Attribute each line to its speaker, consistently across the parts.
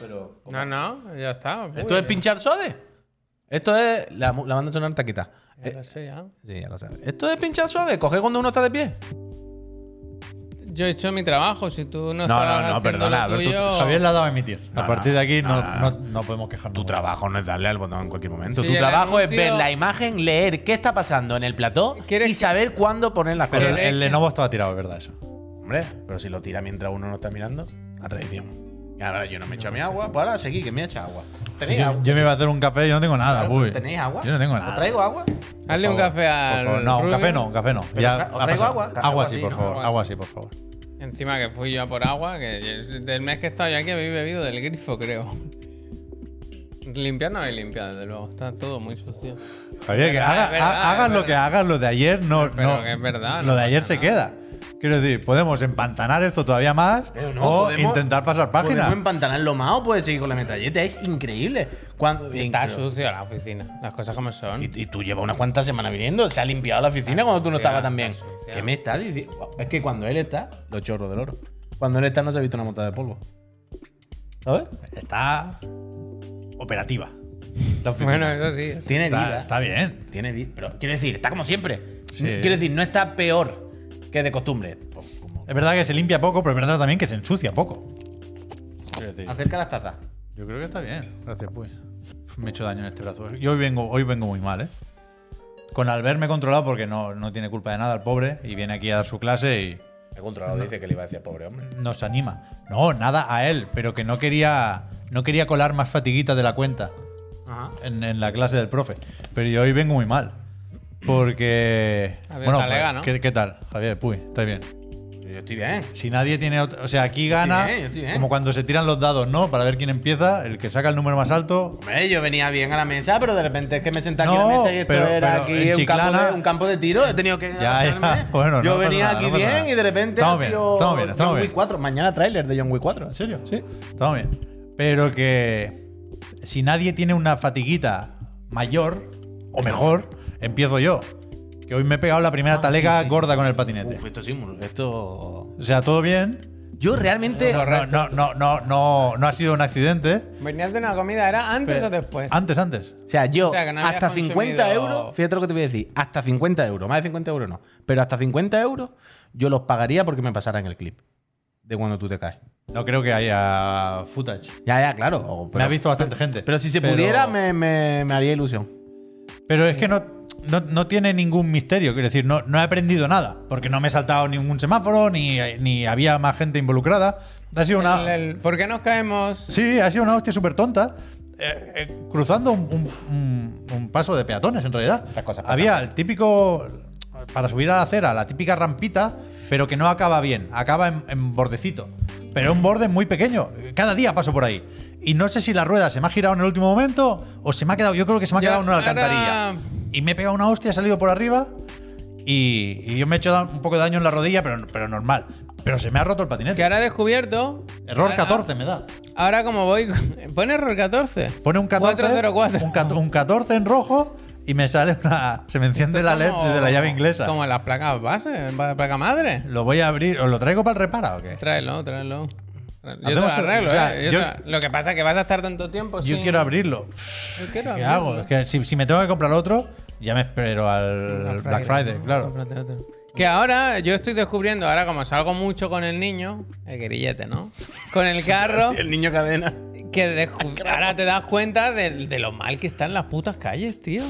Speaker 1: pero. ¿cómo
Speaker 2: No, no, ya está. Uy,
Speaker 1: ¿Esto es pinchar suave? Esto es. La, mu- la banda sonora taquita.
Speaker 2: ya lo sé, ya.
Speaker 1: sí, ya lo sabes. ¿Esto es pinchar suave? ¿Coger cuando uno está de pie?
Speaker 2: Yo he hecho mi trabajo, si tú no,
Speaker 1: No,
Speaker 2: estás
Speaker 1: no, no,
Speaker 2: haciendo
Speaker 1: perdona,
Speaker 2: lo
Speaker 1: a ver, tú-
Speaker 2: tuyo-
Speaker 3: Javier la ha dado a emitir.
Speaker 1: No,
Speaker 3: a partir de aquí no,
Speaker 1: no,
Speaker 3: no, no podemos quejarnos.
Speaker 1: Tu
Speaker 3: mucho.
Speaker 1: trabajo no es darle al botón en cualquier momento.
Speaker 2: Sí,
Speaker 1: tu
Speaker 2: el
Speaker 1: trabajo es ver
Speaker 2: anuncio-
Speaker 1: la imagen, leer qué está pasando en el plató
Speaker 2: ¿Quieres
Speaker 1: y
Speaker 2: que-
Speaker 1: saber cuándo poner las
Speaker 3: Pero
Speaker 1: cosas.
Speaker 3: el, el Lenovo estaba tirado, es verdad, eso.
Speaker 1: Hombre, pero si lo tira mientras uno no está mirando, a traición. Y ahora yo no me echo mi agua, pues ahora seguí, que me echa agua. ¿Tenéis
Speaker 3: Yo,
Speaker 1: agua?
Speaker 3: yo me iba a hacer un café, yo no tengo nada,
Speaker 1: Claro,
Speaker 3: puy.
Speaker 1: ¿Tenéis agua?
Speaker 3: Yo no tengo nada.
Speaker 1: ¿Os traigo agua?
Speaker 2: Hazle un
Speaker 3: Por favor,
Speaker 2: café al.
Speaker 3: por favor. No, un
Speaker 2: Rubio.
Speaker 3: café no, un café no.
Speaker 1: Pero
Speaker 3: Ya
Speaker 1: tra- ¿os
Speaker 3: ha
Speaker 1: traigo
Speaker 3: pasado.
Speaker 1: agua? Café,
Speaker 3: Agua
Speaker 1: agua
Speaker 3: sí,
Speaker 1: sí,
Speaker 3: por
Speaker 1: ¿no?
Speaker 3: favor.
Speaker 2: Agua
Speaker 3: Agua sí, por favor.
Speaker 2: Encima que fui yo a por agua, que yo- del mes que he estado yo aquí habéis bebido del grifo, creo. Limpiar no habéis limpiado, desde luego. Está todo muy sucio.
Speaker 3: Javier, que
Speaker 2: verdad,
Speaker 3: haga-
Speaker 2: es verdad,
Speaker 3: ha- hagas
Speaker 2: es
Speaker 3: lo
Speaker 2: verdad.
Speaker 3: que hagas, lo de ayer no.
Speaker 2: Pero
Speaker 3: no-
Speaker 2: que es verdad,
Speaker 3: Lo
Speaker 2: no
Speaker 3: de ayer
Speaker 2: pasa
Speaker 3: se
Speaker 2: nada.
Speaker 3: queda. Quiero decir, podemos empantanar esto todavía más
Speaker 1: Eh, no,
Speaker 3: o
Speaker 1: podemos-
Speaker 3: intentar pasar página.
Speaker 1: Podemos
Speaker 2: em-
Speaker 1: empantanarlo más o puedes seguir con la metralleta. Es increíble. Cuando,
Speaker 2: Está
Speaker 1: Increíble.
Speaker 2: sucio la oficina, las cosas como son.
Speaker 1: Y, y tú llevas unas cuantas semanas viniendo. Se ha limpiado la oficina cuando tú no
Speaker 2: sucia,
Speaker 1: estabas también.
Speaker 2: está sucia.
Speaker 1: ¿Qué me estás diciendo? Es que cuando él está, los chorros del oro. Cuando él está, no se ha visto una montada de polvo. ¿Sabes?
Speaker 3: Está operativa. La oficina.
Speaker 2: Bueno, eso sí. eso sí.
Speaker 1: Tiene
Speaker 3: está,
Speaker 1: vida.
Speaker 3: está bien.
Speaker 1: Tiene vida. Pero quiero decir, está como siempre.
Speaker 3: Sí.
Speaker 1: Quiero decir, no está peor que de costumbre. Pues, como-
Speaker 3: Es verdad que se limpia poco, pero es verdad también que se ensucia poco. Quiero decir,
Speaker 1: Acerca las tazas.
Speaker 3: Yo creo que está bien. Gracias, pues. Uf, Me he hecho daño en este brazo. Yo hoy vengo, hoy vengo muy mal, ¿eh? Con Albert me he controlado porque no, no tiene culpa de nada el pobre y viene aquí a dar su clase y
Speaker 1: El controlador dice que le iba a decir pobre hombre.
Speaker 3: nos anima. No, nada a él, pero que no quería, no quería colar más fatiguita de la cuenta
Speaker 1: Ajá.
Speaker 3: en, en la clase del profe. Pero yo hoy vengo muy mal. Porque. pues,
Speaker 2: Javier Talega, ¿no?
Speaker 3: ¿qué, qué tal, Javier? Puy, está bien.
Speaker 1: Yo estoy bien.
Speaker 3: Si nadie tiene otra. O sea, aquí gana.
Speaker 1: bien, yo estoy bien.
Speaker 3: Como cuando se tiran los dados, ¿no? Para ver quién empieza. El que saca el número más alto
Speaker 1: Hombre, yo venía bien a la mesa, pero de repente es que me senté aquí a
Speaker 3: No,
Speaker 1: la mesa y esto
Speaker 3: pero-
Speaker 1: era
Speaker 3: pero en
Speaker 1: aquí un campo,
Speaker 3: Chiclana-
Speaker 1: de, un campo de tiro. He tenido que.
Speaker 3: Ya, ya.
Speaker 1: agacharme.
Speaker 3: Bueno, no
Speaker 1: yo
Speaker 3: pasa
Speaker 1: venía
Speaker 3: nada,
Speaker 1: aquí
Speaker 3: no pasa
Speaker 1: bien
Speaker 3: nada.
Speaker 1: y de repente.
Speaker 3: Estamos
Speaker 1: ha
Speaker 3: bien,
Speaker 1: sido
Speaker 3: estamos bien, estamos
Speaker 1: John
Speaker 3: bien.
Speaker 1: Wick 4. Mañana tráiler de John Wick 4.
Speaker 3: ¿En serio? Sí. Estamos bien. Pero que si nadie tiene una fatiguita mayor o mejor, empiezo yo. Que hoy me he pegado la
Speaker 1: Ah,
Speaker 3: primera talega gorda con el patinete.
Speaker 1: Uf, esto sí, Mulu, esto.
Speaker 3: O sea, todo bien.
Speaker 1: Yo realmente.
Speaker 3: No, no, no, no, no, no, no ha sido un accidente.
Speaker 2: Venías de una comida, ¿era antes
Speaker 3: Pero-
Speaker 2: o después?
Speaker 3: Antes, antes.
Speaker 1: O sea, yo
Speaker 2: O sea, que no habías
Speaker 1: hasta 50
Speaker 2: consumido-
Speaker 1: euros, fíjate lo que te voy a decir, hasta 50 euros, más de 50 euros no, pero hasta 50 euros yo los pagaría porque me pasaran el clip de cuando tú te caes.
Speaker 3: No creo que haya footage.
Speaker 1: Ya, ya, claro. o- pero,
Speaker 3: me ha visto bastante gente.
Speaker 1: pero si se pudiera me, me- me haría ilusión.
Speaker 3: Pero es que no, no, no tiene ningún misterio, quiero decir, no, no he aprendido nada, porque no me he saltado ningún semáforo, ni, ni había más gente involucrada. Ha sido una,
Speaker 2: El- el- ¿Por qué nos caemos?
Speaker 3: Sí, ha sido una hostia súper tonta. eh, eh, cruzando un, un- un- un paso de peatones, en realidad.
Speaker 1: Estas cosas pasan.
Speaker 3: Había el típico. Para subir a la acera, la típica rampita, pero que no acaba bien. Acaba en, en bordecito. Pero un borde muy pequeño. Cada día paso por ahí. Y no sé si la rueda se me ha girado en el último momento o se me ha quedado. Yo creo que se me ha
Speaker 2: Ya,
Speaker 3: quedado en una
Speaker 2: ahora-
Speaker 3: alcantarilla. Y me he pegado una hostia, he salido por arriba. Y, y yo me he hecho da- un poco de daño en la rodilla, pero, pero normal. Pero se me ha roto el
Speaker 2: Que
Speaker 3: patinete.
Speaker 2: ahora he descubierto.
Speaker 3: Error
Speaker 2: ahora-
Speaker 3: 14 me da.
Speaker 2: Ahora como voy. Pone error 14.
Speaker 3: Pone un 14,
Speaker 2: 404.
Speaker 3: Un, cat- un 14 en rojo y me sale una. Se me enciende la LED
Speaker 2: Como-
Speaker 3: de la llave inglesa.
Speaker 2: Como las placas base, la placa madre.
Speaker 3: Lo voy a abrir. ¿Os lo traigo para el reparo o qué?
Speaker 2: Tráelo, tráelo. Yo te lo
Speaker 3: Hacemos-
Speaker 2: arreglo,
Speaker 3: o sea,
Speaker 2: eh. Yo
Speaker 3: yo-
Speaker 2: te- Lo que pasa es que vas a estar tanto tiempo
Speaker 3: Yo
Speaker 2: sin-
Speaker 3: quiero abrirlo.
Speaker 2: Yo quiero
Speaker 3: ¿Qué
Speaker 2: abrirlo.
Speaker 3: hago? Es que si, si me tengo que comprar otro, ya me espero al Black Friday,
Speaker 2: ¿no?
Speaker 3: claro.
Speaker 2: Cómprate otro. Que ahora yo estoy descubriendo, ahora como salgo mucho con el niño, el grillete, ¿no? Con el carro,
Speaker 1: El niño cadena.
Speaker 3: Ah,
Speaker 2: que descu- ahora te das cuenta de, de lo mal que están las putas calles, tío.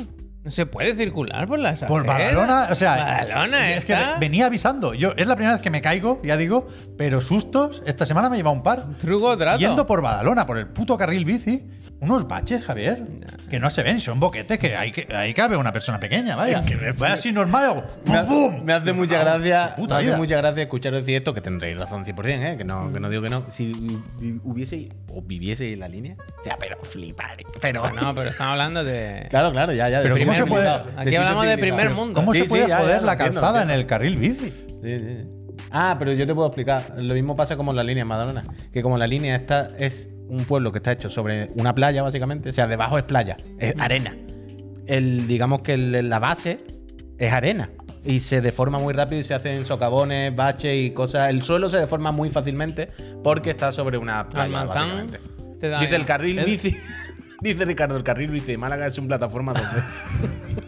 Speaker 2: No se puede circular por las
Speaker 3: Por
Speaker 2: aceras.
Speaker 3: Badalona, o sea.
Speaker 2: Badalona
Speaker 3: es que
Speaker 2: está.
Speaker 3: ve- venía avisando. Yo, es la primera vez que me caigo, ya digo, pero sustos. Esta semana me lleva un par.
Speaker 2: Truco trato.
Speaker 3: Yendo por Badalona, por el puto carril bici, unos baches, Javier, que no se ven, son boquetes que ahí, que ahí cabe una persona pequeña, vaya. Que vaya así normal, hago
Speaker 1: Me,
Speaker 3: ¡pum,
Speaker 1: hace-
Speaker 3: pum!
Speaker 1: me hace mucha
Speaker 3: Cago en
Speaker 1: gracia.
Speaker 3: su puta
Speaker 1: me hace
Speaker 3: vida.
Speaker 1: mucha gracia escucharos decir esto, que tendréis razón 100%, ¿eh? que, no, que no digo que no. Si vi- hubiese o viviese en la línea. O sea, pero flipar. Pero
Speaker 2: No, pero estamos hablando de.
Speaker 1: Claro, claro, ya, ya. de
Speaker 3: Pero ¿cómo
Speaker 1: primer
Speaker 3: se puede-
Speaker 1: mundo,
Speaker 2: Aquí
Speaker 1: sitio
Speaker 2: hablamos de
Speaker 1: civilizado.
Speaker 2: primer mundo.
Speaker 3: ¿Cómo
Speaker 1: Sí,
Speaker 3: se
Speaker 1: sí,
Speaker 3: puede
Speaker 1: ya, ya,
Speaker 3: joder
Speaker 1: lo
Speaker 3: la
Speaker 1: entiendo,
Speaker 3: calzada
Speaker 1: entiendo.
Speaker 3: en el carril bici?
Speaker 1: Sí, sí, sí. Ah, pero yo te puedo explicar. Lo mismo pasa como en la línea en Madonna. Que como la línea esta es un pueblo que está hecho sobre una playa, básicamente. O sea, debajo es playa,
Speaker 2: Mm.
Speaker 1: es arena. El, digamos que el- la base es arena. Y se deforma muy rápido y se hacen socavones, baches y cosas. El suelo se deforma muy fácilmente porque está sobre una playa,
Speaker 2: Almanzán.
Speaker 1: básicamente.
Speaker 2: Te te da
Speaker 1: Dice el
Speaker 2: ahí.
Speaker 1: carril bici. Dice Ricardo, el carril bici de Málaga es un plataforma donde.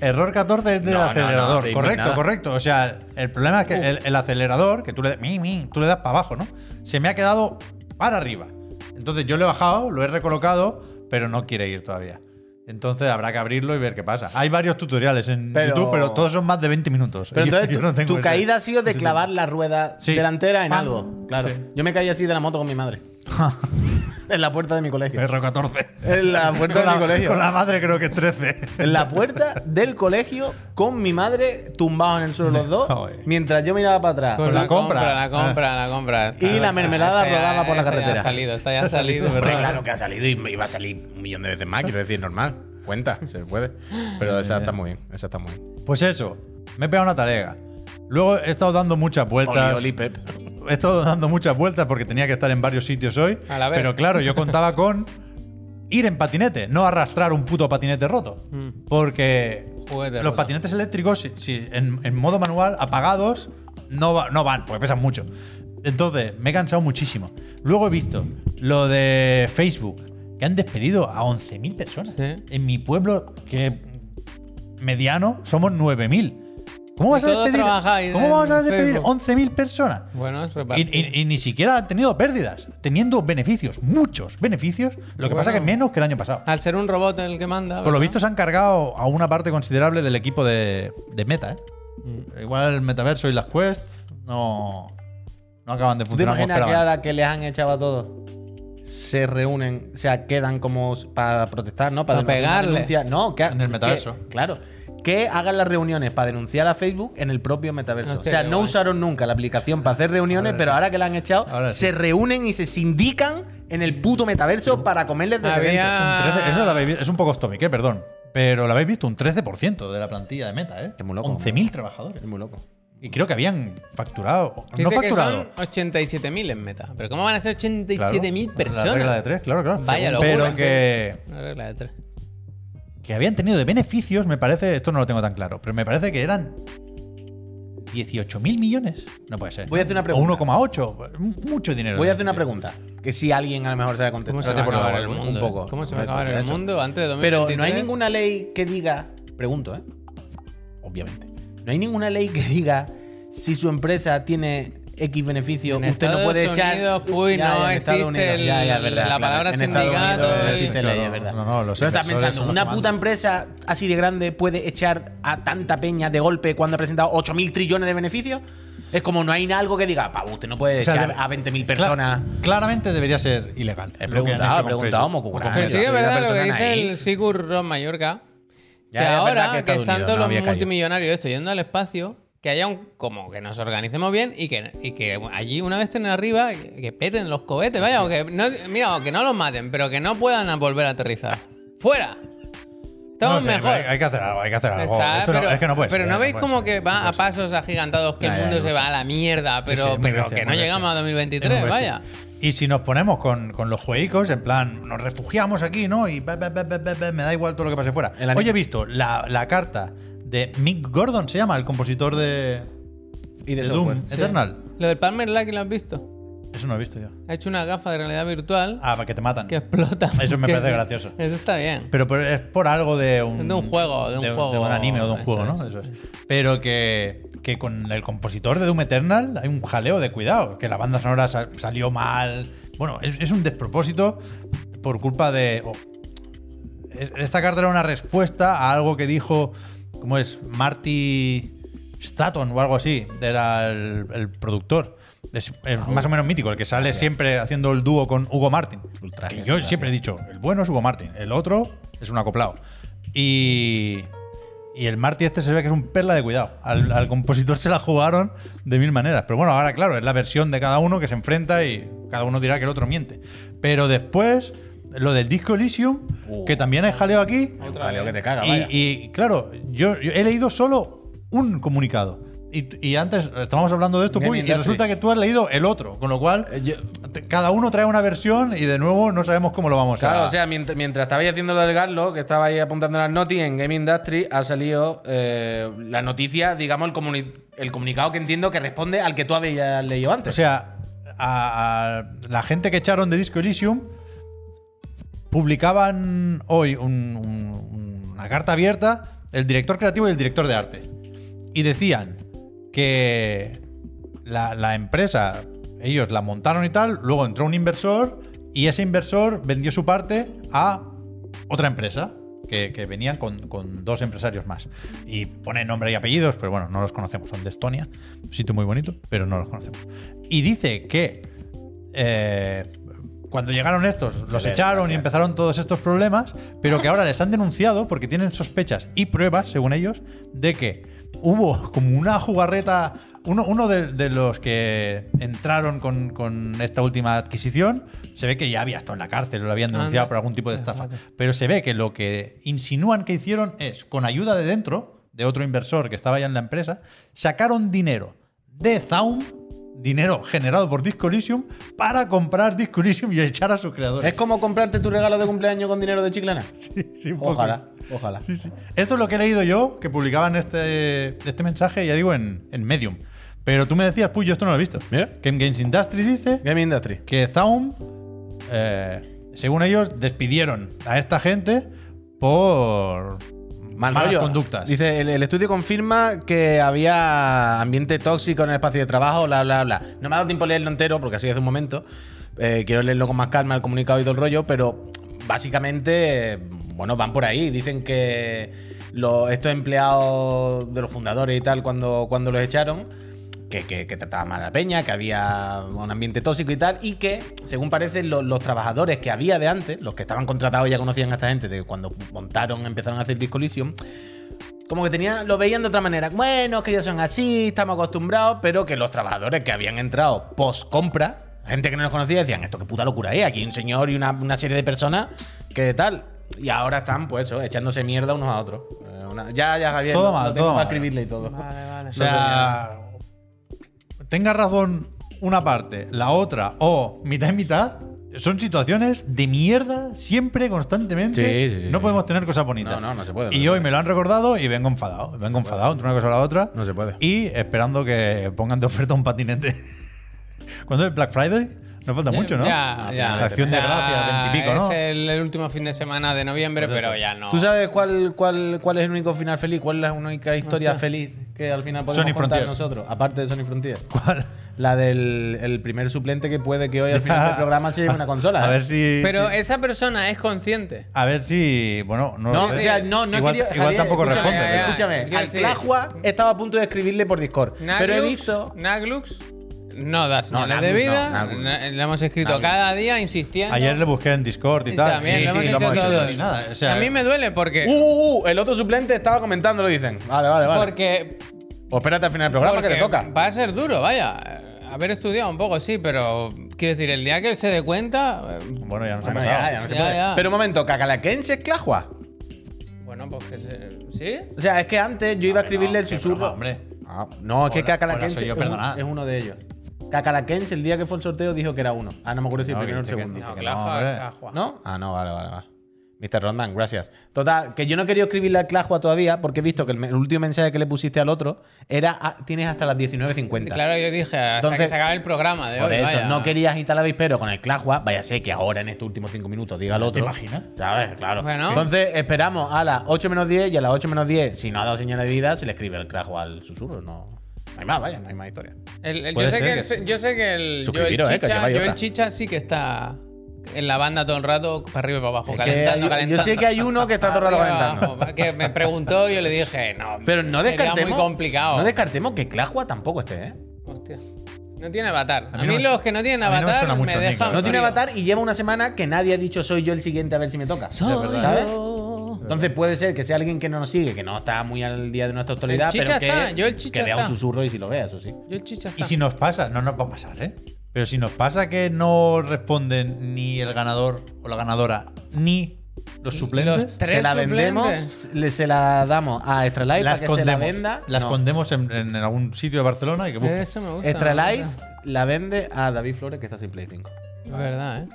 Speaker 3: Error 14 es del
Speaker 1: No, no, no,
Speaker 3: acelerador.
Speaker 1: no, no,
Speaker 3: correcto,
Speaker 1: nada.
Speaker 3: correcto. O sea, el problema es que el, el acelerador, que tú le, mi, mi, tú le das para abajo, ¿no? Se me ha quedado para arriba. Entonces yo lo he bajado, lo he recolocado, pero no quiere ir todavía. Entonces habrá que abrirlo y ver qué pasa. Hay varios tutoriales en
Speaker 1: Pero-
Speaker 3: YouTube, pero todos son más de 20 minutos.
Speaker 1: Pero
Speaker 3: Yo-
Speaker 1: entonces,
Speaker 3: yo no tengo
Speaker 1: tu
Speaker 3: ese-
Speaker 1: caída ha sido de
Speaker 3: ese
Speaker 1: clavar la rueda
Speaker 3: Sí.
Speaker 1: delantera en
Speaker 3: Pam.
Speaker 1: algo. Claro.
Speaker 3: Sí.
Speaker 1: Yo me caí así de la moto con mi madre. en la puerta de mi
Speaker 3: tiempo.
Speaker 1: colegio.
Speaker 3: Error 14.
Speaker 1: En la puerta de mi
Speaker 3: con, la,
Speaker 1: colegio.
Speaker 3: con la madre creo que es 13.
Speaker 1: En la puerta del colegio con mi madre tumbados en el suelo los dos,
Speaker 3: Joder.
Speaker 1: mientras yo miraba para atrás.
Speaker 3: Con la compra.
Speaker 2: La compra, la compra.
Speaker 1: Y la mermelada
Speaker 2: Esta ya-
Speaker 1: rodaba por la
Speaker 2: esta ya
Speaker 1: carretera.
Speaker 2: ha salido, esta ya ha salido.
Speaker 1: Hombre, claro que ha salido y y va a salir un millón de veces más, quiero decir, normal. Cuenta, se puede. Pero esa está muy bien, esa está muy bien.
Speaker 3: Pues eso, me he pegado una talega. Luego he estado dando muchas vueltas.
Speaker 1: Oli, oli, Pep.
Speaker 3: He estado dando muchas vueltas porque tenía que estar en varios sitios hoy.
Speaker 2: A la vez.
Speaker 3: Pero claro, yo contaba con ir en patinete, no arrastrar un puto patinete roto.
Speaker 2: Mm.
Speaker 3: Porque
Speaker 2: Juguete
Speaker 3: los
Speaker 2: roto.
Speaker 3: patinetes eléctricos, si, si en, en modo manual, apagados, no, va- no van, porque pesan mucho. Entonces, me he cansado muchísimo. Luego he visto lo de Facebook, que han despedido a 11.000 personas.
Speaker 2: Sí.
Speaker 3: En mi pueblo, que mediano, somos 9.000. ¿Cómo
Speaker 2: Y
Speaker 3: vas a
Speaker 2: todos
Speaker 3: despedir,
Speaker 2: trabajáis
Speaker 3: ¿cómo
Speaker 2: en
Speaker 3: vas a despedir
Speaker 2: Facebook.
Speaker 3: 11.000 personas?
Speaker 2: Bueno, es
Speaker 3: Y,
Speaker 2: repartir.
Speaker 3: y- y ni siquiera han tenido pérdidas, teniendo beneficios, muchos beneficios. Lo que pasa que
Speaker 2: Bueno.
Speaker 3: menos que el año pasado.
Speaker 2: Al ser un robot el que manda.
Speaker 3: Por lo
Speaker 2: ¿verdad?
Speaker 3: visto se han cargado a una parte considerable del equipo de, de Meta, ¿eh?
Speaker 2: Mm.
Speaker 3: Igual el metaverso y las Quest no, no acaban de
Speaker 1: ¿Tú te
Speaker 3: funcionar como
Speaker 1: imaginas que
Speaker 3: esperaban.
Speaker 1: ahora que les han echado a todos se reúnen, o sea, quedan como s- para protestar, ¿no? Para,
Speaker 2: Para
Speaker 1: denunciar-
Speaker 2: pegarle.
Speaker 1: denunciar- No, que ha-
Speaker 3: En el
Speaker 1: que-
Speaker 3: metaverso.
Speaker 1: claro. Que hagan las reuniones para denunciar a Facebook en el propio metaverso.
Speaker 2: No
Speaker 1: o
Speaker 2: sé,
Speaker 1: sea,
Speaker 2: qué
Speaker 1: no
Speaker 2: guay.
Speaker 1: usaron nunca la aplicación para hacer reuniones,
Speaker 3: Ahora
Speaker 1: pero
Speaker 3: sí.
Speaker 1: ahora que la han echado,
Speaker 3: Ahora sí.
Speaker 1: se reúnen y se sindican en el puto metaverso para comerles desde dentro.
Speaker 2: Había.
Speaker 3: Un 13 eso lo habéis vi- es un poco stomach, ¿eh? perdón. Pero lo habéis visto, un 13% de la plantilla de Meta, ¿eh?
Speaker 1: Es muy loco.
Speaker 3: 11.000 trabajadores.
Speaker 1: Es muy loco.
Speaker 3: Y creo que habían facturado.
Speaker 2: Dice
Speaker 3: no
Speaker 2: que
Speaker 3: facturado.
Speaker 2: son 87.000 en meta. Pero ¿cómo van a ser
Speaker 3: Claro,
Speaker 2: 87.000
Speaker 3: La regla de
Speaker 2: personas?
Speaker 3: tres, claro, claro.
Speaker 2: Vaya locura.
Speaker 3: Pero que,
Speaker 2: La regla de tres.
Speaker 3: que habían tenido de beneficios, me parece, esto no lo tengo tan claro, pero me parece que eran 18.000 millones. No puede ser.
Speaker 1: Voy a hacer una
Speaker 3: O
Speaker 1: pregunta.
Speaker 3: 1,8. Mucho dinero.
Speaker 1: Voy a hacer una pregunta. Que si alguien a lo mejor sabe
Speaker 2: ¿Cómo
Speaker 1: contestar.
Speaker 2: se va a
Speaker 3: Gracias por la
Speaker 2: acabar el
Speaker 3: labor, ¿eh?
Speaker 2: mundo?
Speaker 1: Un poco.
Speaker 2: ¿Cómo se va a
Speaker 1: Eso,
Speaker 2: acabar el
Speaker 1: eso.
Speaker 2: mundo antes de 2023?
Speaker 1: Pero no hay ninguna ley que diga, pregunto, ¿eh? Obviamente. No hay ninguna ley que diga si su empresa tiene X beneficio,
Speaker 2: En
Speaker 1: usted no
Speaker 2: Estados
Speaker 1: puede
Speaker 2: Unidos,
Speaker 1: echar.
Speaker 2: uy, no
Speaker 1: en Estados
Speaker 2: existe
Speaker 1: Unidos,
Speaker 2: el-
Speaker 1: ya, ya, es verdad,
Speaker 2: la
Speaker 1: claro.
Speaker 2: palabra
Speaker 1: En Estados
Speaker 2: sindicato
Speaker 1: Unidos
Speaker 2: y-
Speaker 1: existe ley, es
Speaker 3: No,
Speaker 1: verdad.
Speaker 3: no, no, los
Speaker 1: Pero estás
Speaker 3: inversores
Speaker 1: pensando,
Speaker 3: son los
Speaker 1: una
Speaker 3: que
Speaker 1: puta
Speaker 3: mandan.
Speaker 1: empresa así de grande puede echar a tanta peña de golpe cuando ha presentado 8 mil trillones de beneficios. Es como no hay algo que diga, pa, usted no puede
Speaker 3: O sea,
Speaker 1: echar
Speaker 3: de-
Speaker 1: a 20 mil personas.
Speaker 3: Cla- claramente debería ser
Speaker 1: He
Speaker 3: ilegal. lo que han
Speaker 1: preguntado,
Speaker 3: hecho
Speaker 1: he
Speaker 3: con
Speaker 1: preguntado,
Speaker 3: Facebook.
Speaker 1: moco grande.
Speaker 2: Pero sí que
Speaker 1: Una
Speaker 2: es verdad lo que
Speaker 1: persona
Speaker 2: dice
Speaker 1: naif.
Speaker 2: el Sigur Ross Mallorca.
Speaker 1: Ya,
Speaker 2: que
Speaker 1: es verdad
Speaker 2: ahora
Speaker 1: que
Speaker 2: que,
Speaker 1: Estados
Speaker 2: están
Speaker 1: Unidos
Speaker 2: todos
Speaker 1: no había
Speaker 2: los
Speaker 1: caído.
Speaker 2: multimillonarios esto yendo al espacio, que haya un. como que nos organicemos bien y que, y que allí una vez estén arriba, que, que peten los cohetes, vaya, o que no, mira, o que no los maten, pero que no puedan a volver a aterrizar. ¡Fuera!
Speaker 3: No
Speaker 2: Estamos
Speaker 3: sé,
Speaker 2: mejor.
Speaker 3: Hay, hay que hacer algo, hay que hacer algo.
Speaker 2: Está,
Speaker 3: Esto no-
Speaker 2: pero,
Speaker 3: es que no puede
Speaker 2: pero
Speaker 3: ser,
Speaker 2: no
Speaker 3: eh,
Speaker 2: veis
Speaker 3: puede
Speaker 2: como
Speaker 3: ser.
Speaker 2: que va a pasos agigantados que
Speaker 3: Ya,
Speaker 2: el
Speaker 3: ya,
Speaker 2: mundo
Speaker 3: lo
Speaker 2: se
Speaker 3: sé.
Speaker 2: va a la mierda,
Speaker 3: Sí, sí,
Speaker 2: pero,
Speaker 3: es muy
Speaker 2: pero
Speaker 3: bestia,
Speaker 2: que
Speaker 3: es
Speaker 2: no
Speaker 3: muy
Speaker 2: llegamos
Speaker 3: bestia.
Speaker 2: a
Speaker 3: Es
Speaker 2: 2023,
Speaker 3: muy bestia.
Speaker 2: vaya.
Speaker 3: Y si nos ponemos con, con los juegos, en plan, nos refugiamos aquí, ¿no? Y ba, ba, ba, ba, ba, ba, me da igual todo lo que pase fuera.
Speaker 1: El anime.
Speaker 3: Hoy he visto la, la carta de Mick Gordon, se llama, el compositor de,
Speaker 1: Y de
Speaker 3: de
Speaker 1: software.
Speaker 3: Doom Eternal.
Speaker 2: Lo del Palmer Lucky lo has visto.
Speaker 3: Eso no lo he visto yo.
Speaker 2: Ha hecho una gafa de realidad virtual
Speaker 3: Ah, para que te matan.
Speaker 2: que explota.
Speaker 3: Eso me
Speaker 2: Que
Speaker 3: parece gracioso.
Speaker 2: Eso está bien.
Speaker 3: Pero por- es por algo de un,
Speaker 2: De un juego, de un juego.
Speaker 3: anime o de un
Speaker 2: Eso
Speaker 3: juego,
Speaker 2: es,
Speaker 3: ¿no? Eso es. Pero que, que con el compositor de Doom Eternal hay un jaleo de cuidado, que la banda sonora sa- salió mal. Bueno, es, es un despropósito por culpa de. o- es- Esta carta era una respuesta a algo que dijo, ¿cómo es? Marty Staton o algo así, era el, el productor. Es, es más o menos mítico, el que sale siempre haciendo el dúo con Hugo Martin.
Speaker 1: Ultrajes,
Speaker 3: Que yo siempre he dicho, el bueno es Hugo Martin, el otro es un acoplado. Y, y el Marty este se ve que es un perla de cuidado. Al, al compositor se la jugaron de mil maneras. Pero bueno, ahora claro, es la versión de cada uno que se enfrenta y cada uno dirá que el otro miente. Pero después, lo del disco Elysium,
Speaker 1: Uh.
Speaker 3: que también hay jaleo aquí.
Speaker 1: Un
Speaker 2: Otra
Speaker 1: jaleo
Speaker 2: vez.
Speaker 1: que te caga,
Speaker 3: Y-
Speaker 1: vaya.
Speaker 3: Y, claro, yo, yo he leído solo un comunicado. Y, y antes estábamos hablando de esto,
Speaker 1: Game
Speaker 3: Puy, y
Speaker 1: Industry.
Speaker 3: resulta que tú has leído el otro, con lo cual
Speaker 1: Eh, yo-
Speaker 3: te- cada uno trae una versión y de nuevo no sabemos cómo lo vamos
Speaker 1: Claro,
Speaker 3: a
Speaker 1: o sea, mientras, mientras estabais haciendo lo del Garlo, que estabais apuntando las noticias en Game Industry, ha salido eh, la noticia, digamos, el, comuni- el comunicado que entiendo que responde al que tú habías leído
Speaker 3: O
Speaker 1: antes.
Speaker 3: sea, a, a la gente que echaron de Disco Elysium publicaban hoy un- un- una carta abierta el director creativo y el director de arte. Y decían que la, la empresa, ellos la montaron y tal, luego entró un inversor y ese inversor vendió su parte a otra empresa. Que, que venían con, con dos empresarios más. Y pone nombre y apellidos, pero bueno, no los conocemos. Son de Estonia, un sitio muy bonito, pero no los conocemos. Y dice que eh, cuando llegaron estos, los
Speaker 1: Joder,
Speaker 3: echaron y
Speaker 1: gracias.
Speaker 3: empezaron todos estos problemas, pero que ahora les han denunciado porque tienen sospechas y pruebas, según ellos, de que hubo como una jugarreta. Uno, uno de, de los que entraron con, con esta última adquisición se ve que ya había estado en la cárcel, lo habían denunciado
Speaker 2: Anda.
Speaker 3: por algún tipo de estafa.
Speaker 2: Fíjate.
Speaker 3: Pero se ve que lo que insinúan que hicieron es, con ayuda de dentro, de otro inversor que estaba ya en la empresa, sacaron dinero de Zaun, dinero generado por Disco Elysium, para comprar Disco Elysium y echar a sus creadores.
Speaker 1: Es como comprarte tu regalo de cumpleaños con dinero de chiclana.
Speaker 3: Sí, un poco.
Speaker 1: Ojalá, ojalá.
Speaker 3: Esto es lo que he leído yo, que publicaban este, este mensaje, ya digo, en, en Medium. Pero tú me decías, pues yo esto no lo he visto.
Speaker 1: Mira.
Speaker 3: Game Games Industry dice
Speaker 1: Game Industry.
Speaker 3: que Zaum, eh, según ellos, despidieron a esta gente por
Speaker 1: Mal
Speaker 3: malas
Speaker 1: rollo.
Speaker 3: conductas.
Speaker 1: Dice, el, el estudio confirma que había ambiente tóxico en el espacio de trabajo, bla, bla, bla. No me ha dado tiempo a leerlo entero porque así es de un momento. Eh, quiero leerlo con más calma, el comunicado y todo el rollo, pero básicamente, eh, bueno, van por ahí. Dicen que los- estos empleados de los fundadores y tal, cuando, cuando los echaron, que, que, que trataba mal a la peña, que había un ambiente tóxico y tal, y que, según parece, lo- los trabajadores que había de antes, los que estaban contratados y ya conocían a esta gente, de cuando montaron, empezaron a hacer Disco Elysium, como que tenía, lo veían de otra manera. Bueno, es que ellos son así, estamos acostumbrados, pero que los trabajadores que habían entrado post compra, gente que no los conocía, decían, esto qué puta locura es, aquí hay un señor y una, una serie de personas que tal. Y ahora están, pues eso, echándose mierda unos a otros. Eh, una- ya, ya, Javier,
Speaker 3: Todo
Speaker 1: lo-
Speaker 3: mal,
Speaker 1: lo tengo
Speaker 3: todo
Speaker 1: para
Speaker 3: mal.
Speaker 1: escribirle y todo.
Speaker 2: Vale, vale.
Speaker 3: O sea, tenga razón una parte, la otra o mitad y mitad, son situaciones de mierda siempre, constantemente.
Speaker 1: Sí, sí, sí,
Speaker 3: no
Speaker 1: sí.
Speaker 3: podemos tener cosas bonitas.
Speaker 1: No, no, no se puede, no
Speaker 3: Y
Speaker 1: se
Speaker 3: hoy
Speaker 1: puede.
Speaker 3: me lo han recordado y vengo enfadado. Vengo enfadado entre una cosa y la otra.
Speaker 1: No se puede.
Speaker 3: Y esperando que pongan de oferta un patinete. ¿Cuándo es Black Friday? No falta mucho, ¿no?
Speaker 2: Ya, ya.
Speaker 3: La acción de
Speaker 2: Ya
Speaker 3: gracias, veintipico, ¿no? Pues
Speaker 2: Es el, el último fin de semana de noviembre, pero ya no.
Speaker 1: ¿Tú sabes cuál, cuál, cuál es el único final feliz? ¿Cuál es la única historia feliz que al final podemos
Speaker 3: Sony
Speaker 1: contar
Speaker 3: Frontier.
Speaker 1: nosotros? Aparte de Sony Frontier.
Speaker 3: ¿Cuál?
Speaker 1: La del el primer suplente que puede que hoy al final del programa se lleve una consola.
Speaker 3: A
Speaker 1: ¿eh?
Speaker 3: ver si.
Speaker 2: Pero
Speaker 3: si-
Speaker 2: esa persona es consciente.
Speaker 3: A ver si. Bueno, no,
Speaker 1: No,
Speaker 3: lo sé.
Speaker 1: o sea, no, no
Speaker 3: igual,
Speaker 1: quería-
Speaker 3: igual
Speaker 1: Javier,
Speaker 3: tampoco
Speaker 1: escúchame,
Speaker 2: ya,
Speaker 3: responde. pero-
Speaker 2: ya.
Speaker 1: Escúchame,
Speaker 2: Quiero
Speaker 1: al
Speaker 2: decir-
Speaker 1: Clajua estaba a punto de escribirle por Discord.
Speaker 2: Naglux,
Speaker 1: pero he visto.
Speaker 2: Naglux no da señales
Speaker 1: Naglux
Speaker 2: de
Speaker 1: no,
Speaker 2: vida.
Speaker 1: Naglux.
Speaker 2: Na- le hemos escrito
Speaker 1: Naglux.
Speaker 2: cada día insistiendo.
Speaker 3: Ayer le busqué en Discord y
Speaker 2: Y
Speaker 3: tal.
Speaker 2: También
Speaker 3: Sí,
Speaker 2: lo
Speaker 3: sí,
Speaker 2: hemos
Speaker 3: lo
Speaker 2: hecho
Speaker 3: hemos hecho
Speaker 2: todos.
Speaker 3: y nada, o sea,
Speaker 2: a mí me duele porque.
Speaker 1: Uh, uh, uh, el otro suplente estaba comentándolo, dicen. Vale, vale, vale.
Speaker 2: porque
Speaker 1: O espérate al final del programa que te
Speaker 2: porque
Speaker 1: toca.
Speaker 2: Va a ser duro, vaya. Eh, Haber estudiado un poco, sí, pero quiero decir, el día que él se dé cuenta. eh,
Speaker 3: Bueno, ya nos
Speaker 1: Bueno,
Speaker 3: ha
Speaker 1: ya,
Speaker 3: pasado.
Speaker 1: ya no se
Speaker 2: Ya,
Speaker 1: puede.
Speaker 2: ya.
Speaker 1: Pero un momento, ¿cacalaquense es Clajua?
Speaker 2: Bueno, pues que se. ¿Sí?
Speaker 1: O sea, es que antes yo iba a escribirle el
Speaker 3: qué
Speaker 1: susurro.
Speaker 3: broma, hombre.
Speaker 1: Ah, no, es que
Speaker 3: Hola, hola,
Speaker 1: Cacalaquense
Speaker 3: soy yo,
Speaker 1: es, un-
Speaker 3: perdonad.
Speaker 1: es uno de ellos. Cacalaquense, el día que fue el sorteo, dijo que era uno. Ah, no me acuerdo si el
Speaker 3: No,
Speaker 1: primero o el
Speaker 3: dice que
Speaker 1: segundo.
Speaker 3: no.
Speaker 2: No,
Speaker 3: que
Speaker 2: Clafa,
Speaker 3: hombre.
Speaker 2: Cajua.
Speaker 1: ¿No? Ah, no, vale, vale, vale. Mr. Rondán, gracias. Total, que yo no quería escribirle a Clajua todavía porque he visto que el, me- el último mensaje que le pusiste al otro era ah, tienes hasta las 19.50.
Speaker 2: Claro, yo dije, hasta
Speaker 1: Entonces-
Speaker 2: que se acabe el programa de
Speaker 1: Por
Speaker 2: hoy.
Speaker 1: eso,
Speaker 2: vaya.
Speaker 1: no quería agitar la avispero con el Clajua. Vaya a ser que ahora en estos últimos cinco minutos diga el otro.
Speaker 3: imaginas?
Speaker 1: ¿Sabes? Claro.
Speaker 2: Bueno.
Speaker 1: Entonces esperamos a las 8 menos 10 y a las 8 menos 10, si no ha dado señal de vida, se le escribe el Clajua al susurro. No, no hay más, vaya, no hay más historia.
Speaker 2: El- el- yo,
Speaker 3: Puede
Speaker 2: sé
Speaker 3: ser
Speaker 2: que
Speaker 3: que
Speaker 2: el,
Speaker 3: sí.
Speaker 2: yo sé que el. Yo el,
Speaker 1: Suscribiros, eh, que
Speaker 2: chicha,
Speaker 1: lleváis
Speaker 2: yo el
Speaker 1: otra.
Speaker 2: chicha sí que está en la banda todo el rato, para arriba y para abajo,
Speaker 1: Es que hay-
Speaker 2: calentando,
Speaker 1: yo
Speaker 2: calentando.
Speaker 1: sé que hay uno que está todo el rato
Speaker 2: Arriba,
Speaker 1: calentando.
Speaker 2: abajo, que me preguntó y yo le dije, no.
Speaker 1: Pero no descartemos.
Speaker 2: Sería muy complicado.
Speaker 1: No descartemos que Clajua tampoco esté, ¿eh?
Speaker 2: Hostia. No tiene avatar. A
Speaker 3: A
Speaker 2: mí,
Speaker 3: mí no me-
Speaker 2: los que no tienen
Speaker 3: a mí no me
Speaker 2: avatar
Speaker 3: suena
Speaker 2: me,
Speaker 3: mucho,
Speaker 2: dejan.
Speaker 3: Nico.
Speaker 1: No tiene
Speaker 2: frío.
Speaker 1: avatar y lleva una semana que nadie ha dicho soy yo el siguiente a ver si me toca. ¿Sabes? Entonces puede ser que sea alguien que no nos sigue, que no está muy al día de nuestra actualidad,
Speaker 2: El
Speaker 1: pero
Speaker 2: chicha
Speaker 1: que,
Speaker 2: está, yo el chicha
Speaker 1: que vea un
Speaker 2: está.
Speaker 1: susurro y si lo vea, eso sí.
Speaker 2: Yo el chicha está.
Speaker 3: Y si nos pasa, no nos va a pasar, ¿eh? Pero si nos pasa que no responden ni el ganador o la ganadora, ni los suplentes,
Speaker 2: Los tres
Speaker 1: Se la
Speaker 2: suplentes.
Speaker 1: vendemos, le- se la damos a Extra Life para
Speaker 3: las
Speaker 1: que
Speaker 3: escondemos.
Speaker 1: se la venda.
Speaker 3: Las
Speaker 1: No.
Speaker 3: escondemos en, en algún sitio de Barcelona y que
Speaker 2: Sí,
Speaker 3: busquen.
Speaker 2: eso me gusta.
Speaker 1: Extra
Speaker 2: me
Speaker 1: Life la vende a David Flores que está sin Play 5.
Speaker 2: gusta. Es verdad, ¿eh?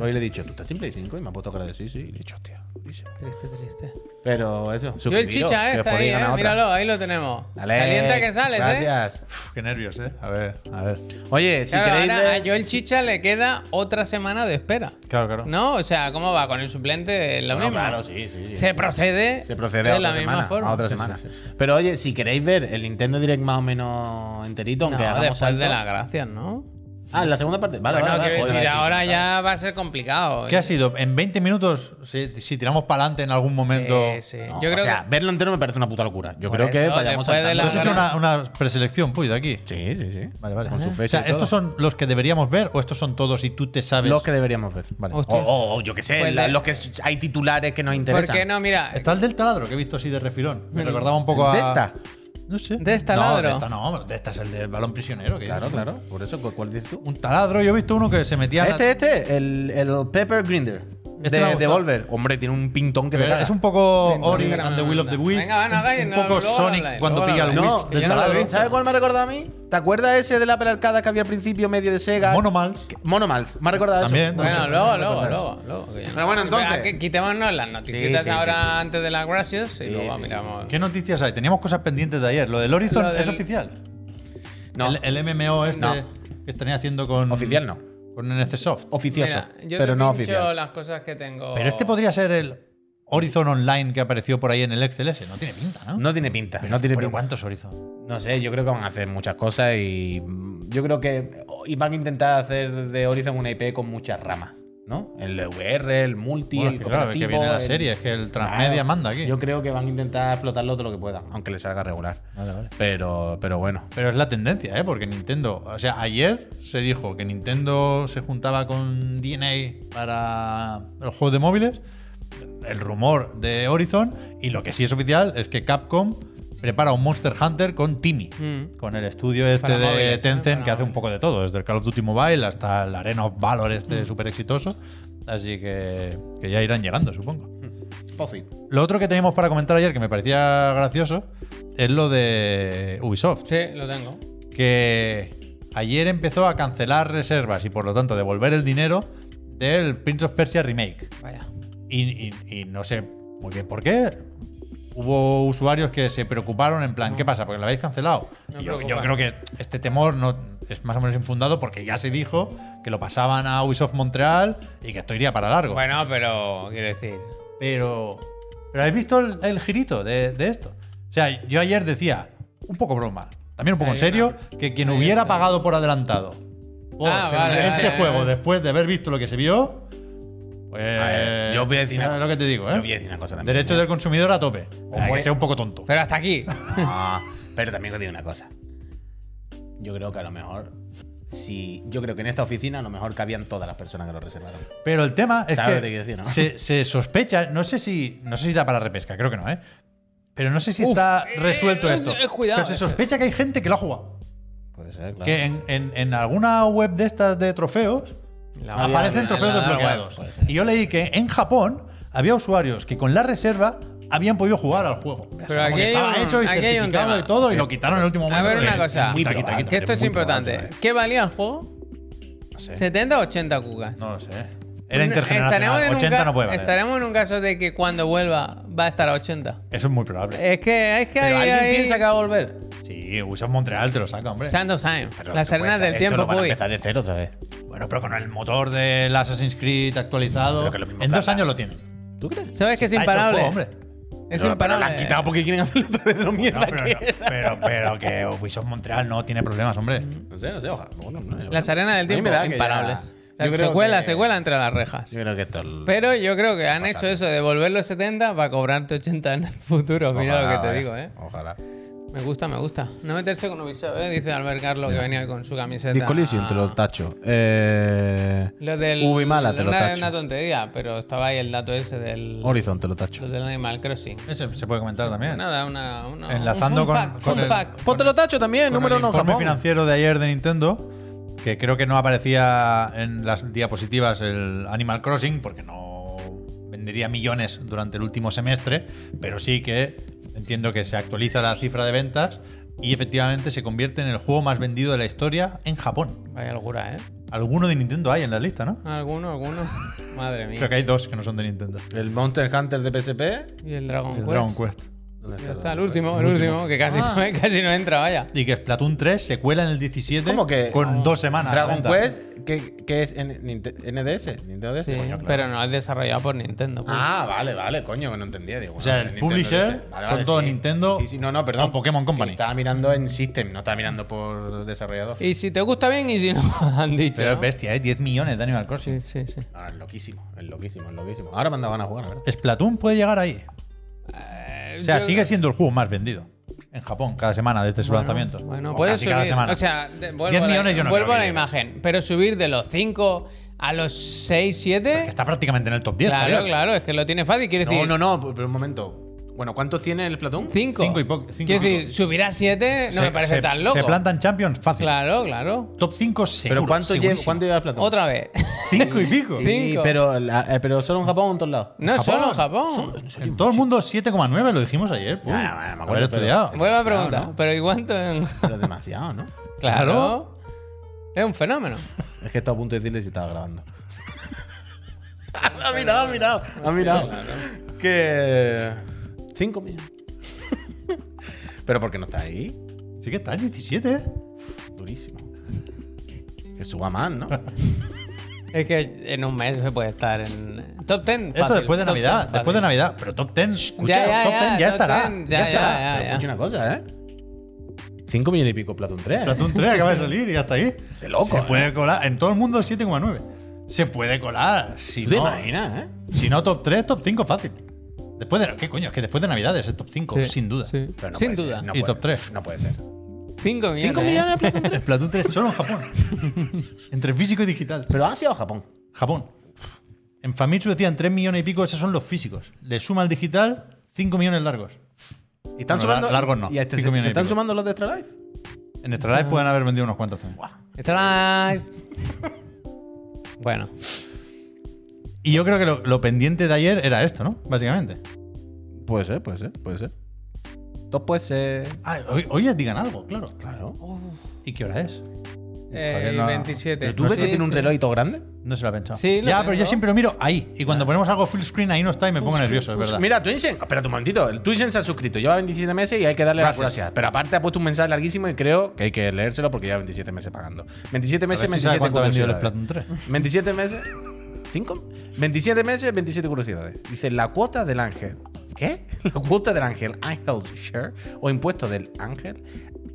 Speaker 1: Hoy le he dicho, tú estás simple y cinco y me ha puesto cara de sí, sí. Y le he dicho, hostia, buenísimo.
Speaker 2: Triste, triste.
Speaker 1: Pero eso,
Speaker 2: Yo el chicha, eh, está ahí, eh, míralo, ahí lo tenemos. Caliente que sales, eh.
Speaker 1: gracias.
Speaker 3: Uf, qué nervios, ¿eh? A ver, a ver.
Speaker 1: Oye, si
Speaker 2: Claro,
Speaker 1: queréis.
Speaker 2: ahora
Speaker 1: ver-
Speaker 2: a Joel Chicha le queda otra semana de espera.
Speaker 3: Claro, claro.
Speaker 2: ¿No? O sea, ¿cómo va? Con el suplente lo
Speaker 1: No,
Speaker 2: mismo.
Speaker 1: claro, sí, sí. sí.
Speaker 2: Se procede,
Speaker 1: Se procede
Speaker 2: de
Speaker 1: a otra
Speaker 2: la misma
Speaker 1: semana.
Speaker 2: forma.
Speaker 1: a otra semana. Pero oye, si queréis ver el Nintendo Direct más o menos enterito,
Speaker 2: No,
Speaker 1: aunque hagamos
Speaker 2: después
Speaker 1: salto-
Speaker 2: de las gracias, ¿no?
Speaker 1: Ah, en la segunda parte. Vale,
Speaker 2: bueno,
Speaker 1: vale, vale.
Speaker 2: quiero
Speaker 1: Joder,
Speaker 2: decir,
Speaker 1: vale,
Speaker 2: ahora
Speaker 1: sí,
Speaker 2: ya va a ser complicado.
Speaker 3: ¿Qué ha sido? ¿En 20 minutos? Si, si tiramos para adelante en algún momento.
Speaker 2: Sí, sí.
Speaker 1: vale. No,
Speaker 2: Yo creo
Speaker 1: o sea,
Speaker 2: que
Speaker 1: verlo entero me parece una puta locura. Yo
Speaker 2: Por
Speaker 1: creo que
Speaker 2: eso,
Speaker 1: vayamos
Speaker 2: después de
Speaker 1: saltando.
Speaker 3: ¿Tú has
Speaker 2: la-
Speaker 3: hecho una, una preselección, Puy, de aquí?
Speaker 1: Sí, sí, sí.
Speaker 3: Vale, vale.
Speaker 1: Con su
Speaker 3: o
Speaker 1: fecha.
Speaker 3: sea,
Speaker 1: y todo.
Speaker 3: ¿estos son los que deberíamos ver o estos son todos y tú te sabes?
Speaker 1: los que deberíamos ver. Vale. O,
Speaker 2: Hostia.
Speaker 1: o- o yo qué sé,
Speaker 2: Pues
Speaker 1: la-
Speaker 2: de-
Speaker 1: los que s- hay titulares que nos
Speaker 2: ¿Por
Speaker 1: interesan.
Speaker 2: qué no? Mira,
Speaker 3: Está el del taladro que he visto así de refilón. Me
Speaker 2: Mm.
Speaker 3: recordaba un poco a.
Speaker 1: ¿De esta?
Speaker 3: No sé.
Speaker 2: ¿De esta
Speaker 3: No,
Speaker 2: taladro?
Speaker 3: de esta no, de esta es el del balón prisionero. Que
Speaker 1: Claro,
Speaker 3: es.
Speaker 1: claro. Por eso, ¿cu- ¿cuál dices tú?
Speaker 3: Un taladro, yo he visto uno que se metía. en la-
Speaker 1: Este, este, el, el Pepper Grinder.
Speaker 3: Este me ha
Speaker 1: de
Speaker 3: gustado.
Speaker 1: Devolver. Hombre, tiene un pintón
Speaker 2: Eh,
Speaker 1: que te
Speaker 3: Pero
Speaker 1: caga.
Speaker 3: es un poco
Speaker 2: Sí,
Speaker 3: Ori
Speaker 2: no, no,
Speaker 3: and the
Speaker 2: no,
Speaker 3: Will of
Speaker 2: no.
Speaker 3: the Wisps.
Speaker 2: Venga, va, no hagáis,
Speaker 3: un
Speaker 2: no,
Speaker 3: poco
Speaker 2: luego lo
Speaker 3: Sonic
Speaker 2: habláis,
Speaker 3: cuando
Speaker 2: luego lo
Speaker 3: pilla el
Speaker 2: habláis.
Speaker 3: Wisp
Speaker 1: No,
Speaker 2: que
Speaker 3: del
Speaker 2: yo no lo he
Speaker 3: taladro.
Speaker 2: visto.
Speaker 1: ¿Sabes cuál me ha recordado a mí? ¿Te acuerdas ese de la pelarcada que había al principio, medio de Sega?
Speaker 3: Monomals.
Speaker 1: Que- Monomals. Me ha recordado a
Speaker 3: También,
Speaker 1: eso.
Speaker 3: también.
Speaker 2: Bueno,
Speaker 3: Mucho,
Speaker 2: luego,
Speaker 3: no
Speaker 2: luego,
Speaker 3: recuerdas.
Speaker 2: luego, luego, que ya no-
Speaker 1: Pero bueno, entonces-
Speaker 2: Ah, que quitémonos las noticias
Speaker 1: Sí, sí,
Speaker 2: ahora
Speaker 1: sí, sí, sí.
Speaker 2: antes de las gracias y luego miramos.
Speaker 3: ¿Qué noticias hay? Teníamos cosas pendientes de ayer. Lo del Horizon
Speaker 2: Lo del-
Speaker 3: es oficial.
Speaker 1: No.
Speaker 3: El, el MMO este
Speaker 1: No.
Speaker 3: que estaría haciendo con.
Speaker 1: Oficial no.
Speaker 3: Con NC Soft.
Speaker 1: Oficioso,
Speaker 2: Mira, yo
Speaker 1: pero
Speaker 2: te
Speaker 1: no
Speaker 2: pincho
Speaker 1: oficial.
Speaker 2: las cosas que tengo.
Speaker 3: Pero este podría ser el Horizon Online que apareció por ahí en el Excel ese. No tiene pinta, ¿no?
Speaker 1: No tiene pinta.
Speaker 3: Pero-
Speaker 1: no tiene
Speaker 3: pero
Speaker 1: pinta.
Speaker 3: ¿cuántos Horizon?
Speaker 1: No sé, yo creo que van a hacer muchas cosas y mm, yo creo que y van a intentar hacer de Horizon una IP con muchas ramas, ¿no? El de VR, el multi,
Speaker 3: Bueno,
Speaker 1: el
Speaker 3: es que claro, es que
Speaker 1: cooperativo,
Speaker 3: viene la
Speaker 1: el-
Speaker 3: serie, es que el transmedia
Speaker 1: Claro,
Speaker 3: manda aquí.
Speaker 1: Yo creo que van a intentar explotarlo todo lo que puedan, aunque les salga regular.
Speaker 3: Vale, vale.
Speaker 1: Pero, pero bueno.
Speaker 3: Pero es la tendencia, ¿eh? Porque Nintendo. O sea, ayer se dijo que Nintendo se juntaba con DNA para el juego de móviles. El rumor de Horizon. Y lo que sí es oficial es que Capcom prepara un Monster Hunter con Timmy.
Speaker 2: Mm.
Speaker 3: Con el estudio este
Speaker 2: Para
Speaker 3: de
Speaker 2: móviles, ¿no?
Speaker 3: Tencent
Speaker 2: Para
Speaker 3: que hace un poco de todo. Desde el Call of Duty Mobile hasta el Arena of Valor este
Speaker 2: Mm.
Speaker 3: súper exitoso. Así que, que ya irán llegando, supongo. Pues Lo otro que teníamos para comentar ayer que me parecía gracioso es lo de Ubisoft
Speaker 2: Sí, lo tengo.
Speaker 3: que ayer empezó a cancelar reservas y por lo tanto devolver el dinero del Prince of Persia Remake.
Speaker 2: Vaya.
Speaker 3: Y, y- y no sé muy bien por qué. Hubo usuarios que se preocuparon en plan, ¿qué pasa? Porque lo habéis cancelado.
Speaker 2: No
Speaker 3: Y yo,
Speaker 2: preocupa.
Speaker 3: yo creo que este temor no es más o menos infundado porque ya se dijo que lo pasaban a Ubisoft Montreal y que esto iría para largo.
Speaker 2: Bueno, pero quiero decir.
Speaker 3: Pero. Pero habéis visto el, el girito de, de esto. O sea, yo ayer decía, un poco broma, también un poco
Speaker 2: Ahí
Speaker 3: en serio,
Speaker 2: una-
Speaker 3: que quien
Speaker 2: ahí
Speaker 3: hubiera
Speaker 2: una-
Speaker 3: pagado por adelantado por
Speaker 2: Ah, vale,
Speaker 3: este
Speaker 2: vale,
Speaker 3: juego
Speaker 2: vale.
Speaker 3: después de haber visto lo que se vio. Pues.
Speaker 1: ver, yo os voy a decir
Speaker 3: ¿sabes
Speaker 1: una-
Speaker 3: lo que te digo,
Speaker 1: Yo voy a
Speaker 3: ¿eh?
Speaker 1: decir una cosa también.
Speaker 3: Derecho del consumidor a tope.
Speaker 1: Os
Speaker 3: Hay
Speaker 1: voy-
Speaker 3: que sea un poco tonto.
Speaker 2: Pero hasta aquí.
Speaker 1: Ah, pero también os digo una cosa. Yo creo que a lo mejor. Si, yo creo que en esta oficina a lo mejor cabían todas las personas que lo reservaron.
Speaker 3: Pero el tema es
Speaker 1: Claro
Speaker 3: que
Speaker 1: lo que te quiero decir, ¿no?
Speaker 3: se, se sospecha, no sé si no sé si da para repesca, creo que no, ¿eh? Pero no sé si
Speaker 2: Uf,
Speaker 3: está
Speaker 2: eh,
Speaker 3: resuelto
Speaker 2: eh,
Speaker 3: esto.
Speaker 2: eh, cuidado,
Speaker 3: pero se
Speaker 2: eh.
Speaker 3: sospecha que hay gente que lo ha jugado.
Speaker 1: Puede ser, claro.
Speaker 3: Que en, en- en alguna web de estas de trofeos
Speaker 2: La
Speaker 3: aparecen
Speaker 2: web,
Speaker 3: trofeos
Speaker 2: la web,
Speaker 3: desbloqueados.
Speaker 1: puede ser.
Speaker 3: Y yo leí que en Japón había usuarios que con la reserva habían podido jugar al juego. Pero
Speaker 2: aquí hay un-
Speaker 3: hecho y
Speaker 2: aquí hay un
Speaker 3: certificado
Speaker 2: tema.
Speaker 3: y todo y lo quitaron en el último
Speaker 2: A
Speaker 3: momento.
Speaker 2: ver
Speaker 3: Eh,
Speaker 2: una cosa.
Speaker 3: quita,
Speaker 1: Muy
Speaker 3: quita,
Speaker 1: probable.
Speaker 2: Que
Speaker 3: quita.
Speaker 2: esto es
Speaker 1: muy
Speaker 2: importante.
Speaker 1: probable. eh.
Speaker 2: ¿Qué valía el juego?
Speaker 1: No sé.
Speaker 2: ¿70 o 80 cucas?
Speaker 3: ¿eh? No lo sé. Era
Speaker 2: Pues Estaremos en
Speaker 3: intergeneracional.
Speaker 2: un
Speaker 3: 80
Speaker 2: ca-
Speaker 3: no puede valer.
Speaker 2: Estaremos en un caso de que cuando vuelva va a estar a 80.
Speaker 3: Eso es muy probable.
Speaker 2: Es que, es que
Speaker 1: Pero
Speaker 2: hay.
Speaker 1: alguien
Speaker 2: hay-
Speaker 1: piensa que va a volver.
Speaker 3: Sí, Ubisoft Montreal te lo saca, hombre.
Speaker 2: Santos Time.
Speaker 1: Pero
Speaker 2: Las
Speaker 1: esto puede
Speaker 2: arenas
Speaker 1: ser-
Speaker 2: del
Speaker 1: esto
Speaker 2: tiempo,
Speaker 1: lo van a
Speaker 2: Puy.
Speaker 1: empezar de cero otra vez.
Speaker 3: Bueno, pero con el motor del Assassin's Creed actualizado.
Speaker 1: Pero que lo mismo
Speaker 3: En dos
Speaker 1: tarda.
Speaker 3: años lo tienen.
Speaker 1: ¿Tú crees?
Speaker 2: ¿Sabes que es
Speaker 3: Está hecho el
Speaker 2: imparable?
Speaker 3: juego, hombre.
Speaker 2: Es
Speaker 1: Pero- pero
Speaker 2: imparable.
Speaker 1: la han quitado porque quieren hacerlo otra vez de lo
Speaker 3: No,
Speaker 1: mierda
Speaker 3: pero,
Speaker 1: que
Speaker 3: no,
Speaker 1: era.
Speaker 3: pero, pero que Ubisoft Montreal no tiene problemas, hombre.
Speaker 1: No sé, no sé, ojalá. Bueno, no, yo-
Speaker 2: Las arenas del
Speaker 1: a mí
Speaker 2: tiempo,
Speaker 1: me da que ya-
Speaker 2: imparables.
Speaker 1: yo creo
Speaker 2: se cuela,
Speaker 1: que-
Speaker 2: se cuela entre las rejas.
Speaker 1: Yo creo que esto. es-
Speaker 2: Pero yo creo que han
Speaker 1: Pasar.
Speaker 2: hecho eso de volver los 70 para cobrarte 80 en el futuro. Mira
Speaker 1: ojalá,
Speaker 2: lo que te
Speaker 1: vaya.
Speaker 2: digo, ¿eh?
Speaker 1: Ojalá.
Speaker 2: Me gusta, me gusta. No meterse con Ubisoft, ¿eh? Dice Albert Carlos que venía con su camiseta.
Speaker 1: Discollision te lo tacho. Eh,
Speaker 2: Lo del.
Speaker 1: Ubimala te lo
Speaker 2: una-
Speaker 1: tacho.
Speaker 2: una tontería, pero estaba ahí el dato ese del.
Speaker 1: Horizon te lo tacho.
Speaker 2: Lo del Animal Crossing.
Speaker 3: Ese se puede comentar también.
Speaker 2: Nada, una. una
Speaker 3: Enlazando
Speaker 2: un fun
Speaker 3: con-
Speaker 2: fact,
Speaker 3: con
Speaker 2: fun
Speaker 3: el-
Speaker 2: fact.
Speaker 1: Pues te lo tacho también,
Speaker 3: Con
Speaker 1: número
Speaker 3: el
Speaker 1: uno
Speaker 3: informe
Speaker 1: Japón.
Speaker 3: financiero de ayer de Nintendo, que creo que no aparecía en las diapositivas el Animal Crossing, porque no vendería millones durante el último semestre, pero sí que entiendo que se actualiza la cifra de ventas y efectivamente se convierte en el juego más vendido de la historia en Japón.
Speaker 2: Vaya locura, ¿eh?
Speaker 3: Alguno de Nintendo hay en la lista, ¿no?
Speaker 2: Alguno, alguno. Madre mía.
Speaker 3: Creo que hay dos que no son de Nintendo.
Speaker 1: El Monster Hunter de PSP.
Speaker 2: Y el Dragon
Speaker 3: El
Speaker 2: Quest.
Speaker 3: Dragon Quest.
Speaker 1: ¿Dónde
Speaker 2: Ya está,
Speaker 1: el
Speaker 2: el último, el último, que casi,
Speaker 3: Ah.
Speaker 2: no, casi no entra, vaya.
Speaker 3: Y que Splatoon 3 se cuela en el 17
Speaker 1: ¿Cómo que?
Speaker 3: con
Speaker 2: Ah.
Speaker 3: dos semanas. a la
Speaker 1: Dragon
Speaker 3: venta.
Speaker 1: Quest, que, que es N- Ninte- NDS. Nintendo DS.
Speaker 2: Sí,
Speaker 1: Coño, claro.
Speaker 2: pero no es desarrollado por Nintendo. pues.
Speaker 1: Ah, vale, vale, coño, que no entendía. Digo,
Speaker 3: O sea, el publisher son todos Nintendo
Speaker 1: Sí, sí, no, no, perdón.
Speaker 3: o Pokémon Company.
Speaker 1: Estaba mirando en System, no estaba mirando por desarrollador.
Speaker 2: Y si te gusta bien y si no, han dicho.
Speaker 3: Pero es
Speaker 2: ¿no?
Speaker 3: bestia, ¿eh? 10 millones de Animal Crossing.
Speaker 2: Sí, sí, sí.
Speaker 1: Ahora Ah, es loquísimo, es loquísimo, es loquísimo. Ahora me andaban a jugar, la ¿verdad?
Speaker 3: Splatoon puede llegar ahí. O sea, sigue siendo el juego más vendido en Japón cada semana desde su lanzamiento.
Speaker 2: Bueno,
Speaker 3: O
Speaker 2: puedes
Speaker 3: casi
Speaker 2: subir.
Speaker 3: cada semana.
Speaker 2: O sea, de- vuelvo,
Speaker 3: 10
Speaker 2: a la-
Speaker 3: millones yo no
Speaker 2: vuelvo
Speaker 3: creo
Speaker 2: a
Speaker 3: que
Speaker 2: la
Speaker 3: llegue.
Speaker 2: imagen. Pero subir de los 5 a los 6, 7.
Speaker 3: Está prácticamente en el top 10.
Speaker 2: Claro, claro, es que lo tiene fácil. Quiere
Speaker 1: No,
Speaker 2: decir,
Speaker 1: no, no, pero un momento. Bueno, ¿cuántos tiene el Platón?
Speaker 2: 5.
Speaker 3: Cinco y poco- cinco
Speaker 2: Quiere
Speaker 3: y
Speaker 2: decir, subir a 7 no me parece tan loco.
Speaker 3: Se plantan Champions fácil.
Speaker 2: Claro, claro.
Speaker 3: Top 5 seguro.
Speaker 1: ¿Pero cuánto lleva, cuánto lleva el Platón?
Speaker 2: Otra vez.
Speaker 3: 5 y pico.
Speaker 2: Sí. Cinco.
Speaker 1: pero, la- eh, pero solo en Japón o en todos lados.
Speaker 2: No
Speaker 3: Japón.
Speaker 2: solo en Japón.
Speaker 3: En todo el mundo 7,9 lo dijimos ayer. Pum.
Speaker 1: Ya, ya, bueno, me acuerdo,
Speaker 3: Haber
Speaker 1: pero-
Speaker 3: estudiado.
Speaker 2: Vuelvo a preguntar. ¿Pero y cuánto en.?
Speaker 1: Pero demasiado, ¿no?
Speaker 2: Claro. Es un fenómeno.
Speaker 1: Es que estaba a punto de decirle si estaba grabando. ha mirado, ha mirado, ha mirado. Que. 5 millones. Pero porque no está ahí,
Speaker 3: Sí que está en 17. ¿eh?
Speaker 1: durísimo. Que suba más, ¿no?
Speaker 2: Es que en un mes se puede estar en. eh, Top 10.
Speaker 3: Esto después de Navidad. Después de Navidad. Pero top 10. Escucha,
Speaker 2: Ya, ya,
Speaker 3: top 10
Speaker 2: ya,
Speaker 3: ya,
Speaker 2: top
Speaker 3: estará.
Speaker 2: 10,
Speaker 3: ya,
Speaker 2: ya,
Speaker 3: estará.
Speaker 2: ya,
Speaker 1: Pero escucha una cosa, ¿eh? 5 millones y pico Platón ¿eh? 3.
Speaker 3: Platón 3 acaba de salir y hasta ahí.
Speaker 1: De loco,
Speaker 3: Se
Speaker 1: ¿eh?
Speaker 3: puede colar. En todo el mundo 7,9. Se puede colar. Si
Speaker 1: ¿Tú te
Speaker 3: no,
Speaker 1: imaginas, eh?
Speaker 3: si no top 3, top 5 fácil. Después de. ¿Qué coño? Es que después de Navidades es top 5, sin duda.
Speaker 1: Pero no
Speaker 2: Sin
Speaker 1: puede ser,
Speaker 2: duda.
Speaker 1: no
Speaker 3: Y
Speaker 1: puede-
Speaker 3: top tres.
Speaker 1: No puede ser.
Speaker 2: 5 millones.
Speaker 1: 5
Speaker 2: ¿eh?
Speaker 1: millones de Platón 3.
Speaker 3: El Platón 3 solo en Japón. Entre físico y digital.
Speaker 1: Pero han sido a Japón.
Speaker 3: Japón. En Famitsu decían 3 millones y pico, esos son los físicos. Le suma al digital 5 millones largos.
Speaker 1: Y están
Speaker 3: Bueno,
Speaker 1: sumando.
Speaker 3: largos no,
Speaker 1: Y este,
Speaker 3: cinco
Speaker 1: se,
Speaker 3: millones
Speaker 1: se
Speaker 3: y
Speaker 1: están
Speaker 3: pico.
Speaker 1: sumando los de Extra Life.
Speaker 3: En Extra Life pueden haber vendido unos cuantos también.
Speaker 2: Está live. Bueno,
Speaker 3: Y yo creo que lo, lo pendiente de ayer era esto, ¿no? Básicamente.
Speaker 1: Puede ser, puede ser, puede ser. Todo puede ser.
Speaker 3: Ah, hoy, hoy ya digan algo, claro.
Speaker 1: Claro.
Speaker 3: ¿Y qué hora es?
Speaker 2: eh,
Speaker 3: Joder,
Speaker 2: el
Speaker 3: no.
Speaker 2: 27.
Speaker 1: ¿Pero tú
Speaker 2: Sí,
Speaker 1: ves que tiene un
Speaker 2: sí.
Speaker 1: reloj y todo grande?
Speaker 3: No se lo ha pensado.
Speaker 2: Sí, lo
Speaker 3: ya,
Speaker 2: tengo.
Speaker 3: pero yo siempre lo miro ahí. Y cuando ponemos algo full screen, ahí no está y me pongo nervioso, es verdad.
Speaker 1: Mira, Twinsen, espérate un momentito. El Twinsen se ha suscrito, lleva 27 meses y hay que darle las
Speaker 3: Gracias.
Speaker 1: gracias. Pero aparte ha puesto un mensaje larguísimo y creo que hay que leérselo porque lleva 27 meses pagando. 27
Speaker 3: A ver
Speaker 1: meses,
Speaker 3: si
Speaker 1: 27
Speaker 3: sabe cuánto ha vendido el
Speaker 1: curiosidades.
Speaker 3: Splatoon 3.
Speaker 1: 27 meses. ¿Cinco? 27 meses, 27 curiosidades. Dice la cuota del ángel. ¿Qué? La cuota del ángel, Angel's Share, E o impuesto del ángel,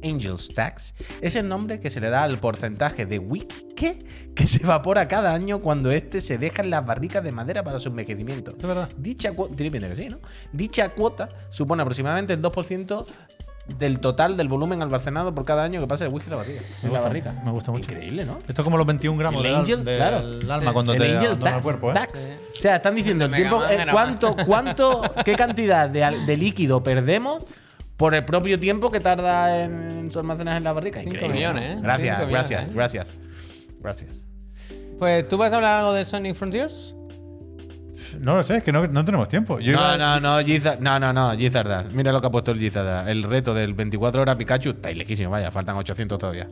Speaker 1: Angel's Tax, es el nombre que se le da al porcentaje de whisky que, que se evapora cada año cuando éste se deja en las barricas de madera para su envejecimiento.
Speaker 3: Es verdad.
Speaker 1: Dicha cuota, tiene pinta que sí, ¿no? Dicha cuota supone aproximadamente el 2% del total del volumen almacenado por cada año que pasa el whisky en la barriga. en la
Speaker 3: gusta,
Speaker 1: barrica.
Speaker 3: me gusta mucho.
Speaker 1: Increíble, ¿no?
Speaker 3: Esto es como los 21 gramos
Speaker 1: El
Speaker 3: del, al-
Speaker 1: Angel,
Speaker 3: del
Speaker 1: claro.
Speaker 3: alma cuando
Speaker 1: El
Speaker 3: te
Speaker 1: Angel
Speaker 3: abandona el
Speaker 1: Tax,
Speaker 3: cuerpo, ¿eh?
Speaker 1: Tax. O sea, están diciendo el
Speaker 2: Venga,
Speaker 1: tiempo.
Speaker 2: manda
Speaker 1: eh,
Speaker 2: nomás.
Speaker 1: ¿Cuánto, cuánto, qué cantidad de, al- de líquido perdemos por el propio tiempo que tarda en su almacenaje en la barrica?
Speaker 2: Cinco
Speaker 1: Increíble.
Speaker 2: millones, ¿eh?
Speaker 1: Gracias,
Speaker 2: Cinco millones,
Speaker 1: gracias,
Speaker 2: ¿eh?
Speaker 1: gracias. Gracias.
Speaker 2: Pues tú vas a hablar algo de Sonic Frontiers.
Speaker 3: No lo sé, es que no, no tenemos tiempo. Yo iba-
Speaker 1: No, no, no, Giza- no, no, no, Gizardar. Mira lo que ha puesto el Gizardar. El reto del 24 horas Pikachu está ahí lejísimo, vaya, faltan 800 todavía.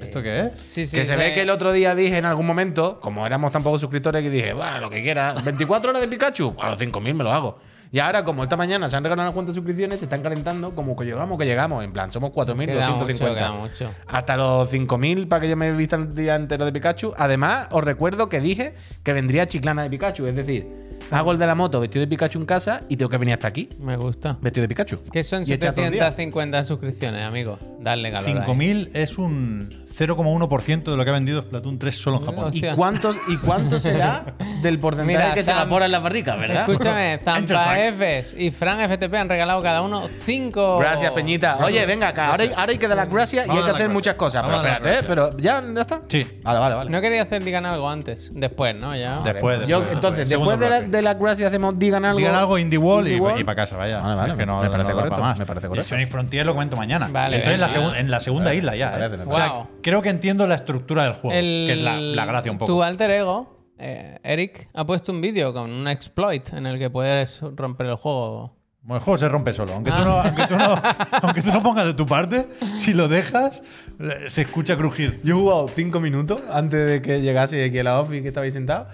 Speaker 3: ¿Esto qué es?
Speaker 2: Sí, sí.
Speaker 1: que se
Speaker 2: sí.
Speaker 1: ve que el otro día dije en algún momento, como éramos tan pocos suscriptores, que dije, va, lo que quiera, 24 horas de Pikachu, a los 5.000 me lo hago. Y ahora, como esta mañana se han regalado unas cuantas suscripciones, se están calentando como que llegamos, que llegamos. En plan, somos
Speaker 2: Queda mucho,
Speaker 1: 4.250.
Speaker 2: queda mucho.
Speaker 1: Hasta los 5.000 para que yo me vista el día entero de Pikachu. Además, os recuerdo que dije que vendría chiclana de Pikachu. Es decir, hago el de la moto vestido de Pikachu en casa y tengo que venir hasta aquí
Speaker 2: Me gusta.
Speaker 1: vestido de Pikachu.
Speaker 2: Que son
Speaker 1: Y echar todo el día.
Speaker 2: 750 suscripciones, amigo. Dale calor. ahí.
Speaker 3: 5.000 es un 0,1% de lo que ha vendido Splatoon 3 solo en Japón.
Speaker 1: ¿Y
Speaker 2: Hostia.
Speaker 1: cuánto, ¿Y cuánto será del porcentaje
Speaker 2: Mira,
Speaker 1: que se
Speaker 2: Sam,
Speaker 1: evapora en las barricas, verdad?
Speaker 2: Escúchame,
Speaker 3: Angel
Speaker 2: Zampa
Speaker 3: Stacks.
Speaker 2: Fs y Fran FTP han regalado cada uno 5.
Speaker 1: Gracias, Peñita. Oye, venga acá. Ahora, hay- ahora hay que dar las gracias y
Speaker 3: Vamos
Speaker 1: hay que
Speaker 3: a dar las
Speaker 1: hacer muchas cosas.
Speaker 3: gracias.
Speaker 1: Pero
Speaker 3: Vamos a dar
Speaker 1: espérate,
Speaker 3: las
Speaker 1: ¿eh? pero ya, ya está.
Speaker 3: Sí.
Speaker 1: Vale, vale, vale.
Speaker 2: No quería hacer digan algo antes. Después, ¿no? Ya.
Speaker 3: Después, después,
Speaker 1: Yo,
Speaker 3: después.
Speaker 1: entonces,
Speaker 3: Segundo
Speaker 1: después de, la-
Speaker 3: bloque.
Speaker 1: de las gracias hacemos digan algo.
Speaker 3: Digan algo Indie Wall, y-
Speaker 1: Indie Wall.
Speaker 3: y, para casa, vaya.
Speaker 1: Vale, vale,
Speaker 3: Es que no,
Speaker 1: me parece
Speaker 3: no da para
Speaker 1: correcto,
Speaker 3: más.
Speaker 1: me parece
Speaker 3: Y
Speaker 1: correcto.
Speaker 3: Sonic Frontier lo comento mañana.
Speaker 2: Vale,
Speaker 3: Estoy en la,
Speaker 2: venga.
Speaker 3: segun- en la segunda isla ya.
Speaker 1: Vale,
Speaker 3: ¿eh?
Speaker 1: vale,
Speaker 3: O sea,
Speaker 2: Wow.
Speaker 3: creo que entiendo la estructura del juego,
Speaker 2: El-
Speaker 3: que es la, la gracia un
Speaker 2: Tu
Speaker 3: poco.
Speaker 2: alter ego, eh, Eric, ha puesto un vídeo con un exploit en el que puedes romper el juego.
Speaker 3: Bueno, el juego se rompe solo. Aunque,
Speaker 2: Ah.
Speaker 3: tú, no, aunque, tú, no, aunque tú no pongas de tu parte, si lo dejas, le- se escucha crujir.
Speaker 1: Yo he jugado 5 minutos antes de que llegase aquí a la office que estabais sentados.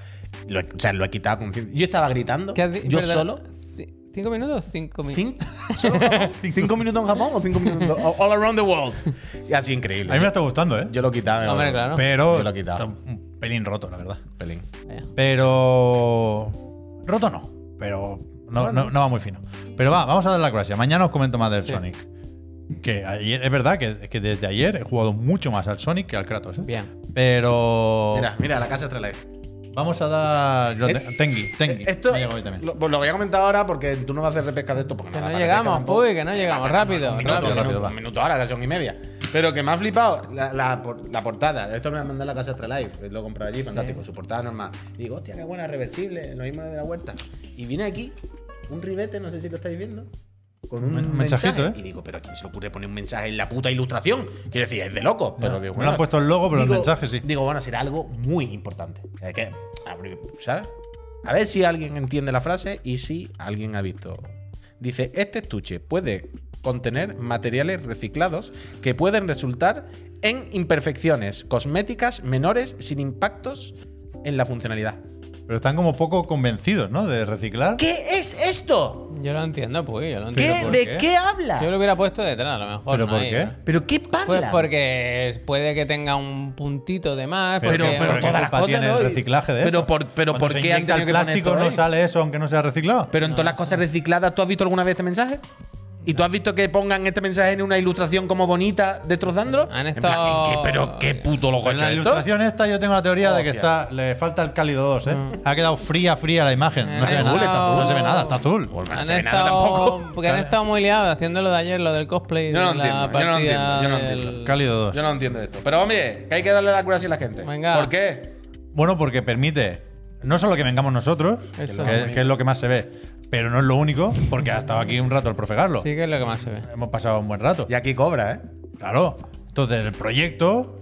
Speaker 1: Lo he- o sea, lo he quitado con cien- Yo estaba gritando.
Speaker 2: ¿Qué has di-
Speaker 1: yo
Speaker 2: perdona,
Speaker 1: solo.
Speaker 2: ci- ¿Cinco minutos? Cinco minutos.
Speaker 1: ¿Cin- solo Japón? ¿Cinco minutos en Japón o cinco minutos all- all around the world? Y así
Speaker 3: A mí me
Speaker 1: increíble.
Speaker 3: está gustando, ¿eh?
Speaker 1: Yo lo he quitado.
Speaker 2: Hombre,
Speaker 1: eh,
Speaker 2: claro.
Speaker 3: Pero
Speaker 1: Yo lo he quitado.
Speaker 3: está un pelín roto, la verdad.
Speaker 1: Pelín.
Speaker 2: Vaya.
Speaker 3: Pero. Roto no. Pero. No, no- no va muy fino. Pero va, vamos a dar la gracia. Mañana os comento más del
Speaker 2: Sí.
Speaker 3: Sonic. Que ayer, es verdad que, que desde ayer he jugado mucho más al Sonic que al Kratos. ¿eh?
Speaker 2: Bien.
Speaker 3: Pero.
Speaker 1: Mira, mira, la casa trae
Speaker 3: Vamos a dar. yo
Speaker 1: Eh,
Speaker 3: te- Tengi, Tengi.
Speaker 1: Esto
Speaker 3: Me llegó hoy también.
Speaker 1: lo, pues lo voy a comentar ahora porque tú no vas a hacer repesca de esto. Porque
Speaker 2: Que
Speaker 1: da
Speaker 2: no
Speaker 1: para
Speaker 2: llegamos,
Speaker 1: repesca tampoco.
Speaker 2: uy, que no llegamos. Rápido,
Speaker 1: Un minuto,
Speaker 2: rápido.
Speaker 1: un
Speaker 3: rápido,
Speaker 1: minuto,
Speaker 3: va.
Speaker 1: un minuto ahora, casi y media. Pero que me ha flipado la, la por- la portada. Esto me la mandó la casa Astralife. Lo he comprado allí, fantástico. Su portada normal. Y digo, hostia, qué buena, reversible. Lo mismo de la huerta. Y viene aquí un ribete, no sé si lo estáis viendo. Con un
Speaker 3: Un
Speaker 1: mensajito,
Speaker 3: mensajito, ¿eh?
Speaker 1: Y digo, pero ¿a quién se le ocurre poner un mensaje en la puta ilustración? Quiero decir, es de loco. Pero digo,
Speaker 3: no le han puesto el logo, pero el mensaje sí.
Speaker 1: Digo, bueno, será algo muy importante. O sea, que, abrir, ¿sabes? A ver si alguien entiende la frase y si alguien ha visto. Dice, este estuche puede contener materiales reciclados que pueden resultar en imperfecciones cosméticas menores sin impactos en la funcionalidad.
Speaker 3: Pero están como poco convencidos, ¿no? De reciclar.
Speaker 1: ¿Qué es esto?
Speaker 2: Yo lo entiendo, pues, yo lo entiendo.
Speaker 1: ¿Qué?
Speaker 3: por
Speaker 1: ¿De
Speaker 3: qué?
Speaker 1: qué, habla?
Speaker 2: Yo lo hubiera puesto detrás, a lo mejor.
Speaker 3: ¿Pero
Speaker 1: Pues
Speaker 2: ¿no?
Speaker 3: por
Speaker 2: Ahí,
Speaker 3: qué?
Speaker 2: ¿no?
Speaker 1: ¿Pero qué parla?
Speaker 2: Pues porque es- puede que tenga un puntito de más.
Speaker 3: Pero-
Speaker 2: porque-
Speaker 3: pero-
Speaker 2: porque-
Speaker 3: todas las cosas, ¿no?
Speaker 1: pero por, pero
Speaker 3: Cuando
Speaker 1: ¿por
Speaker 3: se
Speaker 1: qué han tenido
Speaker 3: inyecta el
Speaker 1: que poner
Speaker 3: plástico
Speaker 1: esto
Speaker 3: no
Speaker 1: ahí?
Speaker 3: sale eso, aunque no sea reciclado?
Speaker 1: Pero en todas las cosas recicladas, ¿tú has visto alguna vez este mensaje? ¿Y tú has visto que pongan este mensaje en una ilustración como bonita destrozándolo?
Speaker 2: Han
Speaker 1: En plan,
Speaker 2: estado-
Speaker 1: ¿en qué- pero qué puto loco ha
Speaker 3: Con
Speaker 1: hecho
Speaker 3: la
Speaker 1: Pues esto?
Speaker 3: ilustración esta yo tengo la teoría de que
Speaker 1: Hostia.
Speaker 3: está le falta el cálido 2, ¿eh? Ha quedado fría, fría la imagen. No
Speaker 2: Han
Speaker 3: se ve nada,
Speaker 2: estado-
Speaker 3: no se ve nada, está azul.
Speaker 1: Bueno, no
Speaker 2: han
Speaker 1: se ve nada
Speaker 2: estado,
Speaker 1: tampoco.
Speaker 2: porque han estado muy liados haciendo lo de ayer, lo del
Speaker 1: Yo
Speaker 2: cosplay.
Speaker 1: no
Speaker 2: de
Speaker 1: lo
Speaker 2: la
Speaker 1: entiendo, yo no lo
Speaker 2: partida
Speaker 1: entiendo, yo no lo
Speaker 2: del-
Speaker 1: entiendo.
Speaker 3: Cálido 2.
Speaker 1: Yo no entiendo esto. Pero hombre, que hay que darle la curación a la gente.
Speaker 2: Venga.
Speaker 1: ¿Por qué?
Speaker 3: Bueno, porque permite no solo que vengamos nosotros,
Speaker 2: Eso.
Speaker 3: que, que es lo que más se ve, pero no es lo único, porque ha estado aquí un rato el profe Carlos.
Speaker 2: Sí, que es lo que más se ve.
Speaker 3: Hemos pasado un buen rato.
Speaker 1: Y aquí cobra, ¿eh?
Speaker 3: Claro. Entonces, el proyecto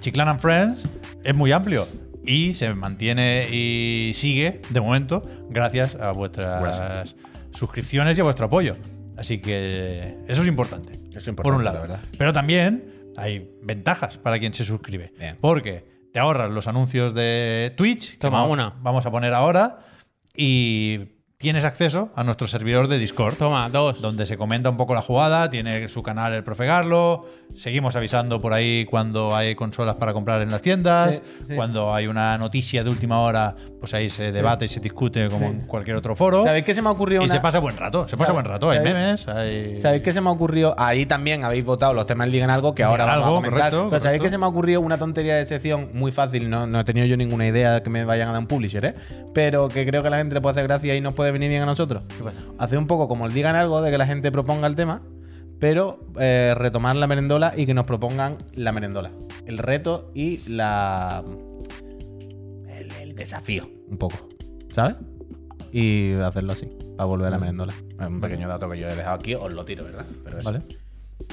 Speaker 3: Chiclan and Friends es muy amplio y se mantiene y sigue de momento gracias a vuestras
Speaker 1: Gracias.
Speaker 3: suscripciones y a vuestro apoyo. Así que eso es importante.
Speaker 1: es importante,
Speaker 3: por un lado,
Speaker 1: la verdad.
Speaker 3: Pero también hay ventajas para quien se suscribe.
Speaker 1: Bien.
Speaker 3: Porque te ahorras los anuncios de Twitch. que
Speaker 2: Toma
Speaker 3: vamos-
Speaker 2: una.
Speaker 3: Vamos a poner ahora. Y tienes acceso a nuestro servidor de Discord
Speaker 2: Toma, dos.
Speaker 3: donde se comenta un poco la jugada, tiene su canal el Profe Garlo, seguimos avisando por ahí cuando hay consolas para comprar en las tiendas,
Speaker 1: Sí, sí.
Speaker 3: cuando hay una noticia de última hora, pues ahí se debate y se discute como
Speaker 1: Sí.
Speaker 3: en cualquier otro foro.
Speaker 1: ¿Sabéis qué se me ha ocurrido?
Speaker 3: Oh. y
Speaker 1: una-
Speaker 3: se pasa buen rato, se pasa
Speaker 1: ¿Sabe-
Speaker 3: buen rato, hay
Speaker 1: sabéis-
Speaker 3: memes, hay...
Speaker 1: ¿Sabéis qué se me ha ocurrido? Ahí también habéis votado los temas del Liga en algo que ahora
Speaker 3: Liga en
Speaker 1: vamos
Speaker 3: Algo,
Speaker 1: a comentar.
Speaker 3: correcto,
Speaker 1: Pero ¿sabéis
Speaker 3: correcto.
Speaker 1: qué se me ha ocurrido? Una tontería de sección muy fácil. No, no he tenido yo ninguna idea de que me vayan a dar un publisher, ¿eh? Pero que creo que la gente le puede hacer gracia y nos puede venir bien a nosotros.
Speaker 2: ¿Qué pasa?
Speaker 1: Hacer un poco como el Digan algo de que la gente proponga el tema, pero eh, retomar la merendola y que nos propongan la merendola. El reto y la. El, el desafío, un poco. ¿Sabes? Y hacerlo así, para volver a la merendola. Mm. Un pequeño dato que yo he dejado aquí, os lo tiro, ¿verdad? Pero eso.
Speaker 3: ¿Vale?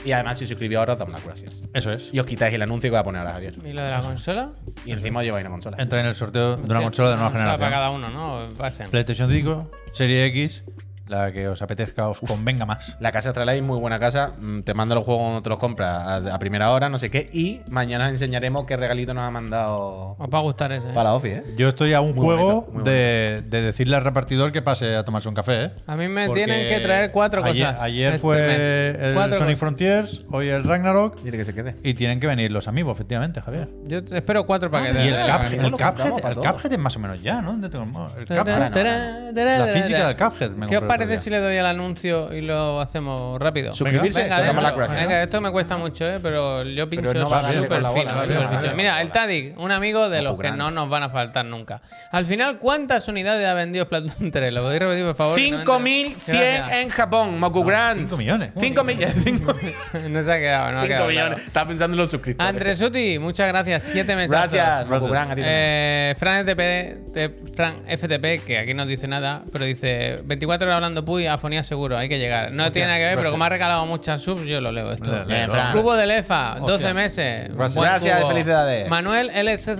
Speaker 1: Y además, si os suscribís ahora, os damos las gracias.
Speaker 3: Eso es.
Speaker 1: Y os quitáis el anuncio que va a poner ahora Javier.
Speaker 2: ¿Y lo de la consola?
Speaker 1: Y encima os lleváis una consola.
Speaker 3: Entra en el sorteo de una consola de nueva
Speaker 2: Consola
Speaker 3: generación.
Speaker 2: para cada uno, ¿no? Pasen.
Speaker 3: PlayStation 5, Serie X, la que os apetezca, os convenga más.
Speaker 1: La casa Astralife, muy buena casa. Mm, Te manda los juegos cuando te los compras a, a primera hora, no sé qué. Y mañana os enseñaremos qué regalito nos ha mandado
Speaker 2: Os va a gustar ese. ¿eh?
Speaker 1: para la Office, ¿eh?
Speaker 3: Yo estoy a un juego
Speaker 1: bonito, muy
Speaker 3: de, de decirle al repartidor que pase a tomarse un café, ¿eh?
Speaker 2: A mí me
Speaker 3: Porque
Speaker 2: tienen que traer cuatro
Speaker 3: ayer-
Speaker 2: cosas.
Speaker 3: Ayer
Speaker 2: este
Speaker 3: fue
Speaker 2: mes.
Speaker 3: el
Speaker 2: Cuatro
Speaker 3: Sonic
Speaker 2: cosas.
Speaker 3: Frontiers, hoy el Ragnarok
Speaker 1: Dile que se quede.
Speaker 3: y tienen que venir los amigos, efectivamente, Javier.
Speaker 2: Yo te espero cuatro
Speaker 3: Ah, Y
Speaker 2: paquetes.
Speaker 3: el, Cap-
Speaker 1: Ragnarok
Speaker 3: el
Speaker 1: lo compramos
Speaker 3: Cuphead,
Speaker 1: para
Speaker 3: el
Speaker 1: todos.
Speaker 3: Cuphead es más o menos ya, ¿no? ¿Dónde tengo el mo- el
Speaker 2: Tará,
Speaker 3: Cuphead?
Speaker 2: tará, tará,
Speaker 3: La
Speaker 2: tará,
Speaker 3: física
Speaker 2: tará.
Speaker 3: del Cuphead me
Speaker 2: ¿Qué os
Speaker 3: compré
Speaker 2: parece
Speaker 3: el
Speaker 2: si
Speaker 3: otro
Speaker 2: le doy al anuncio y lo hacemos rápido?
Speaker 1: Suscribirse,
Speaker 2: venga,
Speaker 1: le damos
Speaker 2: venga,
Speaker 1: las gracias.
Speaker 2: venga, esto me cuesta mucho, ¿eh? pero yo pincho
Speaker 1: ¿eh? no va a darle
Speaker 2: súper
Speaker 1: con la bola,
Speaker 2: fino,
Speaker 1: no va a
Speaker 2: súper
Speaker 1: darle con la
Speaker 2: fino. Mira, el Tadic, un amigo de los que no nos van a faltar nunca. Al final, ¿cuántas unidades ha vendido Splatoon 3? ¿Lo podéis repetir, por favor? Que no entre-
Speaker 1: 5.100 en Japón, Moku Grants.
Speaker 3: cinco millones.
Speaker 1: 5 millones. 5
Speaker 2: Gracias. No se ha quedado, no ha quedado.
Speaker 1: millones.
Speaker 2: claro.
Speaker 1: Estaba pensando en los suscriptores.
Speaker 2: Andresuti, muchas gracias. Siete meses.
Speaker 1: Gracias, Moku Grants, a ti también.
Speaker 2: Eh, Fran, FTP, te- Fran FTP, que aquí no dice nada, pero dice 24 horas hablando Puy, afonía seguro, hay que llegar. No tiene nada que ver, pero
Speaker 3: Russell.
Speaker 2: como ha regalado muchas subs, yo lo leo esto.
Speaker 3: pues Leo, leo.
Speaker 1: Bien, Fran.
Speaker 2: Cubo de Lefa, 12
Speaker 3: Hostia.
Speaker 2: meses.
Speaker 1: Gracias.
Speaker 2: Buen
Speaker 1: Gracias,
Speaker 2: cubo.
Speaker 1: felicidades.
Speaker 2: Manuel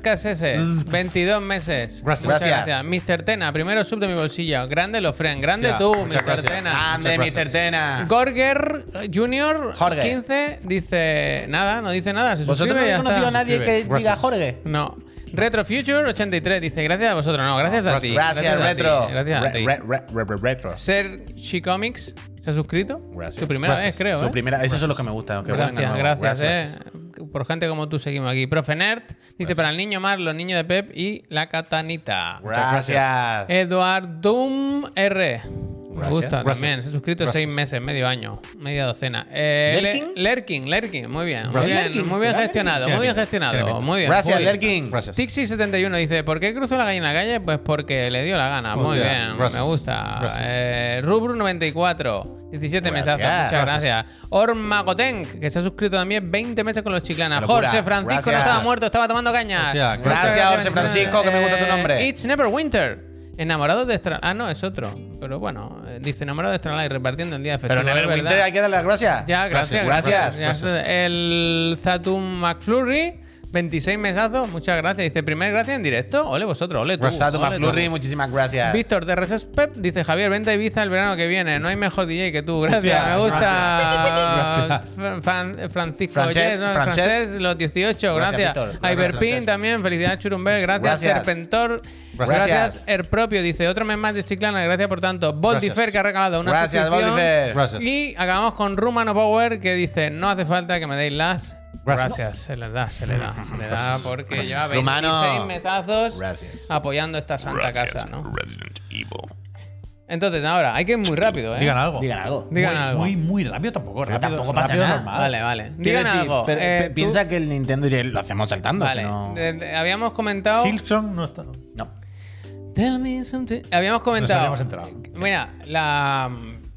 Speaker 2: LSKSS, 22 meses.
Speaker 3: Gracias.
Speaker 2: Muchas
Speaker 1: Gracias.
Speaker 2: Mr. Tena, primero sub de mi bolsillo. Grande los Fren, grande
Speaker 3: Hostia,
Speaker 2: tú,
Speaker 3: muchas
Speaker 2: Mr.
Speaker 3: gracias.
Speaker 2: Tena.
Speaker 1: Grande,
Speaker 3: Muchas
Speaker 1: Mr.
Speaker 3: gracias.
Speaker 1: Tena.
Speaker 2: Gorger eh, Junior,
Speaker 1: Jorge.
Speaker 2: 15, dice nada, no dice nada. Se
Speaker 1: ¿Vosotros no
Speaker 2: suscribe y
Speaker 1: habéis
Speaker 2: ya
Speaker 1: conocido a
Speaker 2: está.
Speaker 1: nadie que
Speaker 3: Suscribe.
Speaker 1: diga
Speaker 3: Gracias.
Speaker 1: Jorge?
Speaker 2: No. Retro Future 83 dice, gracias a vosotros. No, gracias a ti.
Speaker 1: Gracias,
Speaker 2: a ti.
Speaker 1: Retro.
Speaker 2: Gracias a ti.
Speaker 1: Re- re- re- re- retro.
Speaker 2: Ser Comics se ha suscrito.
Speaker 1: Gracias.
Speaker 2: Su primera
Speaker 1: Gracias.
Speaker 2: vez, creo.
Speaker 1: Su
Speaker 2: ¿eh?
Speaker 1: primera, esos son los que me gustan. que
Speaker 2: Gracias,
Speaker 1: vengan nuevos.
Speaker 2: gracias, eh. Por gente como tú seguimos aquí. Profe Nerd dice para el niño Mar, los niños de Pep y la catanita.
Speaker 1: Gracias.
Speaker 2: Eduard Doom R. Me
Speaker 1: Gracias.
Speaker 2: gusta
Speaker 3: Gracias.
Speaker 2: también. Se ha suscrito
Speaker 3: Gracias.
Speaker 2: seis meses, medio año, media docena. Eh,
Speaker 1: ¿Lerkin?
Speaker 2: Le- Lerkin, Lerkin, muy bien. Muy
Speaker 1: Gracias.
Speaker 2: bien, muy bien
Speaker 1: Lerkin.
Speaker 2: gestionado,
Speaker 3: Tiene
Speaker 2: muy bien
Speaker 3: pinta, tiene
Speaker 2: gestionado.
Speaker 3: pinta.
Speaker 2: Muy bien.
Speaker 1: Gracias,
Speaker 2: Uy.
Speaker 1: Lerkin.
Speaker 3: Gracias.
Speaker 2: Tixi71 dice: ¿Por qué cruzó la gallina en la calle? Pues porque le dio la gana. Muy
Speaker 3: Hostia,
Speaker 2: bien,
Speaker 3: gracias.
Speaker 2: me gusta.
Speaker 3: Gracias.
Speaker 2: Eh, Rubru94, 17
Speaker 1: Gracias,
Speaker 2: mesazos, muchas
Speaker 3: gracias.
Speaker 2: gracias. Ormagotenk, que se ha suscrito también 20 meses con los chiclanas.
Speaker 1: Una locura.
Speaker 2: Jorge Francisco no
Speaker 1: Gracias.
Speaker 2: estaba muerto, estaba tomando caña.
Speaker 3: Hostia,
Speaker 2: Muchas
Speaker 1: gracias, Jorge Francisco, que me gusta tu nombre.
Speaker 2: Eh, It's Never Winter. Enamorado de Extra... Ah, no, es otro. Pero bueno, eh, dice enamorado de Extra y repartiendo el día de festival.
Speaker 1: Pero Never Winter hay que darle las gracias.
Speaker 2: Ya, gracias.
Speaker 1: Gracias.
Speaker 2: Ya, El Zatum McFlurry, 26 mesazos, muchas gracias. Dice, primer gracias en directo. Ole vosotros, ole tú.
Speaker 1: Rosato
Speaker 2: ole
Speaker 1: Pues
Speaker 2: tú.
Speaker 1: McFlurry, muchísimas gracias.
Speaker 2: Víctor de Reses Pep dice, Javier, vente a Ibiza el verano que viene. No hay mejor DJ que tú. Gracias,
Speaker 3: Hostia,
Speaker 2: me gusta.
Speaker 3: gracias.
Speaker 2: Fran- Fran- Francisco
Speaker 1: Francés,
Speaker 2: Ollés, ¿no?
Speaker 1: Francés.
Speaker 2: Francés, los 18,
Speaker 1: Gracias,
Speaker 2: gracias.
Speaker 1: Víctor. Gracias,
Speaker 2: Hyperpin
Speaker 1: Francés.
Speaker 2: también, felicidades Churumbel, gracias.
Speaker 1: Gracias.
Speaker 2: Serpentor,
Speaker 1: Gracias.
Speaker 2: gracias. El propio dice, otro mes más de Chiclana, gracias por tanto. Boldifer
Speaker 3: Gracias.
Speaker 2: que ha regalado una
Speaker 1: Gracias,
Speaker 2: suscripción.
Speaker 1: Boldifer.
Speaker 3: Gracias.
Speaker 2: Y acabamos con Rumano Power que dice, no hace falta que me deis las...
Speaker 3: Gracias.
Speaker 2: Se les da, se les da, se les da porque lleva 26
Speaker 1: Rumano.
Speaker 2: mesazos
Speaker 1: Gracias.
Speaker 2: apoyando esta santa
Speaker 4: Gracias,
Speaker 2: casa, ¿no?
Speaker 4: Resident Evil.
Speaker 2: Entonces, ahora, hay que ir muy rápido, ¿eh?
Speaker 3: Digan algo.
Speaker 1: Digan algo.
Speaker 2: Digan
Speaker 3: muy,
Speaker 2: algo.
Speaker 3: Muy, muy rápido tampoco. Rápido,
Speaker 1: tampoco pasa
Speaker 3: rápido
Speaker 1: nada.
Speaker 3: normal.
Speaker 2: Vale, vale.
Speaker 1: Quiero
Speaker 2: Digan
Speaker 1: decir,
Speaker 2: algo.
Speaker 1: pero-
Speaker 2: Eh,
Speaker 1: pe-
Speaker 2: tú-
Speaker 1: piensa que el Nintendo diré, lo hacemos saltando.
Speaker 2: Vale.
Speaker 1: No.
Speaker 2: De- de- habíamos comentado...
Speaker 3: Silksong no está.
Speaker 1: no.
Speaker 2: Tell me something. Habíamos
Speaker 3: Nos
Speaker 2: comentado...
Speaker 3: habíamos enterado.
Speaker 2: Mira, la,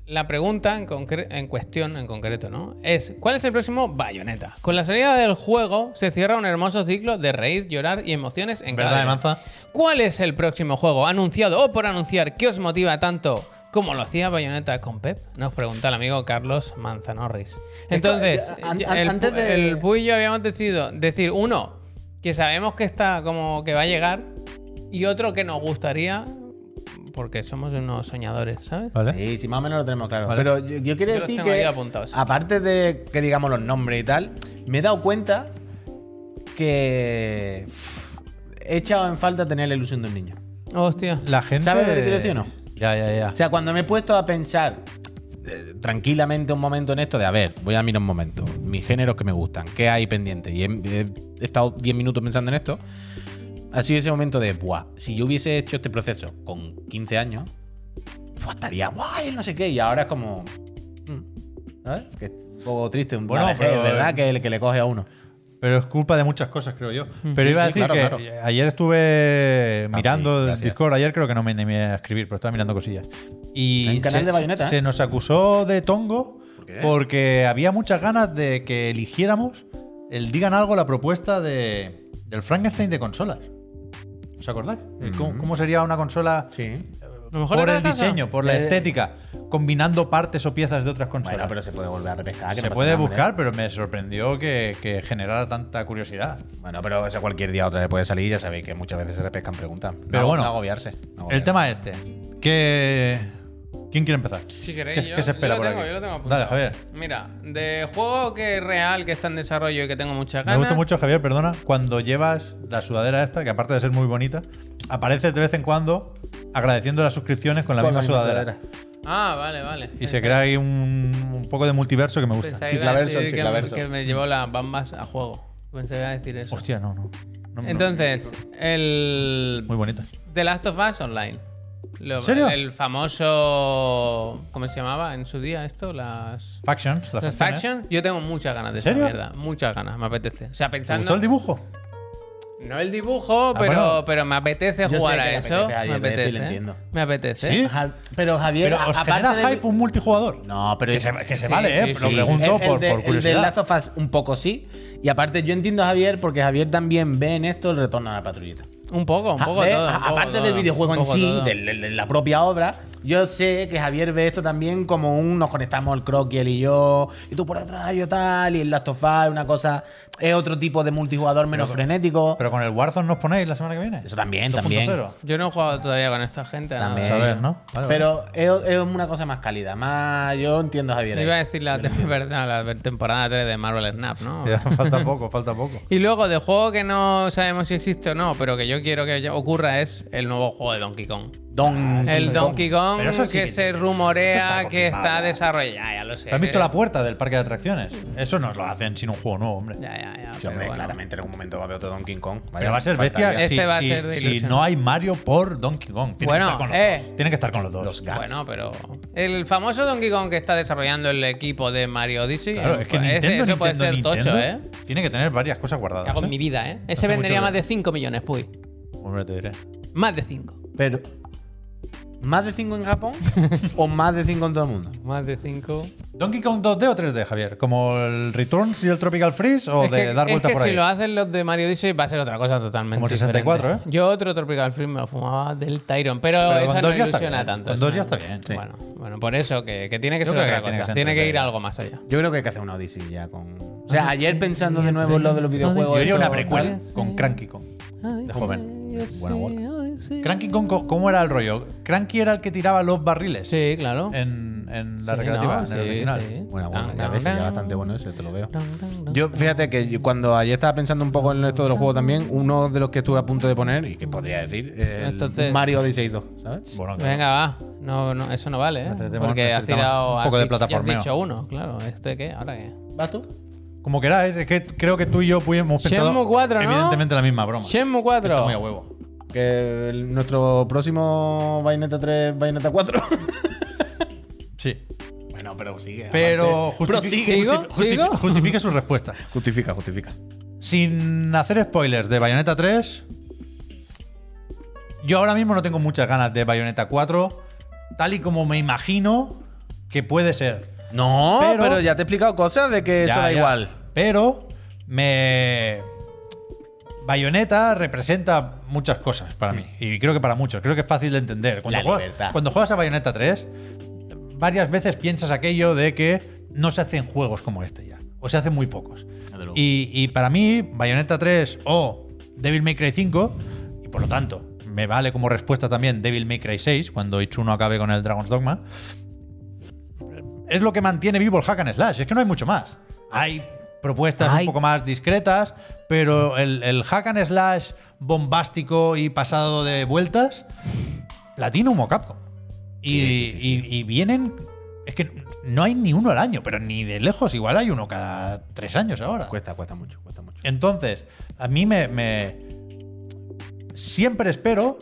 Speaker 2: la pregunta en, concre- en cuestión, en concreto, ¿no? Es, ¿cuál es el próximo bayoneta? Con la salida del juego se cierra un hermoso ciclo de reír, llorar y emociones en cada
Speaker 3: ¿Verdad, de
Speaker 2: día.
Speaker 3: Manza?
Speaker 2: ¿Cuál es el próximo juego anunciado o por anunciar que os motiva tanto como lo hacía Bayonetta con Pep? Nos pregunta el amigo Carlos Manzanorris. Entonces,
Speaker 1: Esto, an- an-
Speaker 2: el,
Speaker 1: antes de-
Speaker 2: el Puy y yo habíamos decidido decir uno que sabemos que está como que va a llegar y otro que nos gustaría porque somos unos soñadores, ¿sabes?
Speaker 3: Vale.
Speaker 1: Sí, sí, más o menos lo tenemos claro.
Speaker 3: Vale.
Speaker 1: Pero yo, yo quiero
Speaker 2: Yo los
Speaker 1: decir
Speaker 2: tengo ahí
Speaker 1: que,
Speaker 2: apuntados.
Speaker 1: aparte de que digamos los nombres y tal, me he dado cuenta que pff, he echado en falta tener la ilusión de un niño.
Speaker 2: Hostia.
Speaker 3: La gente.
Speaker 1: ¿Sabes lo que te quiero decir o no?
Speaker 3: Ya, ya, ya.
Speaker 1: O sea, cuando me he puesto a pensar eh, tranquilamente un momento en esto de, a ver, voy a mirar un momento, mis géneros que me gustan, qué hay pendiente, y he, he estado 10 minutos pensando en esto, ha sido ese momento de, buah, si yo hubiese hecho este proceso con 15 años, buah, estaría guay, no sé qué, y ahora es como, mm, ¿sabes? Que es un poco triste, un
Speaker 3: Bueno,
Speaker 1: bueno,
Speaker 3: pero- eh,
Speaker 1: verdad que, el que le coge a uno.
Speaker 3: Pero es culpa de muchas cosas, creo yo. Pero
Speaker 1: Mm. Sí,
Speaker 3: iba a
Speaker 1: sí,
Speaker 3: decir
Speaker 1: claro,
Speaker 3: que
Speaker 1: claro.
Speaker 3: eh, ayer estuve mirando el
Speaker 1: gracias.
Speaker 3: Discord. Ayer creo que no me animé a escribir, pero estaba mirando cosillas. Y
Speaker 1: Hay un canal
Speaker 3: se,
Speaker 1: de Bayonetta,
Speaker 3: se-
Speaker 1: ¿eh?
Speaker 3: se nos acusó de tongo
Speaker 1: qué?
Speaker 3: porque había muchas ganas de que eligiéramos el digan algo la propuesta de, del Frankenstein de consolas. ¿Os acordáis? Eh,
Speaker 1: Mm.
Speaker 3: ¿Cómo, cómo sería una consola
Speaker 1: Sí.
Speaker 2: A lo mejor este
Speaker 3: por
Speaker 2: era
Speaker 3: el
Speaker 2: la casa.
Speaker 3: diseño, por la
Speaker 1: Eh,
Speaker 3: estética, combinando partes o piezas de otras consolas?
Speaker 1: Bueno, pero se puede volver a repescar. que
Speaker 3: se
Speaker 1: no pasa
Speaker 3: puede
Speaker 1: nada,
Speaker 3: buscar,
Speaker 1: ¿eh?
Speaker 3: pero me sorprendió que, que generara tanta curiosidad.
Speaker 1: Bueno, pero eso cualquier día otra vez puede salir, ya sabéis que muchas veces se repescan preguntas. No-
Speaker 3: Pero bueno,
Speaker 1: no agobiarse. no
Speaker 3: El
Speaker 1: agobiarse.
Speaker 3: tema este. Que... ¿Quién quiere empezar?
Speaker 2: Si queréis,
Speaker 3: ¿Qué,
Speaker 2: yo,
Speaker 3: qué se espera
Speaker 2: yo
Speaker 3: por
Speaker 2: lo tengo,
Speaker 3: aquí?
Speaker 2: yo lo tengo apuntado.
Speaker 3: Dale, Javier.
Speaker 2: Mira, de juego que es real, que está en desarrollo y que tengo muchas
Speaker 3: Me
Speaker 2: ganas.
Speaker 3: gusta mucho, Javier, perdona, cuando llevas la sudadera esta, que aparte de ser muy bonita, apareces de vez en cuando agradeciendo las suscripciones con la
Speaker 1: Con
Speaker 3: misma sudadera.
Speaker 2: Ah, vale, vale.
Speaker 3: Y se crea ahí un, un poco de multiverso que me gusta.
Speaker 2: Pensaba
Speaker 1: Chiclaverso,
Speaker 2: iba Pues a decir
Speaker 1: chiclaverso.
Speaker 2: Que, que me llevó las bambas a juego. Pensaba iba a decir eso.
Speaker 3: Hostia, no, no. No, no.
Speaker 2: Entonces, el.
Speaker 3: Muy bonita.
Speaker 2: The Last of Us Online. Lo-
Speaker 3: ¿En serio?
Speaker 2: El famoso. ¿Cómo se llamaba en su día esto? Las.
Speaker 3: Factions, las
Speaker 2: las
Speaker 3: facciones.
Speaker 2: Factions. Yo tengo muchas ganas de
Speaker 3: ¿En
Speaker 2: esa
Speaker 3: serio?
Speaker 2: mierda. Muchas ganas, me apetece. O sea,
Speaker 3: ¿Te
Speaker 2: pensando.
Speaker 3: gustó el dibujo?
Speaker 2: No el dibujo,
Speaker 3: Ah,
Speaker 2: pero,
Speaker 3: bueno.
Speaker 2: pero me apetece
Speaker 1: Yo sé
Speaker 2: jugar
Speaker 1: que
Speaker 2: a
Speaker 1: le
Speaker 2: eso.
Speaker 1: apetece a
Speaker 2: me
Speaker 1: Javier,
Speaker 2: apetece.
Speaker 1: lo entiendo.
Speaker 2: Me apetece.
Speaker 3: ¿Sí?
Speaker 1: Ajá, Pero Javier,
Speaker 3: Pero
Speaker 1: a-
Speaker 3: os
Speaker 1: aparte
Speaker 3: genera
Speaker 1: del-
Speaker 3: hype un multijugador.
Speaker 1: No, pero
Speaker 3: Que se, que se
Speaker 2: Sí,
Speaker 3: vale,
Speaker 2: sí,
Speaker 3: ¿eh? Lo
Speaker 2: sí.
Speaker 3: pregunto
Speaker 1: El- el
Speaker 3: por,
Speaker 1: de-
Speaker 3: por curiosidad.
Speaker 1: El de Last of Us un poco sí. Y aparte, yo entiendo a Javier porque Javier también ve en esto el retorno a la patrullita.
Speaker 3: Ah,
Speaker 2: Un poco, un poco
Speaker 1: Ve,
Speaker 3: ¿eh?
Speaker 2: todo. un
Speaker 1: a-
Speaker 2: poco
Speaker 1: aparte
Speaker 2: todo,
Speaker 1: del videojuego
Speaker 2: un
Speaker 1: en
Speaker 2: poco
Speaker 1: sí,
Speaker 2: todo.
Speaker 1: del- del- de, la propia obra, Yo sé que Javier ve esto también como un nos conectamos el croc y él y yo, y tú por detrás, yo tal, y el Last of Us, una cosa, es otro tipo de multijugador menos frenético.
Speaker 3: Pero con el Warzone nos ponéis la semana que viene.
Speaker 1: Eso también, también.
Speaker 3: 2.0.
Speaker 2: Yo no he jugado todavía con esta gente. nada.
Speaker 1: También.
Speaker 3: Saber, ¿no? Vale,
Speaker 1: Pero es, es una cosa más cálida, más. Yo entiendo a Javier. ahí.
Speaker 2: Iba a decir la, tem- perdón, la temporada 3 de Marvel Snap, ¿no?
Speaker 3: vale. Ya, falta poco, falta poco.
Speaker 2: Y luego de juego que no sabemos si existe o no, pero que yo quiero que ya ocurra es el nuevo juego de Donkey Kong.
Speaker 1: Don.
Speaker 2: el Donkey Kong
Speaker 3: Pero eso sí
Speaker 2: que
Speaker 3: que-
Speaker 2: se
Speaker 3: eso
Speaker 2: rumorea
Speaker 3: está
Speaker 2: que está
Speaker 3: confirmado.
Speaker 2: desarrollado. Ya lo sé.
Speaker 3: ¿Has visto la puerta del parque de atracciones? Eso nos lo hacen sin un juego nuevo, hombre.
Speaker 2: Ya, ya, ya.
Speaker 1: Sí,
Speaker 2: pero
Speaker 1: hombre,
Speaker 2: bueno.
Speaker 1: claramente en algún momento va a haber otro Donkey Kong. Vaya,
Speaker 3: Pero va a ser
Speaker 1: faltaría.
Speaker 3: bestia
Speaker 2: Este
Speaker 3: si,
Speaker 2: va a
Speaker 3: si-
Speaker 2: ser de
Speaker 3: si
Speaker 2: ilusión.
Speaker 3: no hay Mario por Donkey Kong. Tienen
Speaker 2: Bueno,
Speaker 3: que estar con los
Speaker 2: eh.
Speaker 3: dos. Tienen que estar con los dos.
Speaker 1: Los gas.
Speaker 2: Bueno, pero. El famoso Donkey Kong que está desarrollando el equipo de Mario Odyssey.
Speaker 3: Claro,
Speaker 2: eh,
Speaker 3: es que
Speaker 2: ese-
Speaker 3: Nintendo,
Speaker 2: eso puede ser
Speaker 3: Nintendo,
Speaker 2: tocho, ¿eh?
Speaker 3: Nintendo tiene que tener varias cosas
Speaker 2: Que
Speaker 3: guardadas.
Speaker 2: hago en
Speaker 3: ¿eh?
Speaker 2: mi vida, ¿eh? Ese
Speaker 3: Hace
Speaker 2: vendería
Speaker 3: mucho
Speaker 2: más de
Speaker 3: que-
Speaker 2: 5 millones, puy.
Speaker 3: Hombre, te diré.
Speaker 2: Más de 5.
Speaker 1: Pero. ¿Más de 5 en Japón o más de 5 en todo el mundo?
Speaker 2: Más de 5.
Speaker 3: ¿Donkey Kong 2D o 3D, Javier? ¿Como el Returns y el Tropical Freeze o
Speaker 2: es
Speaker 3: de
Speaker 2: que,
Speaker 3: dar
Speaker 2: es
Speaker 3: vuelta
Speaker 2: que
Speaker 3: por
Speaker 2: si
Speaker 3: ahí?
Speaker 2: lo hacen los de Mario Odyssey va a ser otra cosa totalmente.
Speaker 3: Como el 64,
Speaker 2: diferente. Yo otro Tropical Film me lo fumaba del Tyron, pero,
Speaker 3: ¿eh? Pero
Speaker 2: esa
Speaker 3: con
Speaker 2: no
Speaker 3: dos ya está
Speaker 2: ilusiona
Speaker 3: bien,
Speaker 2: tanto.
Speaker 3: con
Speaker 2: esa
Speaker 3: dos ya
Speaker 2: no.
Speaker 3: está bien, sí.
Speaker 2: Bueno, bueno, por eso que, que tiene que
Speaker 3: Yo
Speaker 2: ser
Speaker 3: creo
Speaker 2: otra
Speaker 3: que tiene que
Speaker 2: cosa.
Speaker 3: ser
Speaker 2: Tiene que ir
Speaker 3: entretenido.
Speaker 2: algo más allá.
Speaker 1: Yo creo que hay que hacer una Odyssey ya con. O sea, ayer pensando de nuevo en lo de los videojuegos.
Speaker 3: Yo diría una
Speaker 1: esto-
Speaker 3: precuela con Cranky Kong. De joven. Cranky Kong, co- ¿cómo era el rollo? Cranky era el que tiraba los barriles
Speaker 2: Sí, claro.
Speaker 3: Eh, en, en la
Speaker 2: Sí,
Speaker 3: recreativa,
Speaker 2: no,
Speaker 3: en el
Speaker 2: sí,
Speaker 3: original.
Speaker 2: sí.
Speaker 1: Bueno, bueno,
Speaker 2: Tan,
Speaker 1: ya
Speaker 2: tan,
Speaker 1: ves, ya
Speaker 2: tan.
Speaker 1: bastante bueno eso, te lo veo.
Speaker 2: Tan, tan, tan.
Speaker 1: Yo, fíjate que yo- cuando ayer estaba pensando un poco en esto de los juegos también, uno de los que estuve a punto de poner, y que podría decir, el
Speaker 2: Entonces-
Speaker 1: Mario Odyssey 2, ¿sabes?
Speaker 3: Bueno, claro.
Speaker 2: Venga, va. No, no, eso no vale, ¿eh?
Speaker 3: Necesitamos-
Speaker 2: Porque has
Speaker 3: necesitamos
Speaker 2: tirado.
Speaker 3: este
Speaker 2: has
Speaker 3: un poco de
Speaker 2: dicho- ya has
Speaker 3: plataformeo.
Speaker 2: dicho uno, claro. ¿Este qué? ¿Ahora qué?
Speaker 1: ¿Vas tú?
Speaker 3: Como queráis, es que creo que tú y yo pues, hemos pensado
Speaker 2: Shenmue 4, ¿no?
Speaker 3: evidentemente la misma broma.
Speaker 2: Shenmue 4.
Speaker 3: Está muy a huevo.
Speaker 1: Que el- nuestro próximo Bayonetta 3, Bayonetta 4.
Speaker 3: Sí.
Speaker 1: bueno, pero sigue.
Speaker 3: Pero
Speaker 1: Prosigue.
Speaker 3: justifique,
Speaker 2: ¿Sigo?
Speaker 3: justifi- justifi-
Speaker 2: ¿Sigo?
Speaker 3: justifique su respuesta.
Speaker 1: Justifica, justifica.
Speaker 3: Sin hacer spoilers de Bayonetta 3, yo ahora mismo no tengo muchas ganas de Bayonetta 4, tal y como me imagino que puede ser.
Speaker 1: No, pero,
Speaker 3: Pero-
Speaker 1: ya te he explicado cosas de que eso
Speaker 3: Ya,
Speaker 1: da
Speaker 3: ya.
Speaker 1: igual.
Speaker 3: Pero me. Bayonetta representa muchas cosas para mí. Y creo que para muchos. Creo que es fácil de entender. Cuando,
Speaker 1: La
Speaker 3: juegas,
Speaker 1: libertad.
Speaker 3: cuando juegas a Bayonetta 3, varias veces piensas aquello de que no se hacen juegos como este ya. O se hacen muy pocos. Y, y para mí, Bayonetta 3 o Devil May Cry 5, y por lo tanto, me vale como respuesta también Devil May Cry 6, cuando Itsuno acabe con el Dragon's Dogma, es lo que mantiene vivo el hack and slash. Es que no hay mucho más. Hay propuestas
Speaker 2: Ay.
Speaker 3: un poco más discretas, pero el, el hack and slash bombástico y pasado de vueltas, Platinum o Capcom. Y,
Speaker 1: Sí, sí, sí, sí.
Speaker 3: y- y vienen. Es que no hay ni uno al año, pero ni de lejos. Igual hay uno cada tres años ahora.
Speaker 1: Cuesta, cuesta mucho, cuesta mucho.
Speaker 3: Entonces, a mí me, me- Siempre espero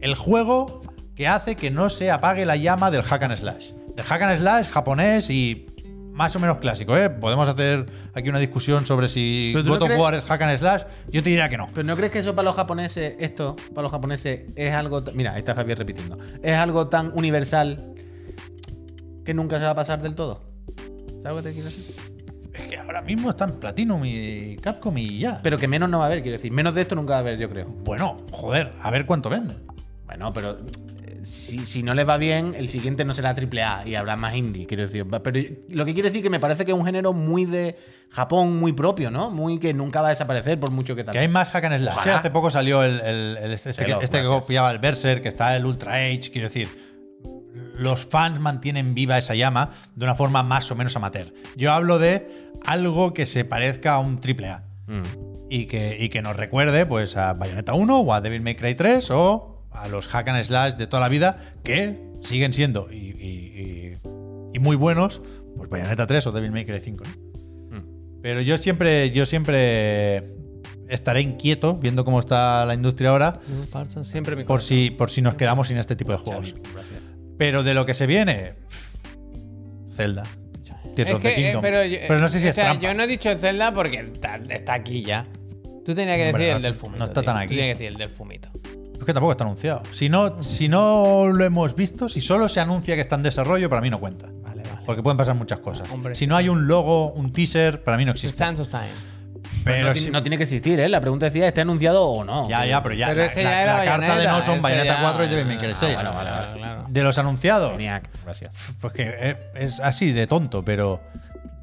Speaker 3: el juego que hace que no se apague la llama del hack and slash. Del hack and slash japonés y más o menos clásico, ¿eh? Podemos hacer aquí una discusión sobre si
Speaker 1: Pero tú
Speaker 3: God
Speaker 1: no
Speaker 3: of
Speaker 1: crees-
Speaker 3: War es hack and slash. Yo te diría que no.
Speaker 1: Pero ¿no crees que eso para los japoneses, esto, para los japoneses, es algo. t- Mira, ahí está Javier repitiendo. Es algo tan universal que nunca se va a pasar del todo. ¿Sabes lo que te quiero decir?
Speaker 3: Es que ahora mismo están Platinum y Capcom y ya.
Speaker 1: Pero que menos no va a haber, quiero decir. Menos de esto nunca va a haber, yo creo.
Speaker 3: bueno, joder, a ver cuánto venden.
Speaker 1: Bueno, pero eh, si, si no les va bien, el siguiente no será AAA y habrá más indie, quiero decir. Va- Pero lo que quiero decir que me parece que es un género muy de Japón, muy propio, ¿no? Muy que nunca va a desaparecer por mucho que tal.
Speaker 3: Que hay más hack and slash.
Speaker 1: Ojalá.
Speaker 3: Sí, hace poco salió el, el- el- este,
Speaker 1: Se
Speaker 3: que,
Speaker 1: lo-
Speaker 3: este que
Speaker 1: gracias.
Speaker 3: copiaba el Berserk, que está el Ultra Age. Quiero decir, los fans mantienen viva esa llama de una forma más o menos amateur. Yo hablo de algo que se parezca a un triple A y que, y que nos recuerde pues a Bayonetta 1 o a Devil May Cry 3 o a los hack and slash de toda la vida que siguen siendo y, y- y- y muy buenos, pues Bayonetta 3 o Devil May Cry 5. ¿no? Pero yo siempre, yo siempre estaré inquieto viendo cómo está la industria ahora
Speaker 2: Siempre mi
Speaker 3: por si, por si nos quedamos sin este tipo de juegos. Pero de lo que se viene, Zelda. Tears
Speaker 2: Es
Speaker 3: of the
Speaker 2: que, eh,
Speaker 3: Kingdom.
Speaker 2: pero, yo-
Speaker 3: Pero no sé si
Speaker 2: o
Speaker 3: es
Speaker 2: sea,
Speaker 3: trampa.
Speaker 2: Yo no he dicho Zelda porque está, está aquí ya. Tú tenías que
Speaker 3: Hombre,
Speaker 2: decir
Speaker 3: no-
Speaker 2: el del fumito.
Speaker 3: no está
Speaker 2: tío.
Speaker 3: tan
Speaker 2: Tú
Speaker 3: aquí.
Speaker 2: tenías que decir el del fumito.
Speaker 3: Es que tampoco está anunciado. Si no, si no lo hemos visto, si solo se anuncia que está en desarrollo, para mí no cuenta.
Speaker 2: Vale, vale.
Speaker 3: Porque pueden pasar muchas cosas.
Speaker 2: Hombre.
Speaker 3: Si no hay un logo, un teaser, para mí no
Speaker 2: El
Speaker 3: existe.
Speaker 2: Sands of Time.
Speaker 3: Pero
Speaker 1: no,
Speaker 3: sí-
Speaker 1: ti- no tiene que existir, ¿eh? La pregunta decía, ¿está anunciado o no?
Speaker 3: Ya, ya, pero ya.
Speaker 2: Pero
Speaker 3: la-
Speaker 2: ese
Speaker 3: la,
Speaker 2: ya era
Speaker 3: la carta de
Speaker 2: Bayonetta,
Speaker 3: no son
Speaker 2: ese
Speaker 3: Bayonetta
Speaker 2: ya-
Speaker 3: 4 y Devil May Cry
Speaker 2: Ah,
Speaker 3: 6.
Speaker 2: bueno, vale, vale, claro.
Speaker 3: De los anunciados.
Speaker 1: Maniac, gracias.
Speaker 3: Pues que eh, es así de tonto, pero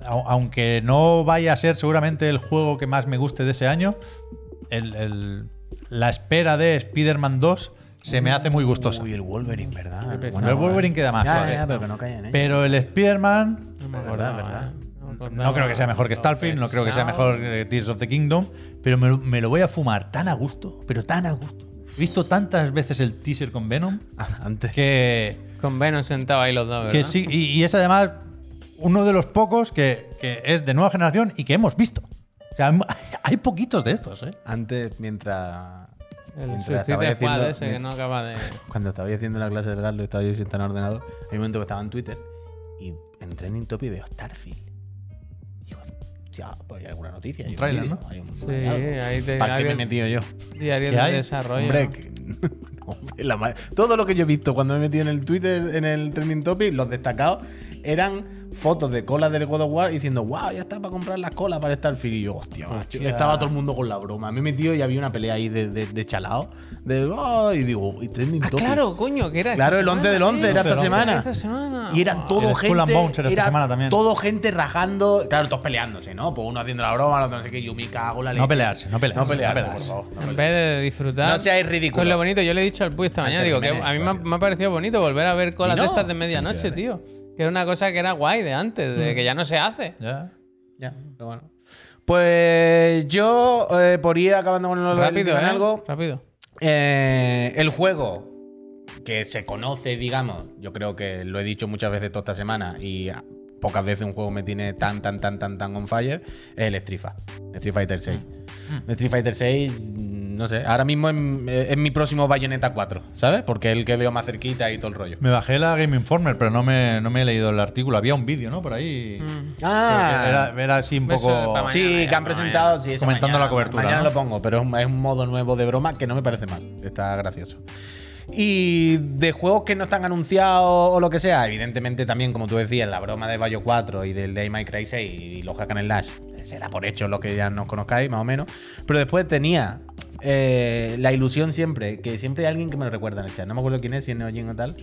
Speaker 3: au- aunque no vaya a ser seguramente el juego que más me guste de ese año, el- el- la espera de Spider-Man 2 se me hace muy gustosa.
Speaker 1: Uy, el Wolverine, ¿verdad?
Speaker 2: pesado,
Speaker 3: Bueno, el Wolverine queda más.
Speaker 1: Ya,
Speaker 3: suave.
Speaker 1: ya, pero que no callen, ¿eh?
Speaker 3: Pero el Spider-Man
Speaker 2: No me
Speaker 1: Verdad,
Speaker 2: acordaba,
Speaker 1: verdad.
Speaker 2: ¿eh? No me
Speaker 3: no
Speaker 2: acordaba.
Speaker 3: creo que sea mejor que
Speaker 2: Lo
Speaker 3: Starfield, no creo que sea
Speaker 2: pesado.
Speaker 3: mejor que Tears of the Kingdom, pero me, lo- me lo voy a fumar tan a gusto, pero tan a gusto. He visto tantas veces el teaser con Venom
Speaker 1: Ah, antes que...
Speaker 3: que...
Speaker 2: Con Venom sentado ahí los dos, ¿verdad?
Speaker 3: Que sí, y, y es además uno de los pocos que, que es de nueva generación y que hemos visto. O sea, hay poquitos de estos, ¿eh?
Speaker 1: Antes, mientras...
Speaker 2: El
Speaker 1: mientras
Speaker 2: Suicide
Speaker 1: estabais
Speaker 2: Squad
Speaker 1: haciendo-
Speaker 2: ese que no acaba de...
Speaker 1: cuando estaba yo haciendo la clase de Galo y estaba yo sentado en el ordenador, hay un momento que estaba en Twitter y en Trending Top y veo Starfield. Y Digo, ya, pues hay alguna noticia. hay
Speaker 3: Un tráiler,
Speaker 1: vídeo,
Speaker 3: ¿no?
Speaker 1: hay un-
Speaker 2: Sí, Eh,
Speaker 1: algo.
Speaker 2: ahí te-
Speaker 1: ¿Para qué
Speaker 2: ahí-
Speaker 1: me he metido yo?
Speaker 2: Diario
Speaker 3: ¿Qué
Speaker 2: de
Speaker 3: hay?
Speaker 2: desarrollo.
Speaker 1: Hombre,
Speaker 2: ¿no?
Speaker 1: que- hombre, la ma- todo lo que yo he visto cuando me he metido en el Twitter, en el Trending Topic, los destacados eran fotos de colas del God of War diciendo, wow, ya está para comprar las colas para Starfield. Y yo, hostia, macho.
Speaker 3: Hostia.
Speaker 1: Estaba todo el mundo con la broma. Me he metido y había una pelea ahí de, de, de chalao. De, "Ah", y digo, y Trending
Speaker 2: Ah,
Speaker 1: Topic.
Speaker 2: claro, coño, que era.
Speaker 1: Claro,
Speaker 2: esta
Speaker 1: el 11 del
Speaker 2: semana,
Speaker 1: 11 era
Speaker 2: tío.
Speaker 1: esta semana.
Speaker 2: Esta semana.
Speaker 1: Y era todo
Speaker 3: El Skull and
Speaker 1: gente.
Speaker 3: Bones era esta
Speaker 1: era
Speaker 3: semana también.
Speaker 1: Todo gente rajando. Claro, todos peleándose, ¿no? Pues uno haciendo la broma, el otro no sé qué, yo me cago en la leche.
Speaker 3: No pelearse, no pelearse.
Speaker 1: No pelearse,
Speaker 3: no
Speaker 1: por favor. no pelearse.
Speaker 2: En vez de disfrutar.
Speaker 1: No seáis ridículos. Ah,
Speaker 2: Con lo bonito, yo le he dicho al Puy esta mañana,
Speaker 1: Ángel
Speaker 2: digo que
Speaker 1: Jiménez,
Speaker 2: a mí me ha,
Speaker 1: gracias.
Speaker 2: me ha parecido bonito volver a ver colas
Speaker 1: pues Y no,
Speaker 2: de estas de medianoche, tío. Que era una cosa que era guay de antes,
Speaker 1: Mm.
Speaker 2: de que ya no se hace.
Speaker 3: Ya.
Speaker 1: Ya, pero bueno. Pues yo, eh, por ir acabando con lo del
Speaker 2: Rápido,
Speaker 1: Digan
Speaker 2: ¿eh?
Speaker 1: algo,
Speaker 2: Rápido.
Speaker 1: eh, el juego que se conoce, digamos, yo creo que lo he dicho muchas veces toda esta semana y ah, pocas veces un juego me tiene tan, tan, tan, tan, tan on fire, es el Strifa, Street Fighter 6. Street Fighter 6, no sé, ahora mismo es, es mi próximo Bayonetta 4, ¿sabes? Porque es el que veo más cerquita y todo el rollo.
Speaker 3: Me bajé la Game Informer, pero no me, no me he leído el artículo. Había un vídeo, ¿no? Por ahí.
Speaker 1: Mm. Ah.
Speaker 3: Pero que Era, era así un
Speaker 2: Eso
Speaker 3: poco.
Speaker 2: para mañana.
Speaker 1: Sí, que han
Speaker 2: mañana.
Speaker 1: presentado. sí, eso
Speaker 3: Comentando
Speaker 1: mañana,
Speaker 3: la cobertura,
Speaker 1: Mañana
Speaker 3: ¿no?
Speaker 1: lo pongo, pero es un, es un modo nuevo de broma que no me parece mal. Está gracioso. Y de juegos que no están anunciados o lo que sea, evidentemente también, como tú decías, la broma de Bayo 4 y del Day My Cry 6 y los Hack and Slash, eh, será por hecho lo que ya nos conozcáis, más o menos. Pero después tenía eh, la ilusión siempre, que siempre hay alguien que me lo recuerda en el chat, no me acuerdo quién es, si es Neojin o tal,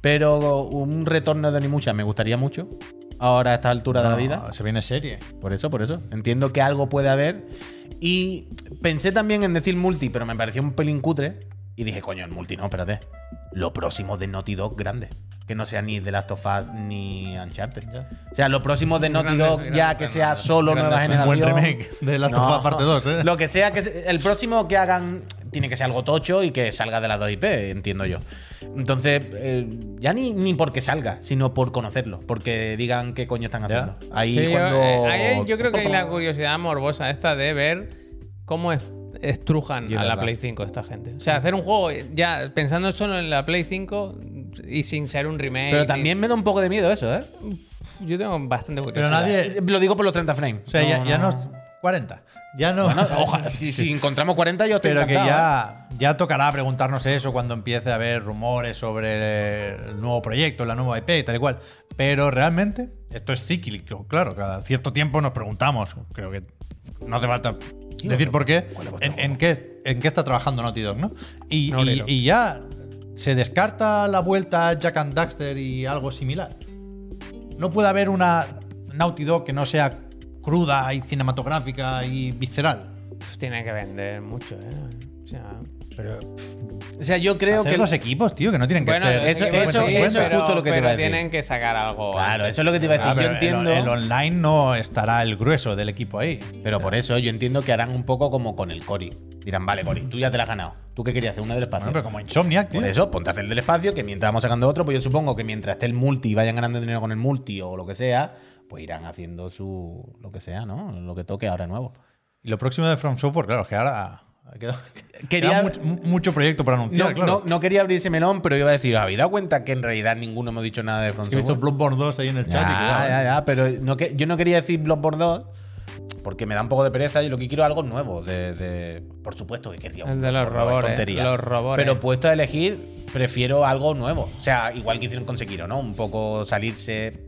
Speaker 1: pero un retorno de Onimusha me gustaría mucho, ahora a esta altura de la vida.
Speaker 3: No, Se viene serie.
Speaker 1: Por eso, por eso. Entiendo que algo puede haber. Y pensé también en decir multi, pero me pareció un pelín cutre. Y dije, coño, el multi no, espérate. Lo próximo de Naughty Dog grande. Que no sea ni The Last of Us ni Uncharted. O sea, lo próximo de Naughty
Speaker 2: Grande,
Speaker 1: Dog
Speaker 2: grande,
Speaker 1: ya que
Speaker 2: grande,
Speaker 1: sea
Speaker 2: grande.
Speaker 1: solo
Speaker 2: Grande,
Speaker 1: nueva
Speaker 3: Un
Speaker 1: generación.
Speaker 3: buen remake de la
Speaker 1: No.
Speaker 3: parte 2, ¿eh?
Speaker 1: Lo que sea que se- el próximo que hagan tiene que ser algo tocho y que salga de las dos IP, entiendo yo. Entonces, eh, ya ni, ni porque salga, sino por conocerlo, porque digan qué coño están
Speaker 3: Ya.
Speaker 1: haciendo. Ahí
Speaker 2: Sí, yo,
Speaker 1: cuando
Speaker 2: eh, ahí hay- yo creo que hay la curiosidad morbosa esta de ver cómo es- estrujan
Speaker 1: Y es
Speaker 2: a la
Speaker 1: verdad.
Speaker 2: Play 5 esta gente. O sea, hacer un juego ya pensando solo en la Play 5 y sin ser un remake.
Speaker 1: Pero también me da un poco de miedo eso, ¿eh?
Speaker 2: y- Yo tengo bastante
Speaker 3: Pero
Speaker 2: curiosidad.
Speaker 3: nadie.
Speaker 1: Lo digo por los 30 frames.
Speaker 3: Eh, O sea, ya, ya no. 40. Ya no.
Speaker 1: Bueno, ojalá, si, si encontramos 40 yo estoy
Speaker 3: Pero que
Speaker 1: encantado, ¿eh?
Speaker 3: ya, ya tocará preguntarnos eso cuando empiece a haber rumores sobre el nuevo proyecto, la nueva IP y tal y cual. Pero realmente esto es cíclico, claro. Cada cierto tiempo nos preguntamos. Creo que no hace falta decir por qué.
Speaker 1: ¿Cuál es vuestro
Speaker 3: En, en qué, en qué está trabajando Naughty Dog, ¿no? Y,
Speaker 2: No,
Speaker 3: y-
Speaker 2: Lero.
Speaker 3: y ya se descarta la vuelta a Jack and Daxter y algo similar. No puede haber una Naughty Dog que no sea cruda y cinematográfica y visceral.
Speaker 2: Pff, Tiene que vender mucho, ¿eh? O sea,
Speaker 3: Pero
Speaker 1: ¿eh? O sea, yo creo
Speaker 3: hacer
Speaker 1: que...
Speaker 3: los equipos, tío, que no tienen que
Speaker 2: bueno,
Speaker 3: ser.
Speaker 2: los
Speaker 1: eso-
Speaker 2: equipos
Speaker 1: eso-
Speaker 2: sí,
Speaker 1: eso es
Speaker 2: pero-
Speaker 1: justo lo que te
Speaker 2: pero
Speaker 1: iba a decir.
Speaker 2: tienen que sacar algo.
Speaker 1: Claro,
Speaker 2: antes.
Speaker 1: eso es lo que te iba a decir.
Speaker 3: Ah, pero
Speaker 1: yo entiendo...
Speaker 3: El, el online no estará el grueso del equipo ahí.
Speaker 1: Pero por eso yo entiendo que harán un poco como con el Cori. Dirán, vale, Cori, tú ya te la has ganado. ¿Tú qué querías hacer? Una del espacio.
Speaker 3: Bueno, pero como Insomniac, tío.
Speaker 1: Por eso, ponte a hacer el del espacio, que mientras vamos sacando otro, pues yo supongo que mientras esté el multi y vayan ganando dinero con el multi o lo que sea, pues irán haciendo su... lo que sea, ¿no? Lo que toque ahora nuevo.
Speaker 3: Y lo próximo de From Software, claro, es que ahora ha quedado,
Speaker 1: Quería-
Speaker 3: queda much- mu- mucho, proyecto para anunciar,
Speaker 1: No,
Speaker 3: claro.
Speaker 1: no- no quería abrir ese melón, pero iba a decir, ¿habéis dado cuenta que en realidad ninguno hemos dicho nada de Front
Speaker 3: Es que he visto
Speaker 1: Software?
Speaker 3: Bloodborne 2 ahí en el
Speaker 1: Ya,
Speaker 3: chat. y cuidado, ¿eh?
Speaker 1: ya, ya, pero no que, yo no quería decir Bloodborne 2 porque me da un poco de pereza y lo que quiero es algo nuevo. De, de- por supuesto que querría un
Speaker 2: El de los
Speaker 1: Bloodborne 2, es
Speaker 2: robores, los robores.
Speaker 1: Pero puesto a elegir, prefiero algo nuevo. O sea, igual que hicieron con Sekiro, ¿no? Un poco salirse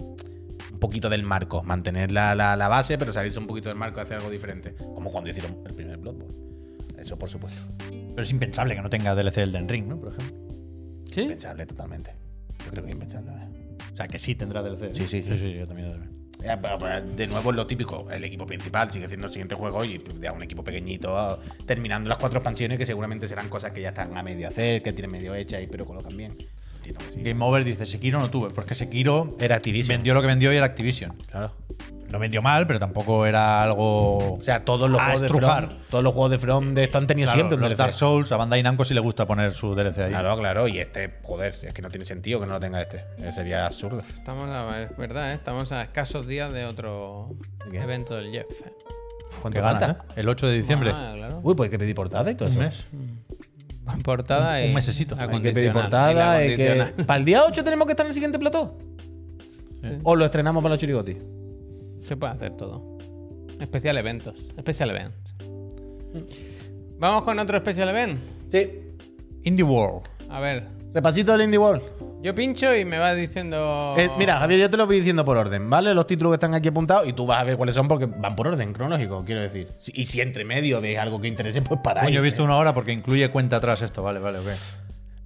Speaker 1: un poquito del marco, mantener la, la- la base, pero salirse un poquito del marco y hacer algo diferente. Como cuando hicieron el primer Bloodborne. Eso, por supuesto.
Speaker 3: Pero es impensable que no tenga DLC del Den Ring, ¿no? Por ejemplo.
Speaker 2: ¿Sí?
Speaker 1: Impensable totalmente. Yo creo que es impensable. ¿eh?
Speaker 3: O sea, que sí tendrá DLC.
Speaker 1: Sí, sí, sí.
Speaker 3: yo también. yo también.
Speaker 1: Eh, pero, pero, De nuevo es lo típico. El equipo principal sigue siendo el siguiente juego y pues, ya un equipo pequeñito, ah, terminando las cuatro expansiones que seguramente serán cosas que ya están a medio hacer, que tienen medio hecha y pero colocan bien. Entiendo que sí.
Speaker 3: Game Over dice, Sekiro no tuve, porque Sekiro
Speaker 1: Era Activision.
Speaker 3: vendió lo que vendió y era Activision.
Speaker 1: Claro.
Speaker 3: Lo vendió mal, pero tampoco era algo...
Speaker 1: O sea, todos los,
Speaker 3: A
Speaker 1: juegos de
Speaker 3: estrujar.
Speaker 1: From, todos los juegos de From de esto han tenido
Speaker 3: Claro,
Speaker 1: siempre un
Speaker 3: los
Speaker 1: DLC.
Speaker 3: Dark Souls, a Bandai Namco sí le gusta poner su DLC ahí.
Speaker 1: Claro, claro. Y este, joder, es que no tiene sentido que no lo tenga este. Eh, Sería absurdo.
Speaker 2: Estamos a, es verdad, ¿eh? estamos a escasos días de otro
Speaker 1: ¿Qué?
Speaker 2: evento del Jeff. ¿eh?
Speaker 3: ¿Qué
Speaker 1: ¿Cuánto
Speaker 3: ganas,
Speaker 1: falta?
Speaker 3: eh? El 8 de diciembre.
Speaker 2: Ah, claro.
Speaker 1: Uy, pues hay que pedir portada y todo
Speaker 3: Un
Speaker 1: eso.
Speaker 3: mes.
Speaker 2: Portada
Speaker 3: un
Speaker 2: y
Speaker 3: mesecito. Hay que
Speaker 1: Hay que pedir
Speaker 2: acondicional, y la
Speaker 1: portada. hay que...
Speaker 2: acondicional.
Speaker 1: ¿Para el día 8 tenemos que estar en el siguiente plató? ¿O lo estrenamos para los chirigotis?
Speaker 2: Se puede hacer todo. Especial eventos. Especial events. Vamos con otro especial event.
Speaker 1: Sí.
Speaker 3: Indie World.
Speaker 2: A ver.
Speaker 1: Repasito del Indie World.
Speaker 3: Oh.
Speaker 2: Yo pincho y me va diciendo.
Speaker 1: Eh, mira, Javier, yo te lo voy diciendo por orden, ¿vale? Los títulos que están aquí apuntados y tú vas a ver cuáles son porque van por orden cronológico, quiero decir. Si- Y si entre medio veis algo que interese, pues para
Speaker 3: Coño, he visto una hora porque incluye cuenta atrás esto. Vale, vale, ok.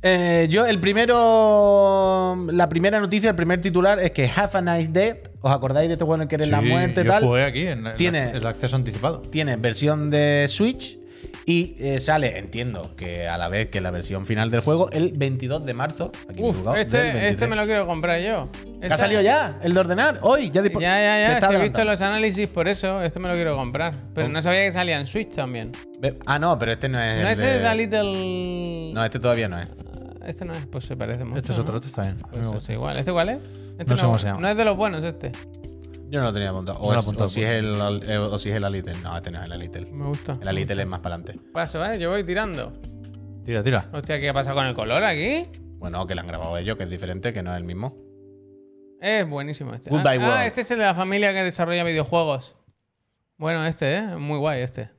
Speaker 1: Eh, yo, el primero. La primera noticia, el primer titular es que Have a Nice Dead. ¿Os acordáis de este juego en el que eres la
Speaker 3: Sí,
Speaker 1: muerte
Speaker 3: yo
Speaker 1: tal?
Speaker 3: jugué aquí en el-
Speaker 1: Tiene-
Speaker 3: el acceso anticipado.
Speaker 1: Tiene versión de Switch y eh, sale, entiendo que a la vez que la versión final del juego, el 22 de marzo. Aquí
Speaker 2: Uf,
Speaker 1: divulgado, del
Speaker 2: este,
Speaker 1: 23.
Speaker 2: este me lo quiero comprar yo.
Speaker 1: ¿Que
Speaker 2: Este-
Speaker 1: ha salido ya, el de ordenar, hoy, ya
Speaker 2: Ya,
Speaker 1: disponible.
Speaker 2: ya, ya. sí he visto los análisis por eso. Este me lo quiero comprar. Pero
Speaker 1: Oh.
Speaker 2: no sabía que salía en Switch también.
Speaker 1: Ah, no, pero este no es.
Speaker 2: No,
Speaker 1: el
Speaker 2: ese
Speaker 1: de-
Speaker 2: es la Little.
Speaker 1: No, este todavía no es.
Speaker 2: Este no es, pues se parece mucho.
Speaker 3: Este es otro,
Speaker 2: ¿no?
Speaker 3: este está bien. A mí
Speaker 2: Pues
Speaker 3: me
Speaker 2: este
Speaker 3: gusta.
Speaker 2: igual. ¿Este cuál es? Este
Speaker 3: No sé cómo se llama.
Speaker 2: No es de los buenos este.
Speaker 1: Yo no lo tenía apuntado.
Speaker 3: No
Speaker 1: O,
Speaker 3: lo he
Speaker 1: es-
Speaker 3: apuntado,
Speaker 1: o si Pues es el, eh, o si es el Little. No, este no es el Little.
Speaker 2: Me gusta.
Speaker 1: El Little es más para adelante.
Speaker 2: Paso, ¿eh? Yo voy tirando.
Speaker 3: Tira, tira.
Speaker 2: Hostia, ¿qué ha pasado con el color aquí?
Speaker 1: Bueno, que lo han grabado ellos, que es diferente, que no es el mismo.
Speaker 2: Es buenísimo este.
Speaker 1: Goodbye
Speaker 2: ah,
Speaker 1: World.
Speaker 2: ah, este es el de la familia que desarrolla videojuegos. Bueno, este, ¿eh? Muy guay este.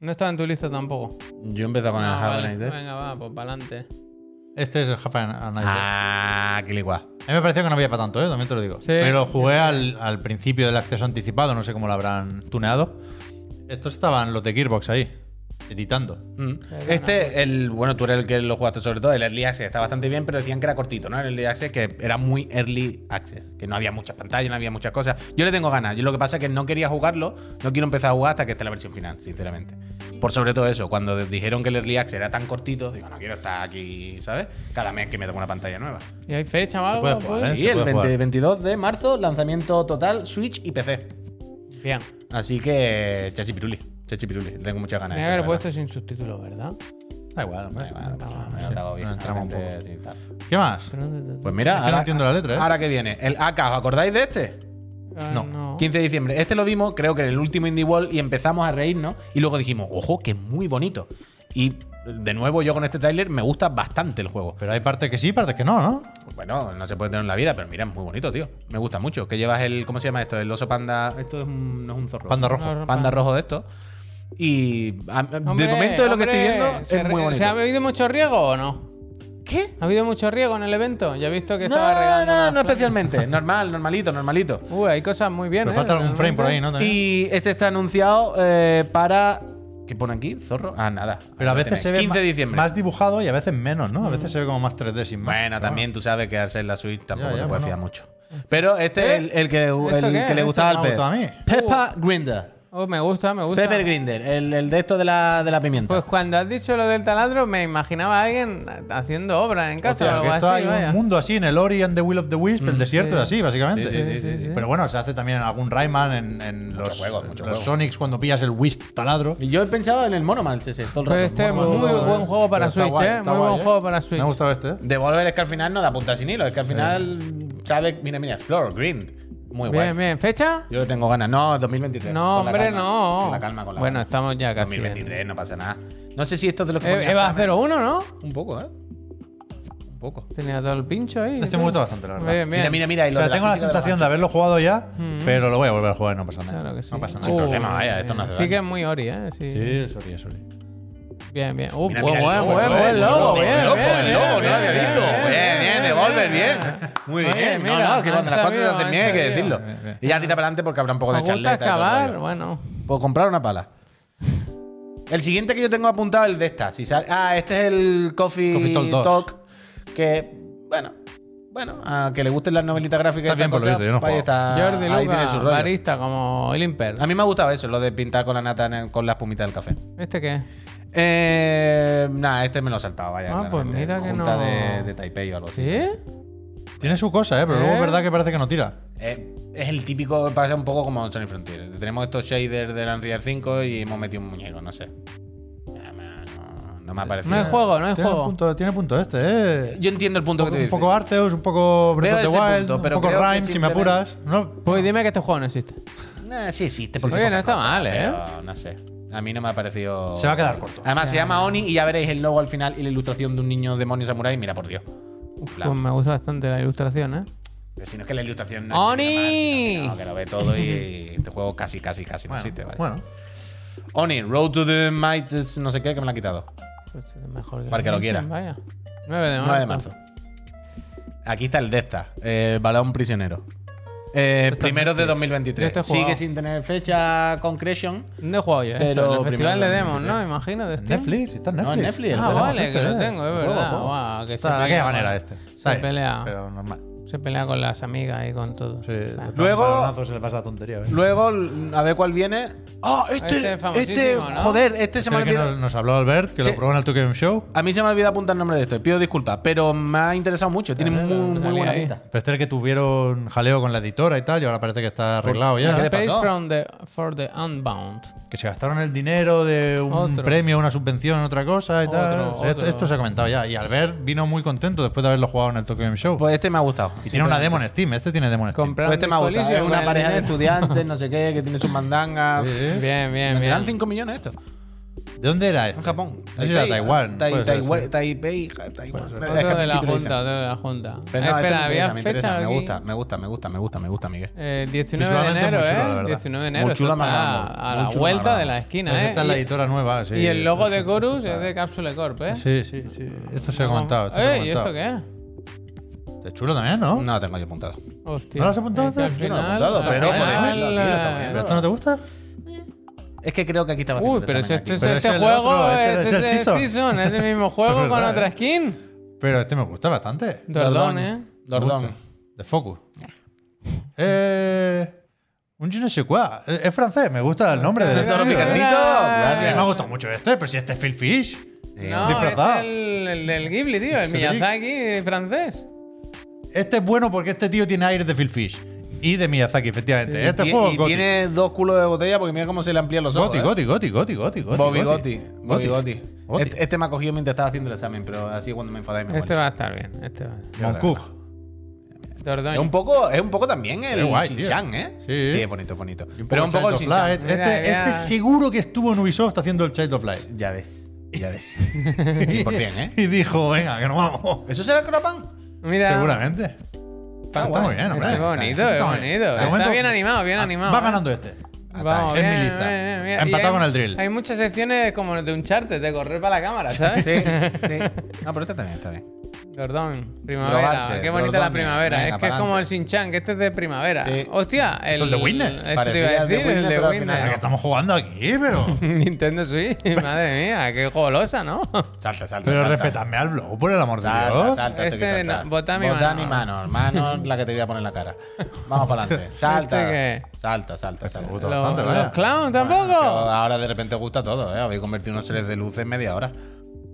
Speaker 2: No estaba en tu lista tampoco.
Speaker 1: Yo he empezado con el ¿eh?
Speaker 2: Ah,
Speaker 1: Have a
Speaker 2: vale.
Speaker 1: Nice Day.
Speaker 3: eh.
Speaker 2: Venga, va, pues para adelante.
Speaker 3: Este es el Japan a Night Day.
Speaker 1: Ah, qué ligua.
Speaker 3: A mí me pareció que no había para tanto, ¿eh? también te lo digo.
Speaker 2: Sí.
Speaker 3: Pero jugué al, al principio del acceso anticipado, no sé cómo lo habrán tuneado. Estos estaban los de Gearbox ahí, editando.
Speaker 1: Mm. Este, el, bueno, tú eres el que lo jugaste sobre todo, el Early Access está bastante bien, pero decían que era cortito, ¿no? El Early Access que era muy Early Access, que no había muchas pantallas, no había muchas cosas. Yo le tengo ganas, yo lo que pasa es que no quería jugarlo, no quiero empezar a jugar hasta que esté la versión final, sinceramente. Por sobre todo eso, cuando de- dijeron que el Early Access era tan cortito, digo, no quiero estar aquí, ¿sabes? Cada mes que me tomo una pantalla nueva.
Speaker 2: ¿Y hay fecha o algo?
Speaker 3: puede jugar,
Speaker 2: pues?
Speaker 3: ¿eh?
Speaker 1: Sí,
Speaker 3: se
Speaker 1: el
Speaker 3: puede jugar.
Speaker 1: 20 22 de marzo, lanzamiento total, Switch y PC.
Speaker 2: Bien.
Speaker 1: Así que, chachipiruli, chachipiruli, tengo muchas ganas. de
Speaker 2: Me voy a haber
Speaker 1: esto, la verdad.
Speaker 2: puesto sin subtítulos, ¿verdad?
Speaker 3: Da igual, hombre.
Speaker 1: Vale, vale, pues, me lo
Speaker 3: Sí,
Speaker 1: acabo bien,
Speaker 3: no entramos un
Speaker 1: gente
Speaker 3: poco.
Speaker 1: sin tal.
Speaker 3: ¿Qué más?
Speaker 2: Pero no te-
Speaker 1: Pues mira,
Speaker 3: Es que no
Speaker 1: ahora,
Speaker 3: entiendo la letra, ¿eh?
Speaker 1: ahora que viene. El AK, ¿os acordáis de este?
Speaker 2: Ah,
Speaker 3: no.
Speaker 2: no.
Speaker 1: 15 de diciembre. Este lo vimos, creo que en el último Indie World, y empezamos a reírnos. Y luego dijimos, ojo, que es muy bonito. Y de nuevo, yo con este tráiler me gusta bastante el juego.
Speaker 3: Pero hay partes que sí, partes que no, ¿no?
Speaker 1: Bueno, no se puede tener en la vida, pero mira, es muy bonito, tío. Me gusta mucho. Que llevas el. ¿Cómo se llama esto? El oso panda. Esto es un- no es un zorro.
Speaker 3: Panda rojo.
Speaker 2: No,
Speaker 1: Panda rojo de esto. Y a-
Speaker 2: Hombre,
Speaker 1: de momento de lo que
Speaker 2: hombre,
Speaker 1: estoy viendo
Speaker 2: ¿se
Speaker 1: es
Speaker 2: re-
Speaker 1: muy bonito.
Speaker 2: ¿Se ha habido mucho riego o no?
Speaker 1: ¿Qué?
Speaker 2: ¿Ha habido mucho riego en el evento? Ya he visto que
Speaker 1: No,
Speaker 2: estaba
Speaker 1: no,
Speaker 2: regando.
Speaker 1: no,
Speaker 2: unas
Speaker 1: especialmente. Normal, normalito, normalito.
Speaker 2: plantas. Uy, hay cosas muy bien.
Speaker 3: Pero
Speaker 2: ¿eh?
Speaker 3: falta algún frame por ahí, ¿no? También.
Speaker 1: Y este está anunciado eh, para. ¿Qué pone aquí? ¿Zorro? Ah, nada.
Speaker 3: Pero a
Speaker 1: Ahí lo tenéis.
Speaker 3: veces se ve
Speaker 1: 15 de
Speaker 3: ma-
Speaker 1: diciembre. Mm.
Speaker 3: más dibujado y a veces menos, ¿no? A veces se ve como más 3D sin más.
Speaker 1: Bueno,
Speaker 3: Pero
Speaker 1: pues, también tú sabes que hacer la Switch tampoco
Speaker 3: Ya, ya,
Speaker 1: te puede
Speaker 3: bueno.
Speaker 1: fiar mucho. Pero este
Speaker 2: ¿Eh?
Speaker 1: es el, el que,
Speaker 2: ¿Esto
Speaker 1: el
Speaker 2: qué?
Speaker 1: que le
Speaker 2: ¿Esto
Speaker 1: gustaba al
Speaker 3: me ha
Speaker 1: Pep.
Speaker 3: gustado a mí.
Speaker 1: Peppa Grinder.
Speaker 2: Oh, me gusta, me gusta.
Speaker 1: Pepper Grinder, el, el de esto de la, de la pimienta.
Speaker 2: Pues cuando has dicho lo del taladro, me imaginaba a alguien haciendo obra en casa
Speaker 3: Hostia,
Speaker 2: o
Speaker 3: que
Speaker 2: algo
Speaker 3: esto
Speaker 2: así.
Speaker 3: hay
Speaker 2: vaya.
Speaker 3: un mundo así en el Ori and the Will of the Wisp, el desierto
Speaker 2: Sí.
Speaker 3: es así, básicamente.
Speaker 1: Mm, Sí, sí, sí, sí,
Speaker 2: sí.
Speaker 3: Pero bueno, se hace también en algún Rayman, en, en los,
Speaker 1: juego, mucho
Speaker 3: en los
Speaker 1: juego.
Speaker 3: Sonics cuando pillas el Wisp taladro.
Speaker 1: Y Yo he pensado en el Monomals ese, todo el
Speaker 2: Pues
Speaker 1: rato.
Speaker 2: este es muy
Speaker 3: Bueno, bueno,
Speaker 2: buen
Speaker 3: bueno.
Speaker 2: juego para
Speaker 3: Pero está
Speaker 2: Switch,
Speaker 3: guay,
Speaker 2: ¿eh?
Speaker 3: está
Speaker 2: Muy buen
Speaker 3: guay, ¿eh?
Speaker 2: juego para Switch.
Speaker 3: Me ha gustado este. ¿eh?
Speaker 1: Devolver es que al final no da punta sin hilo, es que al final sabes, mira, mira, Explore, Grind. Muy guay.
Speaker 2: Bien, bien. ¿Fecha?
Speaker 1: Yo le tengo ganas. No, 2023.
Speaker 2: No,
Speaker 1: con la
Speaker 2: hombre,
Speaker 1: calma,
Speaker 2: no.
Speaker 1: Con la calma, con la
Speaker 2: bueno,
Speaker 1: calma.
Speaker 2: estamos ya casi. en-
Speaker 1: 2023, no pasa nada. No sé si esto es de los que
Speaker 2: Eh,
Speaker 1: ponía
Speaker 2: Eva
Speaker 1: Summer.
Speaker 2: 01, ¿no?
Speaker 1: Un poco, ¿eh? Un poco.
Speaker 2: Tenía todo el pincho ahí.
Speaker 3: Este me gusta bastante, la verdad.
Speaker 2: Bien, bien.
Speaker 1: Mira, mira, mira. Y
Speaker 3: O
Speaker 1: lo
Speaker 3: sea,
Speaker 1: de
Speaker 3: tengo la
Speaker 1: física de
Speaker 3: sensación de
Speaker 1: gancho.
Speaker 3: haberlo jugado ya,
Speaker 1: Mm.
Speaker 3: pero lo voy a volver a jugar, no pasa nada.
Speaker 2: Claro que sí. Uh,
Speaker 3: No pasa
Speaker 1: Sin
Speaker 3: nada.
Speaker 1: problema, vaya, esto no hace
Speaker 2: Sí
Speaker 1: daño.
Speaker 2: que es muy Ori, ¿eh? Sí.
Speaker 3: Sí, sorry, sorry.
Speaker 2: Bien, bien. Uh,
Speaker 1: Mira,
Speaker 2: buen,
Speaker 1: mira,
Speaker 2: buen,
Speaker 1: el logo,
Speaker 2: buen,
Speaker 1: el
Speaker 2: buen
Speaker 1: logo,
Speaker 2: logo,
Speaker 1: el
Speaker 2: bien,
Speaker 1: logo,
Speaker 2: bien,
Speaker 1: el logo,
Speaker 2: bien,
Speaker 1: no lo había
Speaker 2: bien,
Speaker 1: visto.
Speaker 2: bien,
Speaker 1: Bien, bien, Devolver, bien. Muy
Speaker 2: Oye,
Speaker 1: bien. No,
Speaker 2: mira,
Speaker 1: no, que cuando
Speaker 2: han
Speaker 1: las cosas se
Speaker 2: sabido,
Speaker 1: hacen
Speaker 2: han
Speaker 1: bien hay que
Speaker 2: sabido.
Speaker 1: decirlo.
Speaker 3: Bien, bien.
Speaker 1: Y ya tira para adelante porque habrá un poco
Speaker 2: Me
Speaker 1: de
Speaker 2: gusta
Speaker 1: charleta. y todo el
Speaker 2: excavar,
Speaker 1: rollo.
Speaker 2: bueno.
Speaker 1: Puedo comprar una pala. El siguiente que yo tengo apuntado es el de esta. Si sale- ah, este es el Coffee,
Speaker 3: Coffee Talk 2.
Speaker 1: Talk. Que, bueno, bueno, a que le gusten las novelitas gráficas. y
Speaker 3: Está
Speaker 1: estas
Speaker 3: bien por lo
Speaker 1: cosas,
Speaker 3: visto, yo no he
Speaker 1: pues ahí
Speaker 3: jugado.
Speaker 1: está-
Speaker 2: Jordi
Speaker 1: ahí tiene
Speaker 2: Lucas,
Speaker 1: su rollo. Ah.
Speaker 2: barista como el Imper.
Speaker 1: A mí me ha gustado eso, lo de pintar con la nata en el- con las pumitas del café.
Speaker 2: ¿Este qué?
Speaker 1: Eh, nada, este me lo ha saltado, vaya.
Speaker 2: Ah, pues
Speaker 1: claramente.
Speaker 2: mira que
Speaker 1: Junta
Speaker 2: no.
Speaker 1: de, de Taipei o algo así.
Speaker 2: ¿Sí?
Speaker 3: Tiene su cosa, ¿eh? Pero luego
Speaker 2: ¿Eh?
Speaker 3: es verdad que parece que no tira.
Speaker 1: Eh, es el típico, pasa un poco como Sony Frontier. Tenemos estos shaders del Unreal 5 y hemos metido un muñeco, no sé. Ah, ma- No, no me ha parecido.
Speaker 2: No hay juego, no hay
Speaker 3: Tiene
Speaker 2: juego.
Speaker 3: punto, tiene punto este, ¿eh?
Speaker 1: Yo entiendo el punto
Speaker 3: Un
Speaker 1: que
Speaker 3: poco,
Speaker 1: te
Speaker 3: un poco
Speaker 1: dices.
Speaker 3: Arceus, un poco Breath
Speaker 1: Veo
Speaker 3: of
Speaker 1: ese
Speaker 3: the Wild,
Speaker 1: punto, pero
Speaker 3: un poco
Speaker 1: creo que
Speaker 3: Rhyme, si me
Speaker 1: simplemente-
Speaker 3: apuras. No,
Speaker 2: Pues dime que este juego no existe.
Speaker 1: Nah, sí existe. Porque
Speaker 2: Oye,
Speaker 1: son
Speaker 2: no está
Speaker 1: cosas,
Speaker 2: mal, ¿eh?
Speaker 1: pero No sé. A mí no me ha parecido.
Speaker 3: Se va a quedar corto.
Speaker 1: Además, se llama Oni y ya veréis el logo al final y la ilustración de un niño demonio samurái. Mira, por Dios.
Speaker 2: Uf,
Speaker 1: Claro.
Speaker 2: pues me gusta bastante la ilustración, ¿eh?
Speaker 1: Que Si no es que la ilustración no. es que
Speaker 2: ¡Oni!
Speaker 1: lo vean mal, sino que no, que lo ve todo y este juego casi, casi, casi no
Speaker 3: bueno,
Speaker 1: existe. vaya.
Speaker 3: bueno.
Speaker 1: Oni, Road to the Might, no sé qué, que me la ha quitado.
Speaker 2: Pues es mejor
Speaker 1: Para que lo
Speaker 2: Genshin,
Speaker 1: quiera.
Speaker 2: Vaya. 9 de marzo.
Speaker 1: 9 de marzo. Aquí está el de esta, eh, Balón Prisionero. Eh,
Speaker 3: está en
Speaker 1: primero de
Speaker 3: Netflix.
Speaker 2: Yo
Speaker 1: 2023.
Speaker 2: este he jugado.
Speaker 1: Sigue sin tener fecha concretion.
Speaker 2: No he jugado yo, ¿eh?
Speaker 1: Pero
Speaker 2: en el festival
Speaker 1: primero
Speaker 2: de
Speaker 1: de
Speaker 2: demos, ¿no?
Speaker 1: 2023.
Speaker 2: Me imagino. De
Speaker 3: En
Speaker 2: Steam.
Speaker 3: Netflix, está en
Speaker 1: No, en
Speaker 3: Netflix.
Speaker 1: Netflix,
Speaker 2: Ah,
Speaker 1: lo tenemos
Speaker 2: vale, que lo tengo, es
Speaker 3: Juego,
Speaker 2: verdad.
Speaker 3: juego.
Speaker 2: Guau, que
Speaker 3: O sea, de aquella manera este. Está
Speaker 2: Se
Speaker 3: bien,
Speaker 2: pelea,
Speaker 3: Pero normal.
Speaker 2: se pelea con las amigas y con todo.
Speaker 3: Sí,
Speaker 2: O sea,
Speaker 3: de
Speaker 1: Luego-
Speaker 3: balonazo se le pasa la tontería. ¿eh?
Speaker 1: Luego, l- a ver cuál viene. ¡Ah!
Speaker 2: Este
Speaker 1: este,
Speaker 2: es famosísimo,
Speaker 1: este,
Speaker 2: ¿no?
Speaker 1: joder, este se
Speaker 3: Este
Speaker 1: me ha
Speaker 3: que
Speaker 1: olvidado.
Speaker 3: nos, nos habló Albert, que
Speaker 1: Sí.
Speaker 3: lo probó en el 2 Game Show.
Speaker 1: A mí se me ha olvidado apuntar el nombre de este. Pido disculpas, pero me ha interesado mucho. Tiene
Speaker 2: Claro,
Speaker 1: muy,
Speaker 2: no
Speaker 1: muy
Speaker 2: salía
Speaker 1: buena
Speaker 2: ahí.
Speaker 1: pinta.
Speaker 3: Pero este es el que tuvieron jaleo con la editora y tal, y ahora parece que está arreglado ya.
Speaker 1: ¿Qué
Speaker 2: Space
Speaker 1: le pasó? Pues
Speaker 2: From the, for the Unbound.
Speaker 3: Que se gastaron el dinero de un
Speaker 2: Otro.
Speaker 3: premio, una subvención, otra cosa y tal.
Speaker 2: Otro,
Speaker 3: O sea, esto,
Speaker 2: otro.
Speaker 3: esto se ha comentado ya. Y Albert vino muy contento después de haberlo jugado en el Tokyo Game Show.
Speaker 1: Pues este me ha gustado.
Speaker 3: y tiene una demo en Steam. Este tiene demo en Steam.
Speaker 2: Comprar
Speaker 1: Pues este me ha gustado. Es una pareja de estudiantes, no sé qué, que tiene sus mandangas.
Speaker 3: Sí.
Speaker 2: Bien, bien,
Speaker 1: Vendrán
Speaker 2: bien.
Speaker 1: 5 millones esto.
Speaker 3: ¿De dónde era este?
Speaker 1: En Japón.
Speaker 3: No sé si era Taiwán.
Speaker 1: Tai-
Speaker 3: puede ser,
Speaker 1: Taiwán-
Speaker 3: sí.
Speaker 1: Taipei, ja- Taiwán. Es que
Speaker 2: Otro
Speaker 1: al
Speaker 2: de la
Speaker 1: principio lo
Speaker 2: Junta,
Speaker 1: dicen.
Speaker 2: otro de la Junta.
Speaker 1: Pero no,
Speaker 2: Eh,
Speaker 1: este
Speaker 2: espera,
Speaker 1: me
Speaker 2: había
Speaker 1: interesa, me
Speaker 2: fecha.
Speaker 1: interesa. Me
Speaker 2: aquí.
Speaker 1: gusta, me gusta, me gusta, me gusta, me gusta, Miguel.
Speaker 2: Eh, 19 de
Speaker 3: Visualmente
Speaker 2: enero,
Speaker 3: muy chulo, la
Speaker 2: ¿eh?
Speaker 3: verdad.
Speaker 2: 19 de
Speaker 1: Muy
Speaker 2: enero. eso
Speaker 1: chulo
Speaker 2: está
Speaker 1: amarrando,
Speaker 2: a
Speaker 1: muy
Speaker 2: la
Speaker 1: chulo
Speaker 2: vuelta de
Speaker 1: amarrando.
Speaker 2: la esquina,
Speaker 3: Entonces
Speaker 2: ¿eh?
Speaker 3: Pues esta es la
Speaker 2: Y-
Speaker 3: editora nueva, sí.
Speaker 2: y el logo
Speaker 3: Esto-
Speaker 2: de Chorus es de Capsule Corp, ¿eh?
Speaker 3: Sí, sí, sí. Esto se ha comentado. Esto se ha
Speaker 2: Ey, ¿y esto
Speaker 3: comentado.
Speaker 2: qué es?
Speaker 3: Es chulo también, ¿no?
Speaker 1: No lo tengo yo apuntado.
Speaker 2: Hostia.
Speaker 3: ¿No lo has apuntado
Speaker 2: Es que al
Speaker 3: antes? Yo
Speaker 1: no lo he
Speaker 2: final-
Speaker 1: apuntado,
Speaker 2: al
Speaker 1: pero
Speaker 2: final, eh.
Speaker 1: podéis verlo aquí, lo estamos viendo.
Speaker 3: ¿Pero esto no te gusta?
Speaker 1: Es que creo que aquí estaba.
Speaker 2: Uy, pero si este,
Speaker 3: Pero
Speaker 2: este
Speaker 3: es el
Speaker 2: juego
Speaker 3: otro, es el-
Speaker 2: este
Speaker 3: es el
Speaker 2: es el
Speaker 3: Season.
Speaker 2: Season, es el mismo juego
Speaker 3: Es
Speaker 2: con
Speaker 3: verdad,
Speaker 2: otra
Speaker 3: eh.
Speaker 2: skin.
Speaker 3: Pero este me gusta bastante.
Speaker 2: Dordón, ¿eh?
Speaker 1: Dordón.
Speaker 3: Me gusta. De Focus. Eh, un je ne sais quoi. Es es francés, me gusta el nombre del
Speaker 1: Pero
Speaker 3: toro
Speaker 1: no,
Speaker 3: picantito.
Speaker 2: mira.
Speaker 3: Gracias. Me ha gustado mucho este, pero si este es Phil Fish.
Speaker 2: No,
Speaker 3: Eh, Disfrazado.
Speaker 2: es el, el del Ghibli, tío, el
Speaker 3: Sí.
Speaker 2: Miyazaki francés.
Speaker 3: Este es bueno porque este tío tiene aire de Phil Fish. Y de Miyazaki, efectivamente. Este
Speaker 1: Y-
Speaker 3: juego
Speaker 1: y
Speaker 3: es Goti.
Speaker 1: tiene dos culos de botella porque mira cómo se le amplían los ojos.
Speaker 3: Goti,
Speaker 1: ¿eh?
Speaker 3: Goti, Goti, Goti, Goti, Goti.
Speaker 1: Bobby
Speaker 3: Goti.
Speaker 1: Gotti. Bobby
Speaker 3: Goti.
Speaker 1: Gotti.
Speaker 3: Gotti.
Speaker 1: Este, este me ha cogido mientras estaba haciendo el examen, pero así cuando me enfadé me
Speaker 2: Este
Speaker 1: vuelvo.
Speaker 2: va a estar bien, este va.
Speaker 3: Moncook.
Speaker 2: Dordón.
Speaker 1: Es un poco, es un poco también el
Speaker 3: Es guay, tío.
Speaker 1: Shin-Chan, ¿eh?
Speaker 3: Sí.
Speaker 1: es bonito, es bonito. Pero es un poco el
Speaker 3: Child of Light.
Speaker 1: Shin-Chan.
Speaker 3: Este,
Speaker 2: Mira,
Speaker 3: este
Speaker 2: mira.
Speaker 3: seguro que estuvo en Ubisoft haciendo el Child of Light.
Speaker 1: este. Ya ves, ya ves. 100%, ¿eh?
Speaker 3: Y dijo, venga, que nos vamos.
Speaker 1: ¿Eso será Cropan?
Speaker 2: Mira,
Speaker 3: Seguramente.
Speaker 2: está
Speaker 3: está
Speaker 2: guay.
Speaker 3: muy bien, hombre.
Speaker 2: Es bonito,
Speaker 3: Está
Speaker 2: es
Speaker 3: muy
Speaker 2: bonito.
Speaker 3: bien. De
Speaker 2: Está
Speaker 3: momento-
Speaker 2: bien animado, bien
Speaker 3: Ah,
Speaker 2: animado.
Speaker 3: Va
Speaker 2: ¿eh?
Speaker 3: ganando este.
Speaker 2: Vamos,
Speaker 3: en
Speaker 2: bien,
Speaker 3: mi lista.
Speaker 2: bien, bien, bien. Y
Speaker 3: Empatado
Speaker 2: hay-
Speaker 3: con el drill.
Speaker 2: Hay muchas secciones como de un charter, de correr para la cámara, ¿sabes?
Speaker 1: Sí, sí. No, pero este también está bien.
Speaker 2: Dordón, primavera.
Speaker 1: Drogarse,
Speaker 2: Qué bonita la
Speaker 1: Dordogne.
Speaker 2: primavera.
Speaker 1: Venga,
Speaker 2: es que es
Speaker 1: pa'lante.
Speaker 2: como el Sinchan, que este es de primavera.
Speaker 1: Sí.
Speaker 2: Hostia, el.
Speaker 3: Esto es de Winner.
Speaker 2: eso te iba a
Speaker 1: Parecía el de
Speaker 2: decir,
Speaker 1: Winner,
Speaker 2: el de
Speaker 1: pero al
Speaker 2: Winner.
Speaker 1: final
Speaker 3: Pero que estamos jugando aquí, pero.
Speaker 2: Nintendo Switch, madre mía, qué golosa, ¿no?
Speaker 1: Salta, salta.
Speaker 3: Pero
Speaker 1: salta.
Speaker 3: respetadme al blog, por el amor de
Speaker 1: Salta,
Speaker 3: Dios.
Speaker 1: salta,
Speaker 2: Este
Speaker 1: te quiero saltar.
Speaker 2: no, bota mi mano.
Speaker 1: mano, hermano, la que te voy a poner en la cara. Vamos para adelante. Salta,
Speaker 2: Este que-
Speaker 1: salta, salta, salta.
Speaker 3: gusta.
Speaker 2: Los,
Speaker 3: bastante,
Speaker 2: los
Speaker 3: vaya.
Speaker 2: clowns
Speaker 1: Pero
Speaker 2: tampoco.
Speaker 1: ahora de repente os gusta todo, ¿eh? Habéis convertido unos seres de luz en media hora.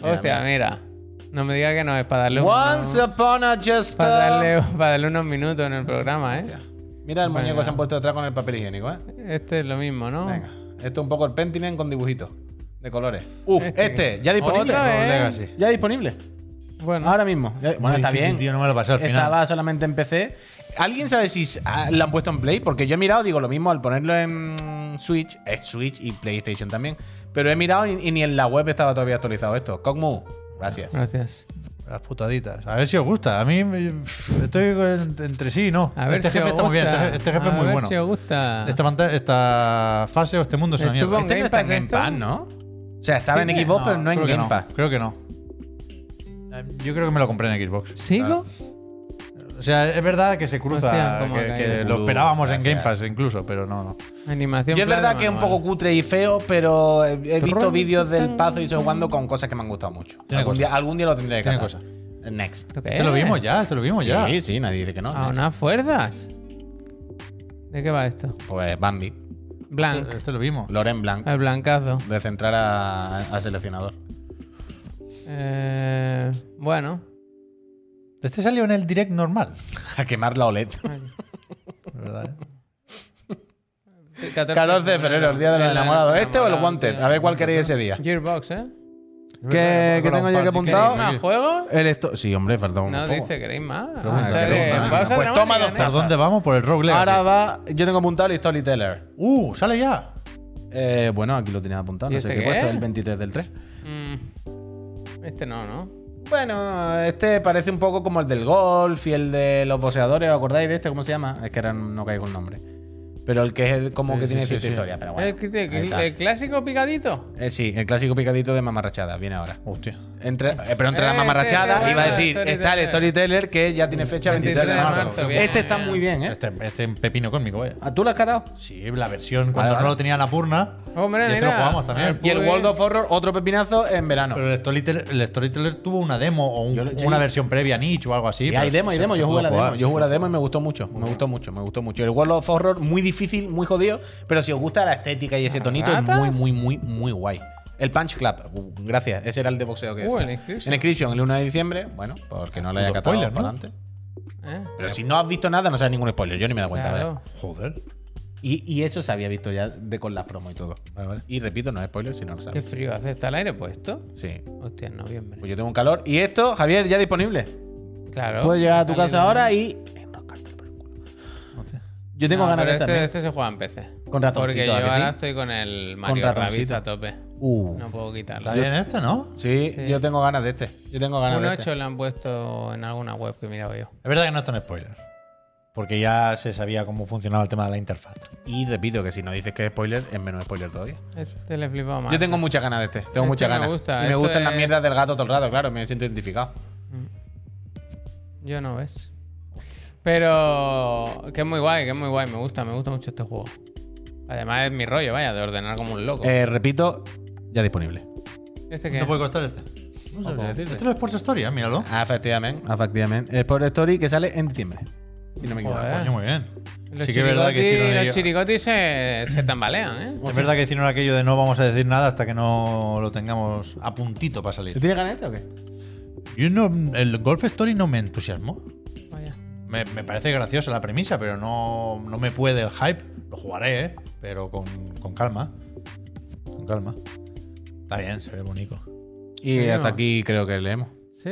Speaker 1: Mira,
Speaker 2: Hostia,
Speaker 1: mira.
Speaker 2: mira. No me digas que no es para darle, un-
Speaker 1: Once upon a just
Speaker 2: para darle, para darle unos minutos en el programa, ¿eh?
Speaker 1: Mira el muñeco
Speaker 2: Venga.
Speaker 1: se han puesto detrás con el papel higiénico, ¿eh?
Speaker 2: Este es lo mismo, ¿no?
Speaker 1: Venga. Esto es un poco el Pentiment con dibujitos de colores. Uf, este, ya disponible.
Speaker 2: Otra vez.
Speaker 3: Legacy.
Speaker 1: Ya disponible.
Speaker 2: Bueno,
Speaker 1: Ahora mismo. Ya-
Speaker 3: Muy
Speaker 1: Bueno, está
Speaker 3: difícil,
Speaker 1: bien.
Speaker 3: tío, no me lo pasé al final.
Speaker 1: Estaba solamente en PC. ¿Alguien sabe si s- ah, la han puesto en Play? Porque yo he mirado, digo lo mismo, al ponerlo en Switch, es Switch y PlayStation también. Pero he mirado y, y ni en la web estaba todavía actualizado esto. Cogmu, gracias.
Speaker 2: gracias.
Speaker 3: Las putaditas. A ver si os gusta. A mí me- estoy en- entre sí y no.
Speaker 2: A ver
Speaker 3: este
Speaker 2: si
Speaker 3: jefe
Speaker 2: os
Speaker 3: está muy bien. Este
Speaker 2: gusta.
Speaker 3: jefe, este jefe es muy
Speaker 2: a ver
Speaker 3: bueno.
Speaker 2: Si os gusta.
Speaker 3: Esta, panta- esta fase o este mundo es una
Speaker 2: Estuvo
Speaker 3: mierda.
Speaker 2: en
Speaker 1: Este no
Speaker 2: Game
Speaker 1: está
Speaker 2: Pass
Speaker 1: en Game
Speaker 2: esto?
Speaker 1: Pass, ¿no?
Speaker 3: Sí,
Speaker 1: sea, estaba en
Speaker 2: ¿Sirve?
Speaker 1: Xbox,
Speaker 2: No,
Speaker 1: pero no en
Speaker 3: creo que
Speaker 1: Game
Speaker 3: no.
Speaker 1: Pass.
Speaker 3: Creo que no. Eh, Yo creo que me lo compré en Xbox.
Speaker 2: ¿Sigo?
Speaker 3: O sea, es verdad que se cruza,
Speaker 2: Hostia, cómo
Speaker 3: que,
Speaker 2: ha
Speaker 3: que
Speaker 2: caído.
Speaker 3: lo esperábamos en
Speaker 1: Gracias.
Speaker 3: Game Pass incluso, pero no, no.
Speaker 2: Animación.
Speaker 1: Yo es
Speaker 2: plana
Speaker 1: verdad que es un
Speaker 2: manual.
Speaker 1: poco cutre y feo, pero he, he visto
Speaker 2: Turrón,
Speaker 1: vídeos del Pazo y yo jugando con cosas que me han gustado mucho.
Speaker 3: Tiene
Speaker 1: Algún
Speaker 3: cosas.
Speaker 1: día, algún día lo tendré que
Speaker 3: Tiene
Speaker 1: catar. Next.
Speaker 2: ¿Esto qué
Speaker 3: Este lo
Speaker 2: es?
Speaker 3: vimos ya, este lo vimos
Speaker 1: Sí,
Speaker 3: ya.
Speaker 1: sí, nadie dice que no.
Speaker 2: A unas fuerzas. ¿De qué va esto?
Speaker 1: Pues Bambi.
Speaker 2: Blanc.
Speaker 3: Este lo vimos.
Speaker 1: Loren Blanc.
Speaker 2: El blancazo.
Speaker 1: De centrar a, a seleccionador.
Speaker 2: Eh, bueno.
Speaker 3: Este salió en el direct normal.
Speaker 1: A quemar la E OLED.
Speaker 3: ¿verdad?
Speaker 1: 14 de febrero, el día de los enamorados. ¿Este o el Wanted? A ver cuál queréis ese día.
Speaker 2: Gearbox, ¿eh?
Speaker 1: ¿Qué- qué tengo yo que apuntar?
Speaker 2: ¿Queréis más juegos?
Speaker 1: El esto sí, hombre, faltaba un
Speaker 2: No
Speaker 1: poco.
Speaker 2: dice, ¿queréis más?
Speaker 1: Pregunta,
Speaker 2: O sea,
Speaker 1: pregunta.
Speaker 2: que
Speaker 1: Ah,
Speaker 2: pausa
Speaker 1: pues
Speaker 2: dramática,
Speaker 1: toma dos
Speaker 2: ¿eh?
Speaker 3: ¿Tras dónde vamos? Por el Rogue Legacy.
Speaker 1: Ahora va. Yo tengo apuntado el Storyteller.
Speaker 3: ¡Uh! ¡Sale ya!
Speaker 1: Eh, bueno, aquí lo tenías apuntado.
Speaker 2: ¿Y
Speaker 1: No sé
Speaker 2: este
Speaker 1: qué he
Speaker 2: qué
Speaker 1: puesto.
Speaker 2: es?
Speaker 1: El 23 del 3.
Speaker 2: ¿eh? Mm. Este no, ¿no?
Speaker 1: Bueno, este parece un poco como el del golf y el de los boxeadores. ¿Os acordáis de este? ¿Cómo se llama? Es que ahora no caigo el nombre. Pero el que es como
Speaker 3: Sí,
Speaker 1: que
Speaker 3: sí,
Speaker 1: tiene
Speaker 3: sí,
Speaker 1: cierta
Speaker 3: sí.
Speaker 1: historia. Pero bueno.
Speaker 2: el, que-
Speaker 1: ahí
Speaker 2: el-
Speaker 1: está.
Speaker 2: el clásico picadito.
Speaker 1: Eh, sí, el clásico picadito de mamarrachada. Viene ahora.
Speaker 3: Hostia.
Speaker 1: Entre, eh, pero entre
Speaker 2: Eh,
Speaker 1: la mamarrachada,
Speaker 2: este,
Speaker 1: iba a
Speaker 2: este,
Speaker 1: decir,
Speaker 2: este,
Speaker 1: está el
Speaker 2: este.
Speaker 1: storyteller que ya tiene fecha 23 de marzo.
Speaker 3: bien,
Speaker 1: este está
Speaker 2: bien.
Speaker 1: muy bien, ¿eh?
Speaker 3: Este, este es un pepino cósmico, eh.
Speaker 1: ¿A tú lo has catado?
Speaker 3: Sí, la versión cuando
Speaker 1: Vale,
Speaker 3: no
Speaker 1: vale. Oh.
Speaker 3: lo tenía en la purna.
Speaker 2: Hombre,
Speaker 3: y este
Speaker 2: mira. Ah,
Speaker 3: lo jugamos también.
Speaker 2: Al
Speaker 1: Y el
Speaker 2: Muy
Speaker 1: World
Speaker 2: bien.
Speaker 1: of Horror, otro pepinazo en verano.
Speaker 3: Pero el Storyteller, el Storyteller tuvo una demo o un-
Speaker 1: Yo lo- sí.
Speaker 3: una versión previa niche o algo así.
Speaker 1: Y
Speaker 3: pero
Speaker 1: hay demo, hay
Speaker 3: se-
Speaker 1: demo.
Speaker 3: se
Speaker 1: Yo
Speaker 3: pudo
Speaker 1: jugué la
Speaker 3: jugar.
Speaker 1: demo. Yo jugué la demo y me gustó mucho. Me gustó mucho, me gustó mucho. El World of Horror, muy difícil, muy jodido. Pero si os gusta la estética y ese tonito, es
Speaker 2: ¿Ratas?
Speaker 1: muy, muy, muy, muy guay. El Punch Club, uh, gracias. Ese era el de boxeo que
Speaker 2: Uh,
Speaker 1: decía.
Speaker 2: el Inscription.
Speaker 1: El Inscription, el 1 de diciembre. Bueno, porque no lo haya
Speaker 3: Puto
Speaker 1: catado
Speaker 3: spoiler,
Speaker 1: por
Speaker 3: ¿no?
Speaker 1: antes.
Speaker 2: ¿Eh?
Speaker 1: Pero si no has visto nada, no sabes ningún spoiler. Yo ni me da cuenta, ¿verdad?
Speaker 2: Claro.
Speaker 3: Joder.
Speaker 1: Y, y eso se había visto ya de con las promos y todo. Y repito, no es spoiler si no lo
Speaker 2: Qué
Speaker 1: sabes.
Speaker 2: frío hace. ¿Está el aire puesto?
Speaker 1: Sí.
Speaker 2: Hostia, en noviembre.
Speaker 1: Pues yo tengo un calor. Y esto, Javier, ya disponible.
Speaker 2: Claro.
Speaker 1: Puedes llegar a tu
Speaker 2: Sale
Speaker 1: casa
Speaker 2: de-
Speaker 1: ahora y.
Speaker 3: Hostia.
Speaker 1: Yo tengo
Speaker 2: No,
Speaker 1: ganas de
Speaker 2: pero
Speaker 1: también.
Speaker 2: este, este se juega en PC.
Speaker 1: Con ratoncito,
Speaker 2: Porque yo
Speaker 1: ¿a que sí?
Speaker 2: ahora estoy con el Mario
Speaker 1: ratoncito.
Speaker 2: Rabbids a tope.
Speaker 1: Uh.
Speaker 2: No puedo quitarlo.
Speaker 3: Está bien este, ¿no?
Speaker 1: Sí,
Speaker 2: Sí.
Speaker 1: yo tengo ganas de este. Yo tengo ganas
Speaker 2: Un
Speaker 1: de
Speaker 2: 8
Speaker 1: este.
Speaker 2: lo han puesto en alguna web que he mirado yo.
Speaker 3: Es verdad que no es un spoiler. Porque ya se sabía cómo funcionaba el tema de la interfaz.
Speaker 1: Y repito que si no dices que es spoiler, es menos spoiler todavía.
Speaker 2: Este le flipaba más.
Speaker 1: Yo tengo muchas ganas de este. Tengo
Speaker 2: Este
Speaker 1: muchas
Speaker 2: me
Speaker 1: ganas.
Speaker 2: gusta,
Speaker 1: y me
Speaker 2: esto
Speaker 1: gustan las
Speaker 2: es-
Speaker 1: mierdas del gato todo el rato, claro. Me siento identificado.
Speaker 2: Mm. Yo no ves. Pero que es muy guay, que es muy guay. Me gusta, me gusta mucho este juego. Además es mi rollo, vaya, de ordenar como un loco.
Speaker 1: Eh, repito, ya disponible.
Speaker 2: este que
Speaker 3: ¿Cuánto puede costar este?
Speaker 2: no sabría decirte.
Speaker 3: Este es el Sports Story, ¿eh? míralo.
Speaker 1: Ah, Efectivamente, efectivamente. Sport Story que sale en diciembre. Si no me equivoco.
Speaker 2: Joder.
Speaker 3: Coño, muy bien.
Speaker 2: Los
Speaker 3: sí que es verdad que
Speaker 2: chirigotis-
Speaker 3: hicieron
Speaker 2: los
Speaker 3: ello-
Speaker 2: chirigotis se, se tambalean, ¿eh?
Speaker 3: Es verdad que hicieron aquello de no vamos a decir nada hasta que no lo tengamos a puntito para
Speaker 1: ¿Tú
Speaker 3: salir.
Speaker 1: tienes ganas de este o qué?
Speaker 3: Yo no- el Golf Story no me entusiasmó.
Speaker 2: Vaya.
Speaker 3: Me, me parece graciosa la premisa, pero no, no me puede el hype. Lo jugaré, ¿eh? pero con, con calma. Con calma. Está bien, se ve bonito.
Speaker 1: Y
Speaker 2: Sí,
Speaker 1: hasta
Speaker 2: no.
Speaker 1: aquí creo que leemos.
Speaker 2: ¿Sí?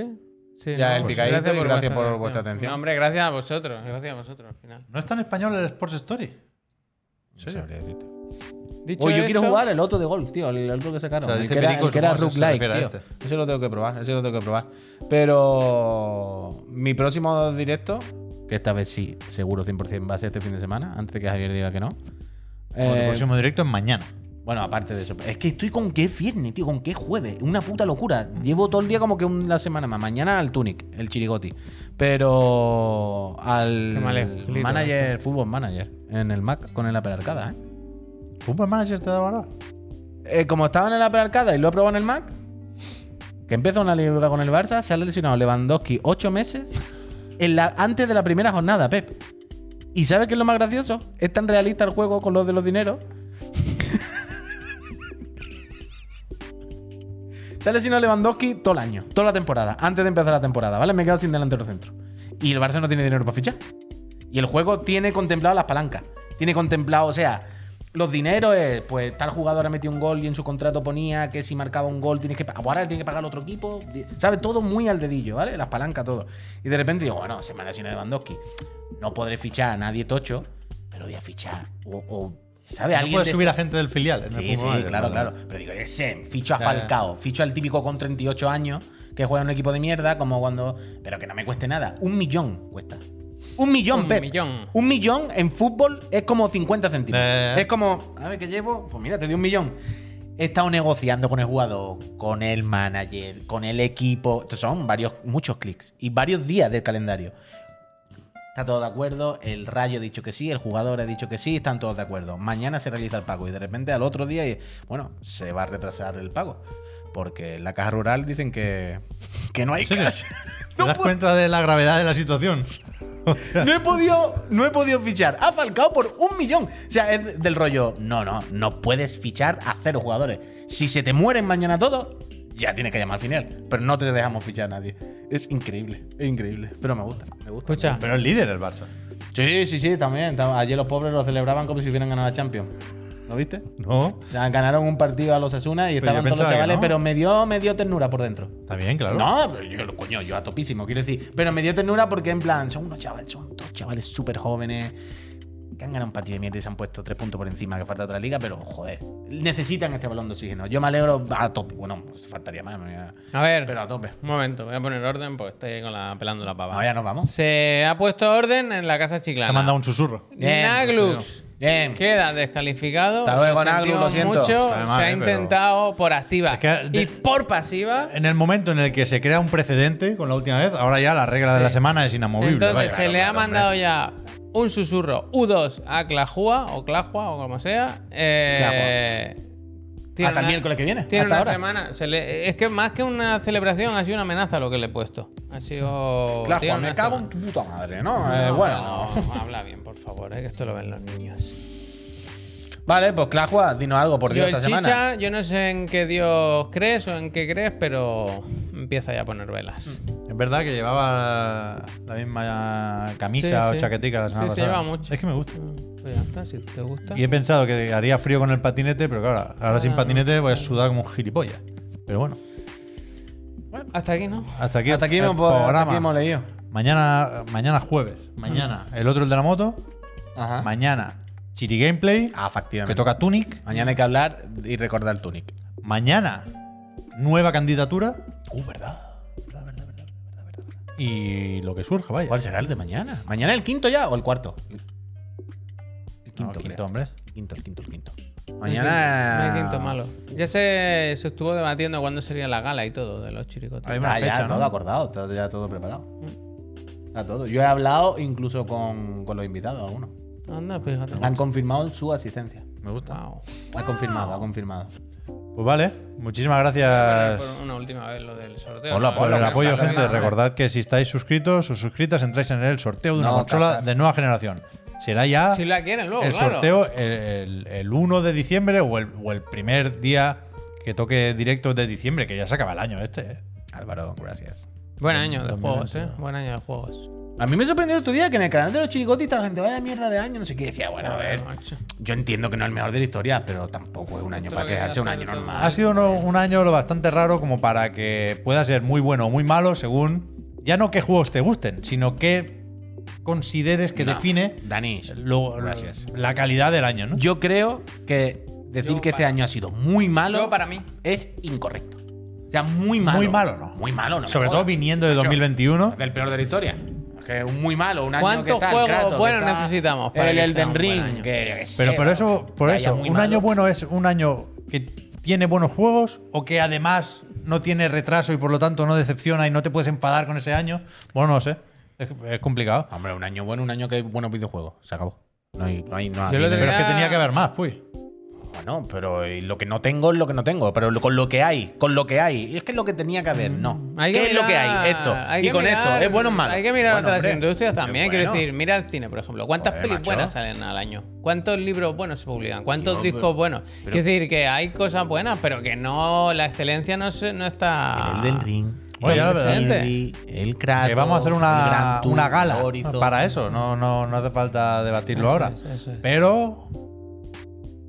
Speaker 2: Sí, pues
Speaker 1: Ya, el picadito y gracias por vuestra atención.
Speaker 2: No, hombre, gracias a vosotros, gracias a vosotros al final.
Speaker 3: ¿No está en español el Sports Story?
Speaker 1: No
Speaker 3: serio?
Speaker 1: sabría decirte.
Speaker 2: Dicho
Speaker 1: Oye, yo quiero
Speaker 2: esto-
Speaker 1: jugar el otro de golf, tío. El, el otro que sacaron.
Speaker 3: O sea,
Speaker 1: el
Speaker 3: dice
Speaker 1: que era,
Speaker 3: Perico,
Speaker 1: el que era
Speaker 3: supongo que
Speaker 1: Rook
Speaker 3: se
Speaker 1: Light,
Speaker 3: refiere a
Speaker 1: tío.
Speaker 3: este.
Speaker 1: Ese lo tengo que probar, ese lo tengo que probar. Pero mi próximo directo, que esta vez sí, seguro 100% va a ser este fin de semana, antes de que Javier diga que no.
Speaker 3: Bueno, el
Speaker 1: Eh,
Speaker 3: próximo directo es mañana.
Speaker 1: bueno, aparte de eso. Es que estoy con qué viernes, tío, con qué jueves. Una puta locura. Llevo todo el día como que una semana más. Mañana al Tunic, el chirigoti. Pero al
Speaker 2: Qué malejito,
Speaker 1: manager, fútbol manager, en el Mac con el Apple Arcada, ¿eh?
Speaker 3: ¿Football Manager te da valor?
Speaker 1: Eh, como estaba en el Apple Arcade y lo he probado en el Mac, que empieza una liga con el Barça, se ha lesionado Lewandowski ocho meses en la- antes de la primera jornada, Pep. ¿Y sabes qué es lo más gracioso? Es tan realista el juego con lo de los dineros. se ha lesionado Lewandowski todo el año, toda la temporada, antes de empezar la temporada, ¿vale? Me he quedado sin delantero centro. Y el Barça no tiene dinero para fichar. Y el juego tiene contemplado las palancas. Tiene contemplado, o sea, los dineros, es, pues tal jugador ha metido un gol y en su contrato ponía que si marcaba un gol tienes que pagar. Ahora le tiene que pagar al otro equipo. ¿Sabes? Todo muy al dedillo, ¿vale? Las palancas, todo. Y de repente digo, bueno, se me lesiona Lewandowski. No podré fichar a nadie tocho, pero voy a fichar. O, o ¿sabes?
Speaker 3: No
Speaker 1: Alguien
Speaker 3: puedes
Speaker 1: de-
Speaker 3: subir a gente del filial. en el
Speaker 1: Sí,
Speaker 3: Football
Speaker 1: sí,
Speaker 3: Manager,
Speaker 1: claro,
Speaker 3: ¿no?
Speaker 1: claro. Pero digo, yo sé, ficho a
Speaker 3: Ya, ya.
Speaker 1: Falcao, ficho al típico con 38 años que juega en un equipo de mierda, como cuando. Pero que no me cueste nada. Un millón cuesta. Un millón,
Speaker 2: Un
Speaker 1: Pep.
Speaker 2: millón.
Speaker 1: Un millón en fútbol es como 50 céntimos.
Speaker 3: Ya, ya, ya.
Speaker 1: Es como, a ver, ¿qué llevo? Pues mira, te di un millón. He estado negociando con el jugador, con el manager, con el equipo. Estos son varios, muchos clics y varios días del calendario. Está todo de acuerdo, el rayo ha dicho que sí, el jugador ha dicho que sí, están todos de acuerdo. Mañana se realiza el pago y de repente al otro día, y- bueno, se va a retrasar el pago. Porque en la caja rural dicen que, que no hay
Speaker 3: serio?
Speaker 1: cash.
Speaker 3: ¿Te das cuenta de la gravedad de la situación? O sea,
Speaker 1: No he podido, no he podido fichar a Falcao por un millón. O sea, es del rollo, no, no, no puedes fichar a cero jugadores. Si se te mueren mañana todos, ya tienes que llamar al final. Pero no te dejamos fichar a nadie. Es increíble, es increíble. Pero me gusta, me gusta.
Speaker 2: Escucha,
Speaker 3: pero es líder el Barça.
Speaker 1: Sí, sí, sí, también. tam- Ayer los pobres lo celebraban como si hubieran ganado la Champions. ¿Lo viste?
Speaker 3: No.
Speaker 1: O sea, ganaron un partido a los Asuna y
Speaker 3: Pero yo
Speaker 1: estaban todos los
Speaker 3: pensaba que
Speaker 1: chavales,
Speaker 3: no.
Speaker 1: pero me dio, me dio ternura por dentro.
Speaker 3: Está bien, claro.
Speaker 1: No, pero yo, coño, yo a topísimo, quiero decir. Pero me dio ternura porque, en plan, son unos chavales, son dos chavales súper jóvenes que han ganado un partido de mierda y se han puesto tres puntos por encima que falta otra liga, pero joder, necesitan este balón de oxígeno. Yo me alegro a tope. Bueno, faltaría más, me voy a-
Speaker 2: a ver.
Speaker 1: pero a tope.
Speaker 2: Un momento, voy a poner orden porque estoy con la, pelando la pava.
Speaker 1: Ahora ya nos vamos.
Speaker 2: Se ha puesto orden en la casa chiclana.
Speaker 3: Se ha mandado un susurro.
Speaker 1: Bien,
Speaker 2: Naglux
Speaker 1: Bien.
Speaker 2: queda descalificado.
Speaker 1: Hasta luego,
Speaker 2: sentimos
Speaker 1: Naglux, lo siento.
Speaker 2: Mucho.
Speaker 3: Está de
Speaker 2: se
Speaker 3: madre,
Speaker 2: ha
Speaker 3: pero-
Speaker 2: intentado por activa
Speaker 3: Es que de-
Speaker 2: y por pasiva.
Speaker 3: En el momento en el que se crea un precedente con la última vez, ahora ya la regla de la semana es inamovible.
Speaker 2: Entonces
Speaker 3: vaya.
Speaker 2: se
Speaker 3: Claro,
Speaker 2: le ha
Speaker 3: claro, hombre.
Speaker 2: mandado ya un susurro U2 a Clajúa o Clajua o como sea. Eh, tiene
Speaker 1: Hasta el miércoles que viene,
Speaker 2: Tiene
Speaker 1: hasta
Speaker 2: una
Speaker 1: ahora.
Speaker 2: semana. se le- es que más que una celebración ha sido una amenaza lo que le he puesto. Ha sido.
Speaker 1: Claro,
Speaker 2: tiene
Speaker 1: Juan, me
Speaker 2: una
Speaker 1: cago en
Speaker 2: semana.
Speaker 1: tu puta madre, ¿no?
Speaker 2: No,
Speaker 1: Eh,
Speaker 2: no,
Speaker 1: bueno.
Speaker 2: no, habla bien, por favor, eh, que esto lo ven los niños.
Speaker 1: Vale, pues Clajua, dinos algo, por
Speaker 2: Yo
Speaker 1: Dios,
Speaker 2: el
Speaker 1: esta
Speaker 2: chicha,
Speaker 1: semana.
Speaker 2: yo no sé en qué Dios crees o en qué crees, pero empieza ya a poner velas.
Speaker 1: Mm.
Speaker 3: Es verdad que llevaba la misma camisa
Speaker 2: Sí,
Speaker 3: o
Speaker 2: sí.
Speaker 3: chaquetica la semana
Speaker 2: Sí, se
Speaker 3: pasada.
Speaker 2: lleva mucho.
Speaker 3: Es que me gusta.
Speaker 2: Pues ya está, si te gusta.
Speaker 3: Y
Speaker 1: em-
Speaker 3: he pensado que haría frío con el patinete, pero claro, ahora sin
Speaker 2: Ah,
Speaker 3: patinete voy a sudar como un gilipollas. Pero bueno,
Speaker 2: Hasta aquí, ¿no?
Speaker 3: hasta aquí,
Speaker 1: Hasta aquí,
Speaker 3: el
Speaker 1: hemos, hasta
Speaker 3: programa.
Speaker 1: aquí hemos leído.
Speaker 3: Mañana, mañana jueves. Mañana. El otro, el de la moto.
Speaker 1: Ajá.
Speaker 3: Mañana, Chiri Gameplay.
Speaker 1: Ah, efectivamente.
Speaker 3: que toca Tunic.
Speaker 1: Mañana hay que hablar y recordar Tunic.
Speaker 3: Mañana, nueva candidatura. Uh, ¿verdad? Y lo que surja, vaya.
Speaker 1: ¿Cuál será el de mañana? ¿Mañana el quinto ya o el cuarto? El
Speaker 3: No,
Speaker 1: quinto, creo.
Speaker 3: quinto, hombre.
Speaker 1: El quinto, el quinto, el quinto.
Speaker 2: No
Speaker 1: Mañana.
Speaker 2: hay quinto malo. Ya se, se estuvo debatiendo cuándo sería la gala y todo de los chiricotes.
Speaker 3: Hay
Speaker 1: Está
Speaker 3: una
Speaker 1: Ah, ya
Speaker 3: fecha, ¿no?
Speaker 1: todo acordado, está ya todo preparado. Está todo. Yo he hablado incluso con, con los invitados, algunos.
Speaker 2: Anda, fíjate.
Speaker 1: Han confirmado su asistencia.
Speaker 3: Me gusta.
Speaker 2: Wow.
Speaker 1: Ha confirmado, ha confirmado.
Speaker 3: Pues vale, muchísimas gracias.
Speaker 2: Por una última vez lo del sorteo.
Speaker 1: Hola,
Speaker 2: ¿no?
Speaker 3: Por
Speaker 1: Pablo,
Speaker 3: el
Speaker 1: que
Speaker 3: apoyo,
Speaker 1: nos ha
Speaker 3: gente.
Speaker 1: ayudado.
Speaker 3: Recordad que si estáis suscritos o suscritas, entráis en el sorteo de una
Speaker 1: No,
Speaker 3: consola
Speaker 1: cazar.
Speaker 3: de nueva generación. Será ya
Speaker 2: Si la quieren
Speaker 1: Oh,
Speaker 2: luego,
Speaker 3: el
Speaker 2: claro.
Speaker 3: sorteo el, el- el 1 de diciembre o el, o el primer día que toque directo de diciembre, que ya se acaba el año este. ¿eh?
Speaker 1: Álvaro, gracias.
Speaker 2: Buen año de juegos, ¿eh?
Speaker 3: 2021.
Speaker 2: Buen año de juegos.
Speaker 1: A mí me sorprendió el otro día que en el canal de los chiricotistas la gente vaya mierda de año, no sé qué. Decía, bueno, a ver.
Speaker 2: macho.
Speaker 1: Yo entiendo que no es el mejor de la historia, pero tampoco es un año
Speaker 2: Esto
Speaker 1: para
Speaker 2: lo que
Speaker 1: quejarse, un
Speaker 2: hace
Speaker 1: año
Speaker 2: todo.
Speaker 1: normal.
Speaker 3: Ha sido uno- un año lo bastante raro como para que pueda ser muy bueno o muy malo según ya no qué juegos te gusten, sino qué consideres que
Speaker 1: No,
Speaker 3: define
Speaker 1: Dani,
Speaker 3: lo-
Speaker 1: Gracias.
Speaker 3: la calidad del año, ¿no?
Speaker 1: Yo creo que decir
Speaker 2: Yo
Speaker 1: que este
Speaker 2: para-
Speaker 1: año ha sido muy malo
Speaker 2: Yo para mí.
Speaker 1: es incorrecto. O sea, muy malo.
Speaker 3: Muy malo, ¿no?
Speaker 1: Muy malo, no.
Speaker 3: Sobre todo viniendo de 2021.
Speaker 1: Del peor de la historia. Es que un muy malo, un año
Speaker 2: ¿Cuántos
Speaker 1: que está el
Speaker 2: juegos
Speaker 1: Kratos, que
Speaker 2: buenos
Speaker 1: está
Speaker 2: necesitamos para
Speaker 1: El
Speaker 2: que sea un
Speaker 1: Elden
Speaker 2: buen
Speaker 1: Ring,
Speaker 2: año?
Speaker 1: que yo qué sé,
Speaker 3: Pero por eso, por
Speaker 1: que haya
Speaker 3: eso,
Speaker 1: muy
Speaker 3: un año
Speaker 1: malo.
Speaker 3: bueno es un año que tiene buenos juegos o que además no tiene retraso y por lo tanto no decepciona y no te puedes enfadar con ese año. Bueno, no sé. Es, es complicado.
Speaker 1: Hombre, un año bueno, un año que hay buenos videojuegos. Se acabó. No hay, no hay, no
Speaker 2: Yo lo
Speaker 1: hay-
Speaker 2: tenía-
Speaker 3: Pero Ah, es que tenía que haber más, pues.
Speaker 1: Bueno, pero eh, lo que no tengo es lo que no tengo, pero lo- con lo que hay, con lo que hay. Y es que es lo que tenía que haber, no.
Speaker 2: Mm, Hay
Speaker 1: ¿Qué
Speaker 2: que
Speaker 1: es lo que
Speaker 2: mirar-
Speaker 1: hay? Esto.
Speaker 2: hay
Speaker 1: y
Speaker 2: que
Speaker 1: con
Speaker 2: mirar-
Speaker 1: esto, ¿es bueno o malo?
Speaker 2: Hay que mirar
Speaker 1: Bueno,
Speaker 2: otras
Speaker 1: hombre,
Speaker 2: industrias también.
Speaker 1: es
Speaker 2: Quiero
Speaker 1: bueno.
Speaker 2: decir, mira el cine, por ejemplo. ¿Cuántas
Speaker 1: Joder,
Speaker 2: pelis
Speaker 1: macho.
Speaker 2: buenas salen al año? ¿Cuántos libros buenos se publican? ¿Cuántos
Speaker 1: No,
Speaker 2: discos
Speaker 1: pero-
Speaker 2: buenos?
Speaker 1: pero-
Speaker 2: Quiero decir que hay cosas buenas, pero que no. La excelencia no, se- no está.
Speaker 1: El Elden Ring.
Speaker 3: Oye,
Speaker 1: el
Speaker 3: ya lo veo.
Speaker 1: Kirby, Ah. el Kratos.
Speaker 3: Que vamos a hacer
Speaker 1: el
Speaker 3: una,
Speaker 1: Gran Tour,
Speaker 3: una gala
Speaker 1: Horizon.
Speaker 3: para eso. No, no, no hace falta debatirlo
Speaker 2: Eso
Speaker 3: ahora.
Speaker 2: es, eso es.
Speaker 3: Pero.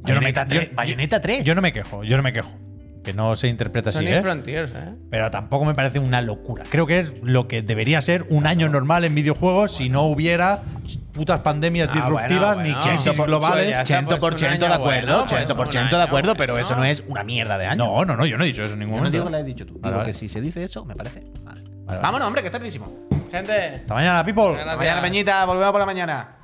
Speaker 3: Yo no, me,
Speaker 1: Bayonetta
Speaker 3: yo-
Speaker 1: 3. Bayonetta 3.
Speaker 3: yo no me quejo, yo no me quejo. Que no se interprete así,
Speaker 2: Sony
Speaker 3: ¿eh?
Speaker 2: Frontiers, ¿eh?
Speaker 3: Pero tampoco me parece una locura. Creo que es lo que debería ser un año normal en videojuegos si no hubiera putas pandemias
Speaker 2: Ah,
Speaker 3: disruptivas
Speaker 2: bueno,
Speaker 3: ni
Speaker 2: bueno.
Speaker 3: crisis globales.
Speaker 2: Ya está,
Speaker 1: 80%
Speaker 2: pues, un año
Speaker 1: de acuerdo,
Speaker 2: bueno, pues,
Speaker 1: 80%
Speaker 2: un
Speaker 1: de acuerdo,
Speaker 2: año
Speaker 1: pero
Speaker 2: bueno.
Speaker 1: eso no es una mierda de año.
Speaker 3: No, no, no, yo no he dicho eso en
Speaker 1: Yo
Speaker 3: ningún
Speaker 1: no
Speaker 3: momento.
Speaker 1: digo que lo has dicho tú. Digo
Speaker 3: Vale, vale.
Speaker 1: que si se dice eso, me parece mal.
Speaker 3: vale.
Speaker 1: Vámonos, hombre, que es tardísimo.
Speaker 2: Gente.
Speaker 3: Hasta mañana, people.
Speaker 2: Gracias.
Speaker 1: Mañana, Peñita, volvemos por la mañana.